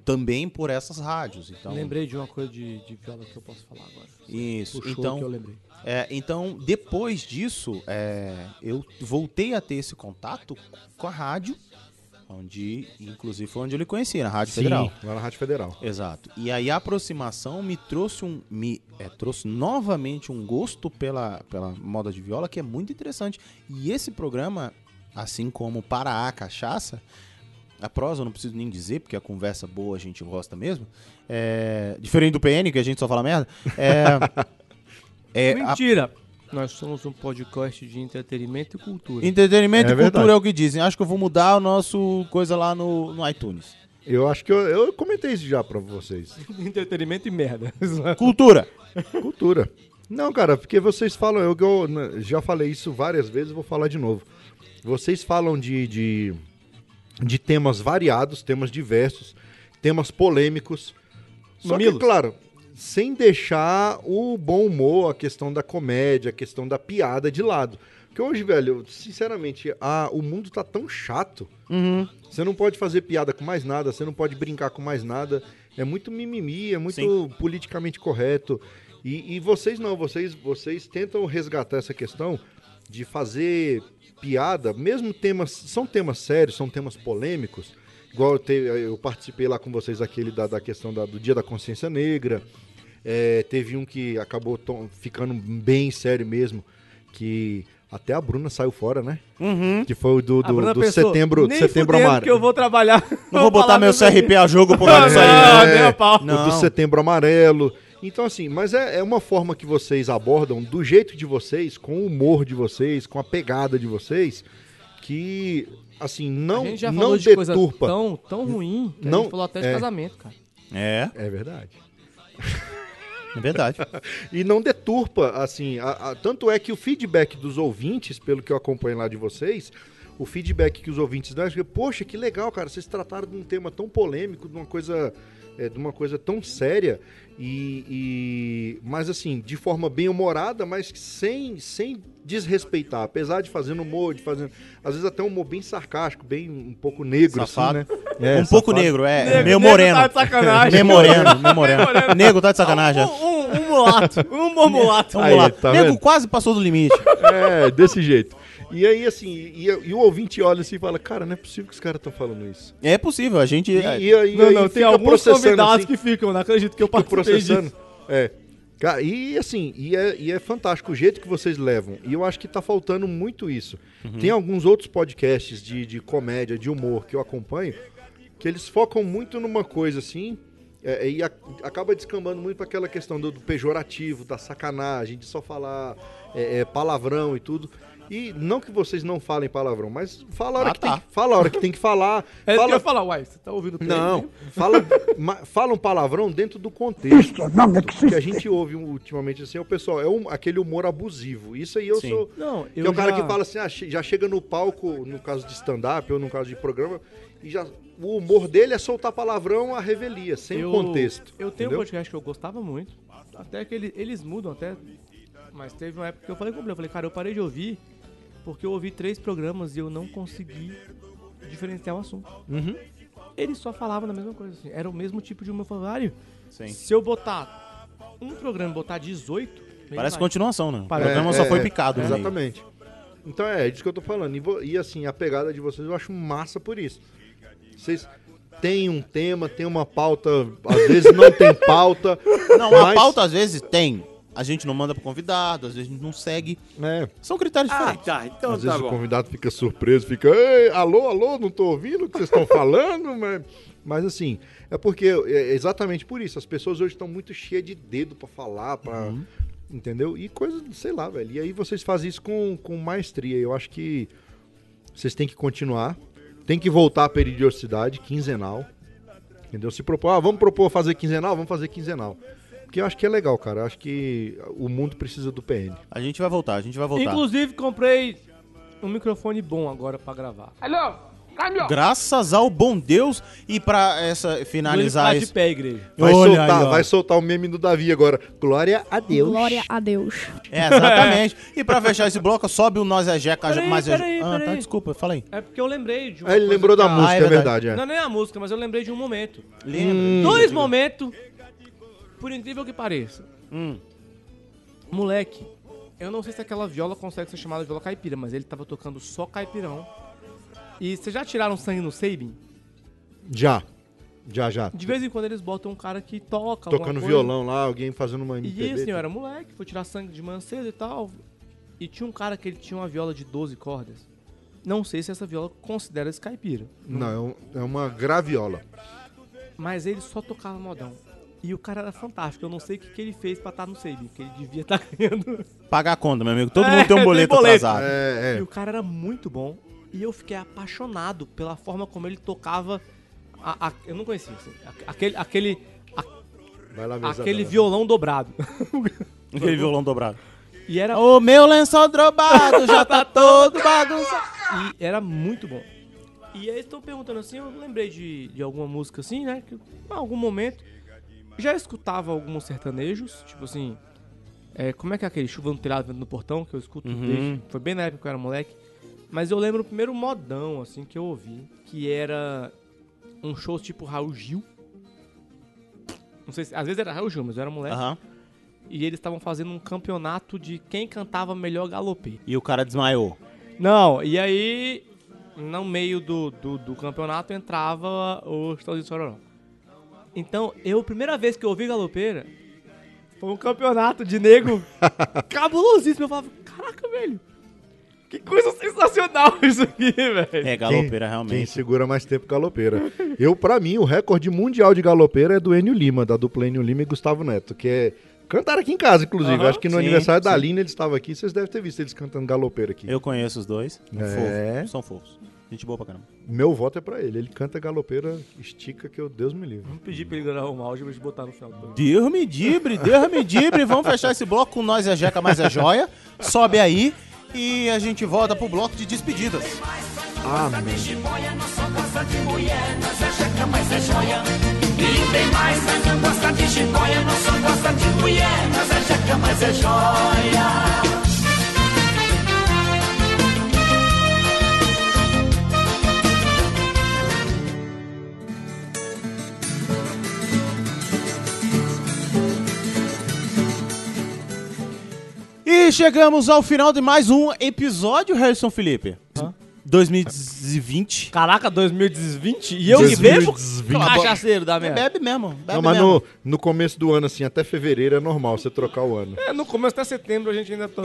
Também por essas rádios. Então,
Lembrei de uma coisa de, de viola que eu posso falar agora.
isso.
Puxou
então,
o que eu lembrei.
é, então, depois disso, é, eu voltei a ter esse contato com a rádio, onde, inclusive, foi onde eu lhe conheci, na Rádio
Sim,
Federal.
lá na Rádio Federal.
Exato. E aí a aproximação me trouxe um. Me, é, trouxe novamente um gosto pela, pela moda de viola que é muito interessante. E esse programa, assim como Para a Cachaça, a prosa eu não preciso nem dizer, porque a conversa boa a gente gosta mesmo. É, diferente do PN, que a gente só fala merda. É, é, a-
Mentira! Nós somos um podcast de entretenimento e cultura.
Entretenimento
É
e cultura
verdade.
é o que dizem. Acho que eu vou mudar o nosso coisa lá no, no iTunes.
Eu acho que eu, eu comentei isso já pra vocês.
Entretenimento e (laughs) merda.
Cultura.
Cultura. Não, cara, porque vocês falam, eu, eu né, já falei isso várias vezes, vou falar de novo. Vocês falam de, de de temas variados, temas diversos, temas polêmicos. Só que,
Mamilos.
claro, sem deixar o bom humor, a questão da comédia, a questão da piada de lado. Porque hoje, velho, sinceramente, a- o mundo tá tão chato. Você não pode fazer piada com mais nada, você não pode brincar com mais nada. É muito mimimi, é muito politicamente correto. E, e vocês não, vocês, vocês tentam resgatar essa questão de fazer piada, mesmo temas. São temas sérios, são temas polêmicos. Igual eu, te- eu participei lá com vocês aquele da, da questão da- do Dia da Consciência Negra. É, teve um que acabou tom- ficando bem sério mesmo, que até a Bruna saiu fora, né? Que foi o do,
Ah, A
do-
Bruna
do
pensou,
setembro,
"Nem
setembro
fudendo
amarelo.
que eu vou trabalhar.
Não vou botar
falar
meu
disso aí."
CRP a jogo por causa disso aí,
Não,
né?
nem a Ah, pau.
O do setembro amarelo. Então, assim, mas é, é uma forma que vocês abordam do jeito de vocês, com o humor de vocês, com a pegada de vocês, que, assim, não,
a gente já
não
falou de coisa
deturpa.
tão, tão ruim que a
Não-
gente falou até de
é.
casamento, cara.
É.
É verdade.
É verdade.
e não deturpa, assim. a- a- tanto é que o feedback dos ouvintes, pelo que eu acompanho lá de vocês, o feedback que os ouvintes dão é que, poxa, que legal, cara, vocês trataram de um tema tão polêmico, de uma coisa. é, de uma coisa tão séria e, e- mas assim de forma bem humorada mas sem sem desrespeitar apesar de fazendo humor de fazendo às vezes até um humor bem sarcástico bem um pouco negro
Safado.
assim, né
Um pouco negro, é. Negro- Meio negro moreno.
moreno
tá de sacanagem. Meio
(laughs)
moreno, meio moreno. Negro tá de sacanagem, Então,
Um, um, um mulato, um mulato.
Vamos lá. Nego
vendo?
quase passou do limite.
É, desse jeito. E aí, assim, e, e o ouvinte olha assim e fala, cara, não é possível que os caras estão falando isso.
É possível, a gente.
E, e aí,
Não,
aí
não, tem
fica
alguns
processando,
convidados
assim,
Que ficam, não acredito que eu
fica
participei
processando.
disso.
É. Cara, e assim, e é, e é fantástico o jeito que vocês levam. E eu acho que tá faltando muito isso.
Uhum.
Tem alguns outros podcasts de, de comédia, de humor que eu acompanho, que eles focam muito numa coisa assim. é, e a- acaba descambando muito pra aquela questão do, do pejorativo, da sacanagem, de só falar é, é, palavrão e tudo. E não que vocês não falem palavrão, mas fala a hora,
Ah,
que,
tá.
tem que, fala a hora que tem que falar.
(laughs) É isso
fala-
que eu ia falar, uai, você tá ouvindo o trailer
não,
mesmo?
fala, ma- fala um palavrão dentro do contexto. o que a gente ouve ultimamente assim, é o pessoal, é um- aquele humor abusivo. Isso aí eu
Sim.
sou.
Não,
que
eu
é o cara
já-
que fala assim, ah, che- já chega no palco, no caso de stand-up ou no caso de programa, e já. O humor dele é soltar palavrão à revelia, sem
Eu-
contexto.
Eu tenho um
entendeu?
podcast que eu gostava muito. Até que ele- eles mudam até. Mas teve uma época que eu falei com o Bruno, eu falei, cara, eu parei de ouvir porque eu ouvi três programas e eu não consegui diferenciar o assunto.
Uhum.
Eles só falavam da mesma coisa, assim. Era o mesmo tipo de humofalário.
Sim.
Se eu botar um programa e botar 18. ele
Parece
vai.
continuação, né?
Parece-
O programa só foi picado, né?
É, Exatamente. Então é, é disso que eu tô falando. E, vo- e, assim, a pegada de vocês eu acho massa por isso. Vocês têm um tema, tem uma pauta, às vezes não tem pauta.
Não, a
mas-
pauta às vezes tem. A gente não manda pro convidado, às vezes a gente não segue. São critérios diferentes.
Ah, tá.
Então
Às
tá
É, vezes o
bom.
convidado fica surpreso, fica, Ei, alô, alô, não tô ouvindo o que vocês estão falando, (laughs) mas... Mas assim, é porque, é exatamente por isso, as pessoas hoje estão muito cheias de dedo pra falar, pra... Entendeu? E coisa, sei lá, velho. E aí vocês fazem isso com, com maestria. Eu acho que vocês têm que continuar, tem que voltar à periodicidade quinzenal, entendeu? Se propor, ah, vamos propor fazer quinzenal, vamos fazer quinzenal. Porque eu acho que é legal, cara. Eu acho que o mundo precisa do PN.
A gente vai voltar, a gente vai
Inclusive, comprei um microfone bom agora pra gravar.
Alô, câmbio.
Graças ao bom Deus e pra essa finalizar
Ele tá
esse...
de pé, igreja.
Vai
Olha
soltar,
aí, ó.
vai soltar o meme do Davi agora. Glória a Deus.
Glória a Deus.
É, exatamente. e pra fechar esse bloco, sobe o nós é jeca,
Peraí,
mas é-
peraí,
Ah, tá,
peraí.
desculpa, fala aí.
É porque eu lembrei de
Ah, ele
coisa
lembrou da
que a-
música, Ah, é é verdade. verdade, é.
Não, nem a música, mas eu lembrei de um momento.
Lembra. Hum.
Dois momentos, por incrível que pareça.
Hum.
Moleque, eu não sei se aquela viola consegue ser chamada viola caipira, mas ele tava tocando só caipirão. E vocês já tiraram sangue no Sabin?
Já. Já, já.
De vez em quando eles botam um cara que toca alguma
Tocando
coisa.
violão lá, alguém fazendo uma
E
MPB.
assim, eu era moleque, fui tirar sangue de manhã cedo e tal. E tinha um cara que ele tinha uma viola de 12 cordas. Não sei se essa viola considera esse caipira.
Não, é, um- é uma graviola.
Mas ele só tocava modão. E o cara era fantástico. Eu não sei o que, que ele fez pra estar no Sabin, porque ele devia estar (laughs) ganhando.
Pagar a conta, meu amigo. Todo
É, (laughs)
mundo tem um
tem
boleto,
boleto. É.
atrasado.
É.
E o cara era muito bom. E eu fiquei apaixonado pela forma como ele tocava. a- a- eu não conhecia, assim. a- Aquele. aquele a-
é, Vai lá ver
aquele
Isabela.
violão dobrado. (laughs)
Aquele violão dobrado.
E era.
O
(laughs)
meu lençol dobrado já tá todo bagunçado.
E era muito bom. E aí estou perguntando assim, eu lembrei de, de alguma música assim, né? Que em algum momento já escutava alguns sertanejos, tipo assim. é, como é que é aquele chuva no telhado, vento no portão, que eu escuto
Uhum.
desde. Foi bem na época que eu era moleque. Mas eu lembro o primeiro modão, assim, que eu ouvi, que era um show tipo Raul Gil. Não sei se. Às vezes era Raul Gil, mas eu era moleque. E eles estavam fazendo um campeonato de quem cantava melhor galopê.
E o cara desmaiou.
Não, e aí, no meio do, do, do campeonato, entrava o Estadinho Sororó. Então, eu, a primeira vez que eu ouvi galopeira, foi um campeonato de (laughs) nego cabulosíssimo. Eu falava, caraca, velho, que coisa sensacional (laughs) isso aqui, velho.
É,
Quem- Quem segura mais tempo galopeira. Eu, pra mim, o recorde mundial de galopeira é do Enio Lima, da dupla Enio Lima e Gustavo Neto, que é. Cantaram aqui em casa, inclusive.
Aham.
Acho que no
Sim,
aniversário da
sim.
Aline ele estava aqui. Vocês devem ter visto eles cantando galopeira aqui.
Eu conheço os dois.
É.
Fofos, São fofos. Gente boa pra caramba.
Meu voto é pra ele. Ele canta galopeira, estica, que eu Deus me livre.
Vamos pedir pra ele gravar um áudio pra gente botar no final do programa.
Deus me dibre, Deus me dibre. Vamos fechar esse bloco com Nós é Jeca, Mais é Joia. Sobe aí e a gente volta pro bloco de despedidas.
Amém.
E tem mais, nós não gosta de chibóia, nós só gosta de mulher, nós é jaca, mas é joia.
E chegamos ao final de mais um episódio, Harrison Felipe. 2020.
Caraca, 2020? E eu que bebo?
2020.
Cachaceiro da merda.
Bebe mesmo. Bebe
Não, mas
mesmo.
no, no começo do ano, assim, até fevereiro é normal você trocar o ano.
É, no começo até setembro a gente ainda tá...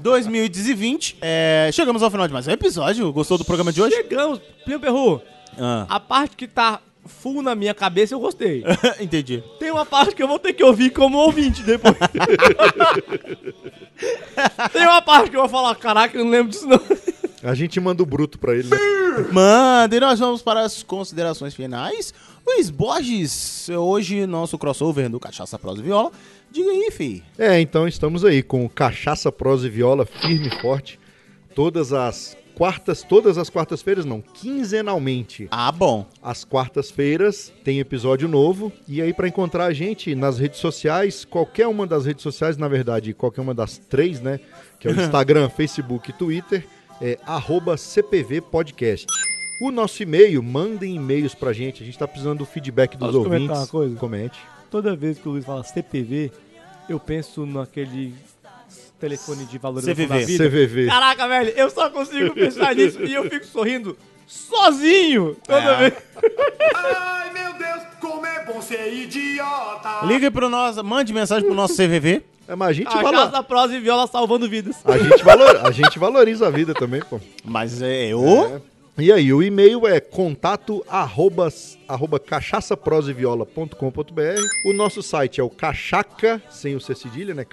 2020. É, chegamos ao final de mais um episódio. Gostou do programa de hoje?
(laughs) Chegamos. Plim Perru,
Ah,
a parte que tá full na minha cabeça eu gostei.
(laughs) entendi.
Tem uma parte que eu vou ter que ouvir como ouvinte (laughs) depois. Tem uma parte que eu vou falar, caraca, eu não lembro disso não.
A gente manda o bruto pra ele. Né?
Manda, e nós vamos para as considerações finais. Luiz Borges, hoje nosso crossover do Cachaça Prosa e Viola. Diga aí, fi.
É, então estamos aí com Cachaça, Prosa e Viola firme e forte. Todas as quartas, todas as quartas-feiras, não, quinzenalmente.
Ah, bom.
Às quartas-feiras tem episódio novo. E aí, pra encontrar a gente nas redes sociais, qualquer uma das redes sociais, na verdade, qualquer uma das três, né? Que é
(laughs)
o Instagram, Facebook e Twitter, é arroba CPV Podcast. O nosso e-mail, mandem e-mails pra gente. A gente tá precisando do feedback dos
Posso comentar
ouvintes.
uma coisa?
Comente.
Toda vez que o Luiz fala CPV, eu penso naquele telefone de valorização
CVV.
da vida.
CVV.
Caraca, velho, eu só consigo pensar nisso e eu fico sorrindo sozinho toda
É.
vez.
Ai meu Deus, como é bom ser idiota!
Liga pro nós, mande mensagem pro nosso CVV.
É, mas a gente
A
valor-
casa prosa e viola salvando vidas.
A gente, valor- a gente valoriza a vida também, pô.
Mas é eu.
E aí, o e-mail é contato arroba, arroba cachaçaproseviola.com.br O nosso site é o cachaca, sem o C cedilha, né?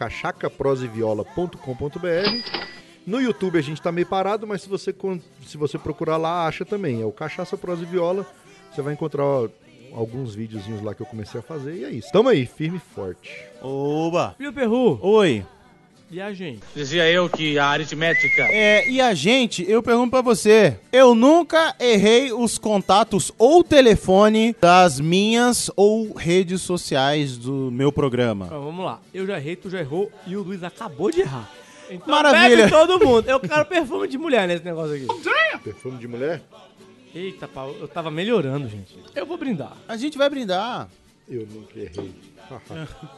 cachacaproseviola.com.br No YouTube a gente tá meio parado, mas se você, con- se você procurar lá, acha também. É o Cachaça Prosa e Viola. Você vai encontrar ó, alguns videozinhos lá que eu comecei a fazer e é isso. Tamo aí, firme e forte.
Oba.
Viu, Perru?
Oi.
E a gente?
Dizia eu que a aritmética.
É, e a gente, eu pergunto pra você, eu nunca errei os contatos ou telefone das minhas ou redes sociais do meu programa.
Então, vamos lá. Eu já errei, tu já errou e o Luiz acabou de errar. Então,
Maravilha.
bebe todo mundo. Eu quero perfume de mulher nesse negócio aqui.
Perfume de mulher?
Eita, pau, eu tava melhorando, gente. Eu vou brindar.
A gente vai brindar.
Eu nunca (laughs) errei.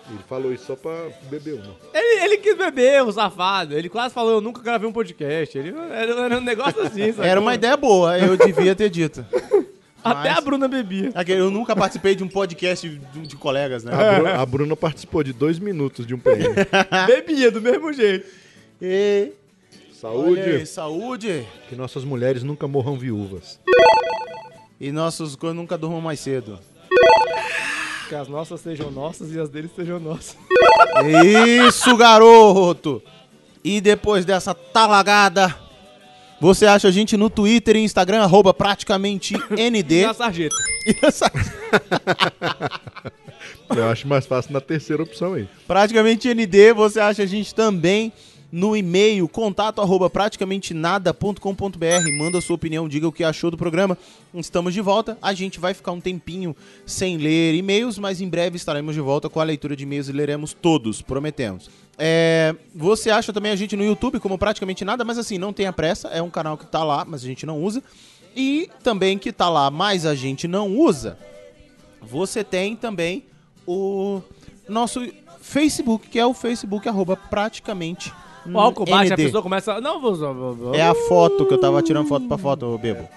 Ele falou isso só pra beber uma.
Ele, ele quis beber, o safado. Ele quase falou, eu nunca gravei um podcast. Ele, era, era um negócio assim, sabe?
Era uma ideia boa, eu devia ter dito.
Até a Bruna bebia.
Aquele, eu nunca participei de um podcast de, de colegas, né?
A, Bru- a Bruna participou de dois minutos de um PM.
Bebia do mesmo jeito.
E...
Saúde.
Olha aí, saúde.
Que nossas mulheres nunca morram viúvas.
E nossos coisas nunca durmam mais cedo.
Que as nossas sejam nossas e as deles sejam nossas.
Isso, garoto! E depois dessa talagada, você acha a gente no Twitter e Instagram, arroba praticamente ND.
E na sarjeta.
E na sarjeta.
Eu acho mais fácil na terceira opção aí.
Praticamente ND, você acha a gente também no e-mail contato arroba praticamente nada.com.br. Manda sua opinião, diga o que achou do programa. Estamos de volta. A gente vai ficar um tempinho sem ler e-mails, mas em breve estaremos de volta com a leitura de e-mails e leremos todos, prometemos. É, você acha também a gente no YouTube como praticamente nada, mas assim, não tenha pressa, é um canal que tá lá, mas a gente não usa. E também que tá lá, mas a gente não usa. Você tem também o nosso Facebook, que é o Facebook arroba praticamente.
O álcool baixa, a
ND.
pessoa começa. Não, vou. vou- vou- vou-
É a foto que eu tava tirando foto pra foto, ô Bebo.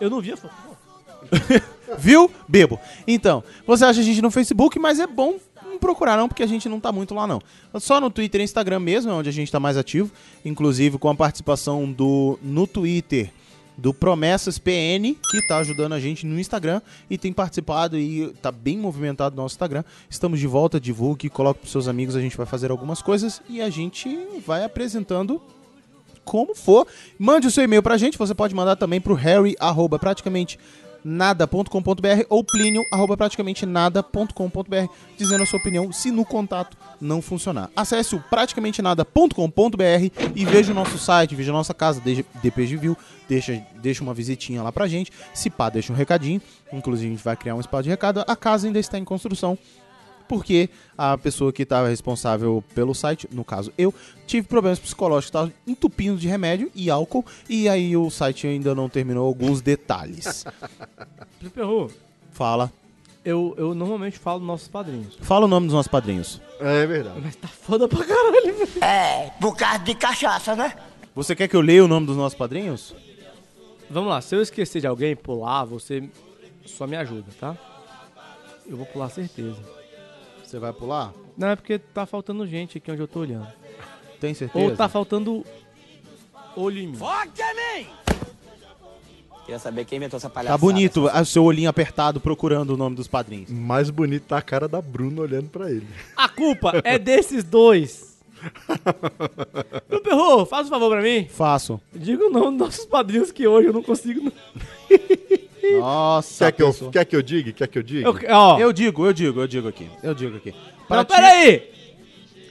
Eu não vi a foto. não.
Viu? Bebo. Então, você acha a gente no Facebook, mas é bom não procurar não, porque a gente não tá muito lá não. Só no Twitter e Instagram mesmo, é onde a gente tá mais ativo, inclusive com a participação do no Twitter do Promessas PN, que tá ajudando a gente no Instagram e tem participado e tá bem movimentado o nosso Instagram. Estamos de volta, divulgue, coloque pros seus amigos, a gente vai fazer algumas coisas e a gente vai apresentando como for. Mande o seu e-mail pra gente, você pode mandar também pro harry, arroba, praticamente nada.com.br ou plínio, arroba, praticamente nada.com.br, dizendo a sua opinião se no contato não funcionar. Acesse o praticamente nada.com.br e veja o nosso site, veja a nossa casa, deixa- DPG View, deixa, deixa uma visitinha lá pra gente, se pá, deixa um recadinho, inclusive a gente vai criar um espaço de recado, a casa ainda está em construção, porque a pessoa que estava responsável pelo site, no caso eu, tive problemas psicológicos, estava entupindo de remédio e álcool, e aí o site ainda não terminou alguns detalhes.
Me ferrou.
Fala.
Eu, eu normalmente falo nossos padrinhos.
Fala o nome dos nossos padrinhos.
É verdade.
Mas tá foda pra caralho, velho.
É, por causa de cachaça, né?
Você quer que eu leia o nome dos nossos padrinhos?
Vamos lá, se eu esquecer de alguém, pular, você só me ajuda, tá? Eu vou pular certeza.
Você vai pular?
Não, é porque tá faltando gente aqui onde eu tô olhando.
Tem certeza?
Ou tá faltando olho em mim.
Queria saber quem inventou essa
Tá bonito, o seu olhinho apertado procurando o nome dos padrinhos.
Mais bonito tá a cara da Bruna olhando pra ele.
A culpa é
(laughs)
desses dois. Meu perro, faz um favor pra mim.
Faço.
Diga o nome dos nossos padrinhos que hoje eu não consigo.
(laughs)
não.
Nossa,
quer que, eu,
pessoa.
quer que eu diga? Quer que eu diga?
Eu, ó,
Eu digo, eu digo, eu digo aqui. Eu digo aqui.
não,
Para ti-
peraí.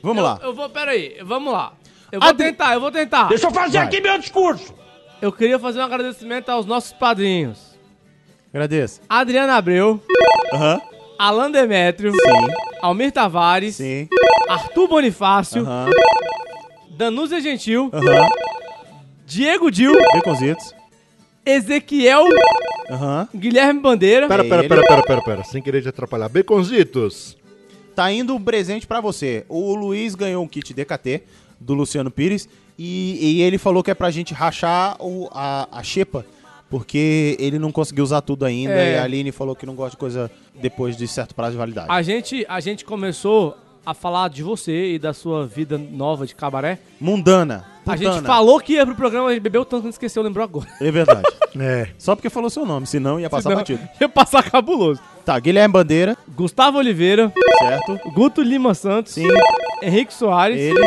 Vamos
Eu-
lá.
Eu vou, peraí, vamos lá. Eu vou
Adri-
tentar, eu vou tentar.
Deixa eu fazer Vai. aqui
meu discurso. Eu queria fazer um agradecimento aos nossos padrinhos.
Agradeço.
Adriana Abreu.
Aham.
Alan Demétrio. Almir Tavares. Arthur Bonifácio. Danúzia Gentil. Diego Dil.
Baconzitos.
Ezequiel. Guilherme Bandeira.
Pera, pera, pera, pera, pera, pera. Sem querer te atrapalhar. Baconzitos.
Tá indo um presente pra você. O Luiz ganhou um kit DKT do Luciano Pires e, e ele falou que é pra gente rachar o- a, a xepa, porque ele não conseguiu usar tudo ainda
É.
e a Aline falou que não gosta de coisa depois de certo prazo de validade.
A gente, a gente começou a falar de você e da sua vida nova de cabaré.
Mundana.
A gente
putana.
falou que ia pro programa, a gente bebeu tanto que esqueceu, lembrou agora.
É verdade. (laughs) é. Só porque falou seu nome, senão ia passar
Senão
batido.
(laughs) Ia passar cabuloso.
Tá, Guilherme Bandeira.
Gustavo Oliveira.
Certo.
Guto Lima Santos. Sim. Henrique Soares.
Ele.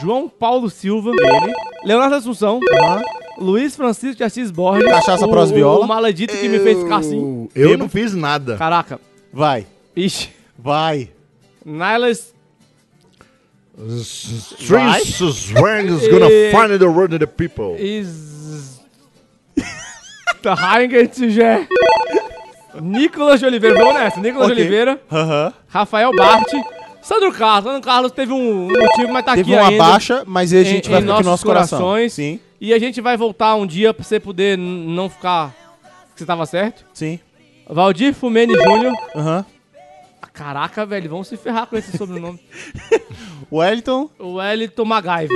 João Paulo Silva. Ele. Leonardo Assunção. Luiz Francisco de Assis Borges.
Cachaça
o,
Pros Viola.
O maledito que me fez ficar assim.
Eu
Bebo.
não fiz nada.
Caraca.
Vai.
Ixi.
Vai.
Nylas.
Strings is gonna
E-
find the world of the people.
Is. The Heingetjé. Nicolas de Oliveira. Vamos nessa. Nicolas
Ok.
de Oliveira.
Aham.
Rafael Bart. Sandro Carlos. Sandro Carlos teve um motivo, mas tá
Teve
aqui
uma
ainda.
baixa, mas a gente
em,
vai
em
ficar aqui
nossos
no nosso coração.
corações.
Sim.
E a gente vai voltar um dia pra você poder n- não ficar... Que você tava certo.
Sim.
Valdir Fumene Júnior.
Aham.
Caraca, velho. Vão se ferrar com esse sobrenome.
Wellington.
Wellington MacGyver.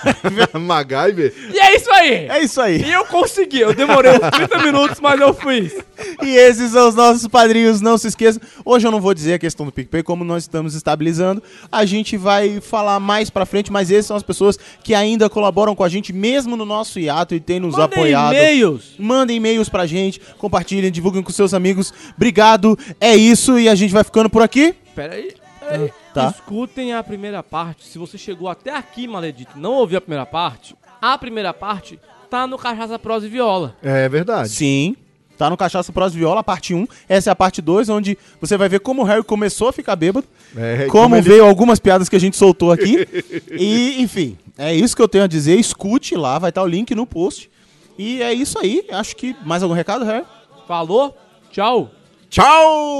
(laughs) MacGyver.
E é isso aí.
É isso aí.
E eu consegui. Eu demorei uns 30 minutos, mas eu fiz.
E esses são os nossos padrinhos, não se esqueçam. Hoje eu não vou dizer a questão do PicPay, como nós estamos estabilizando. A gente vai falar mais pra frente, mas essas são as pessoas que ainda colaboram com a gente, mesmo no nosso hiato, e têm nos
Mandem
apoiado.
e-mails.
Mandem e-mails pra gente, compartilhem, divulguem com seus amigos. Obrigado, é isso, e a gente vai ficando por aqui.
Pera aí. pera aí.
Tá.
Escutem a primeira parte. Se você chegou até aqui, maledito, e não ouviu a primeira parte, a primeira parte tá no Cachaça Prosa e Viola.
É verdade.
Sim. Tá no Cachaça Pros Viola, parte 1. Essa é a parte 2, onde você vai ver como o Harry começou a ficar bêbado.
É,
como,
como ele-
veio algumas piadas que a gente soltou aqui. e, (laughs) enfim, é isso que eu tenho a dizer. Escute lá, vai estar o link no post. E é isso aí. Acho que mais algum recado, Harry?
Falou, tchau.
Tchau!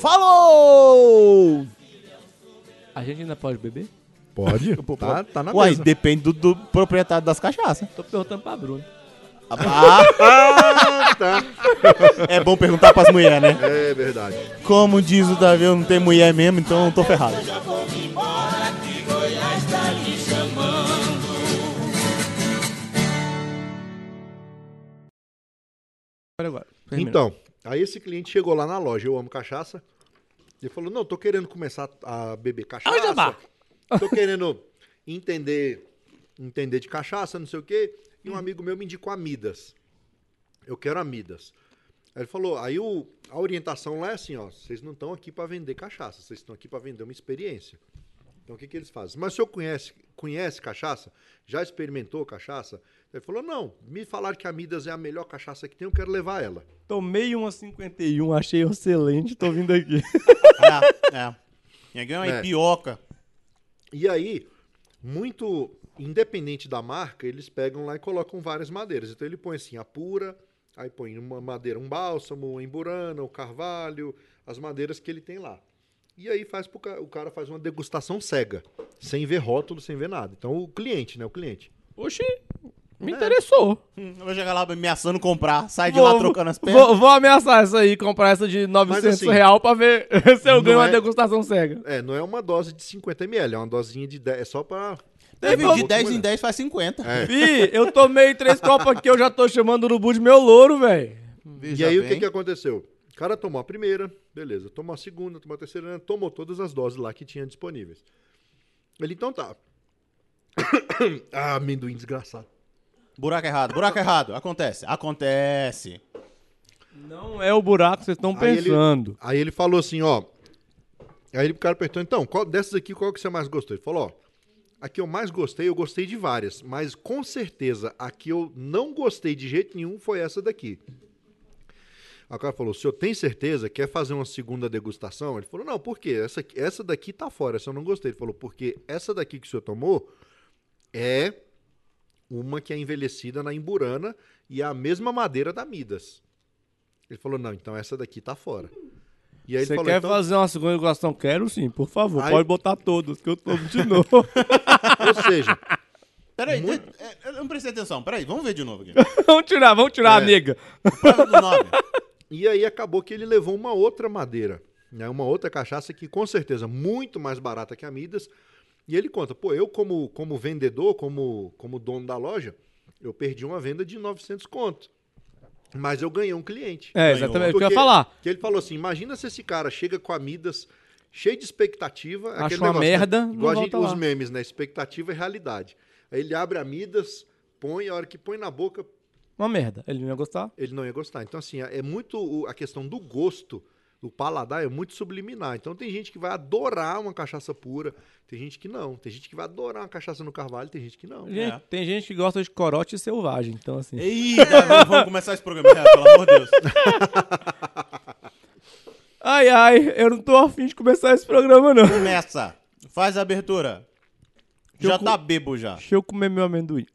Falou!
A gente ainda pode beber?
Pode? tá, tá na
Uai,
mesa.
depende do, do proprietário das cachaças.
Tô perguntando pra Bruno.
(laughs)
Ah, tá. É bom perguntar pras mulheres, né?
É verdade.
Como diz o Davi, eu não tenho mulher mesmo, então eu tô ferrado.
Olha agora. termina.
Então, aí esse cliente chegou lá na loja, eu amo cachaça. Ele falou: não, tô querendo começar a beber cachaça. Tô querendo entender, entender de cachaça, não sei o quê. E um amigo meu me indicou amidas. Eu quero amidas. Aí ele falou, aí o- a orientação lá é assim, ó, vocês não estão aqui para vender cachaça, vocês estão aqui para vender uma experiência. Então o que, que eles fazem? Mas o senhor conhece, conhece cachaça? Já experimentou cachaça? Ele falou, não, me falaram que a Midas é a melhor cachaça que tem, eu quero levar ela.
Tomei uma 51, achei excelente, tô vindo aqui.
É. Ninguém é uma
É.
ipioca.
E aí, muito independente da marca, eles pegam lá e colocam várias madeiras. Então ele põe assim a pura, aí põe uma madeira, um bálsamo, um emburana, o carvalho, as madeiras que ele tem lá. E aí faz pro ca- o cara faz uma degustação cega, sem ver rótulo, sem ver nada. Então o cliente, né, o cliente.
Oxi, me interessou.
Hum, Eu vou chegar lá ameaçando comprar, sai de lá
Vou-
trocando as pernas.
Vou, vou ameaçar essa aí, comprar essa de 900
assim,
real pra ver (laughs) se eu
não
ganho uma
é-
degustação cega.
É, não é uma dose de 50 ml, é uma dosinha de 10, é só pra
Dividir 10 em 10 faz 50.
É.
Ih, eu tomei três copos aqui, eu já tô chamando o urubu de meu louro, velho.
e aí o que, que aconteceu? O cara tomou a primeira, beleza, tomou a segunda, tomou a terceira, né, tomou todas as doses lá que tinha disponíveis. Ele, então tá. (coughs) ah, amendoim desgraçado.
Buraco errado, buraco errado. Acontece, acontece.
Não é o buraco que vocês estão
Aí ele-
pensando.
Aí ele falou assim, ó. Aí o cara perguntou, então, qual dessas aqui, qual que você mais gostou? Ele falou, ó, a que eu mais gostei, eu gostei de várias, mas com certeza a que eu não gostei de jeito nenhum foi essa daqui. Aí o cara falou, o senhor tem certeza? Quer fazer uma segunda degustação? Ele falou, não, por quê? Essa, aqui- essa daqui tá fora, essa eu não gostei. Ele falou, porque essa daqui que o senhor tomou é uma que é envelhecida na Emburana e é a mesma madeira da Midas. Ele falou, não, então essa daqui tá fora. E aí ele
Você
falou,
quer
então,
fazer uma segunda degustação? Quero sim, por favor.
Aí-
Pode botar todos, que eu tomo
(laughs)
de novo. (laughs)
ou seja,
Peraí, de- é, eu não prestei atenção. Peraí, vamos ver de novo aqui.
vamos tirar, vamos tirar,
É.
amiga.
Prova do nome.
E aí acabou que ele levou uma outra madeira, né? Uma outra cachaça que com certeza muito mais barata que a Midas. E ele conta, pô, eu como, como vendedor, como, como dono da loja, eu perdi uma venda de 900 conto. Mas eu ganhei um cliente.
É, exatamente, o que eu ia falar.
Que ele falou assim, imagina se esse cara chega com a Midas cheio de expectativa.
Acha
aquele
uma
negócio, né?
merda, não
Igual a gente-
volta
os
lá.
memes, né? Expectativa e realidade. Aí ele abre a Midas, põe, a hora que põe na boca,
Uma merda. Ele não ia gostar?
ele não ia gostar. Então, assim, é muito o- a questão do gosto, do paladar, é muito subliminar. Então, tem gente que vai adorar uma cachaça pura, tem gente que não. Tem gente que vai adorar uma cachaça no carvalho, tem gente que não.
Gente, Tem gente que gosta de corote selvagem, então assim.
Eita, meu, vamos começar esse programa, cara, pelo amor de Deus.
Ai, ai, eu não tô afim de começar esse programa, não.
Começa. Faz a abertura.
Deixa
Já
eu
tá bebo já.
Deixa eu comer meu amendoim.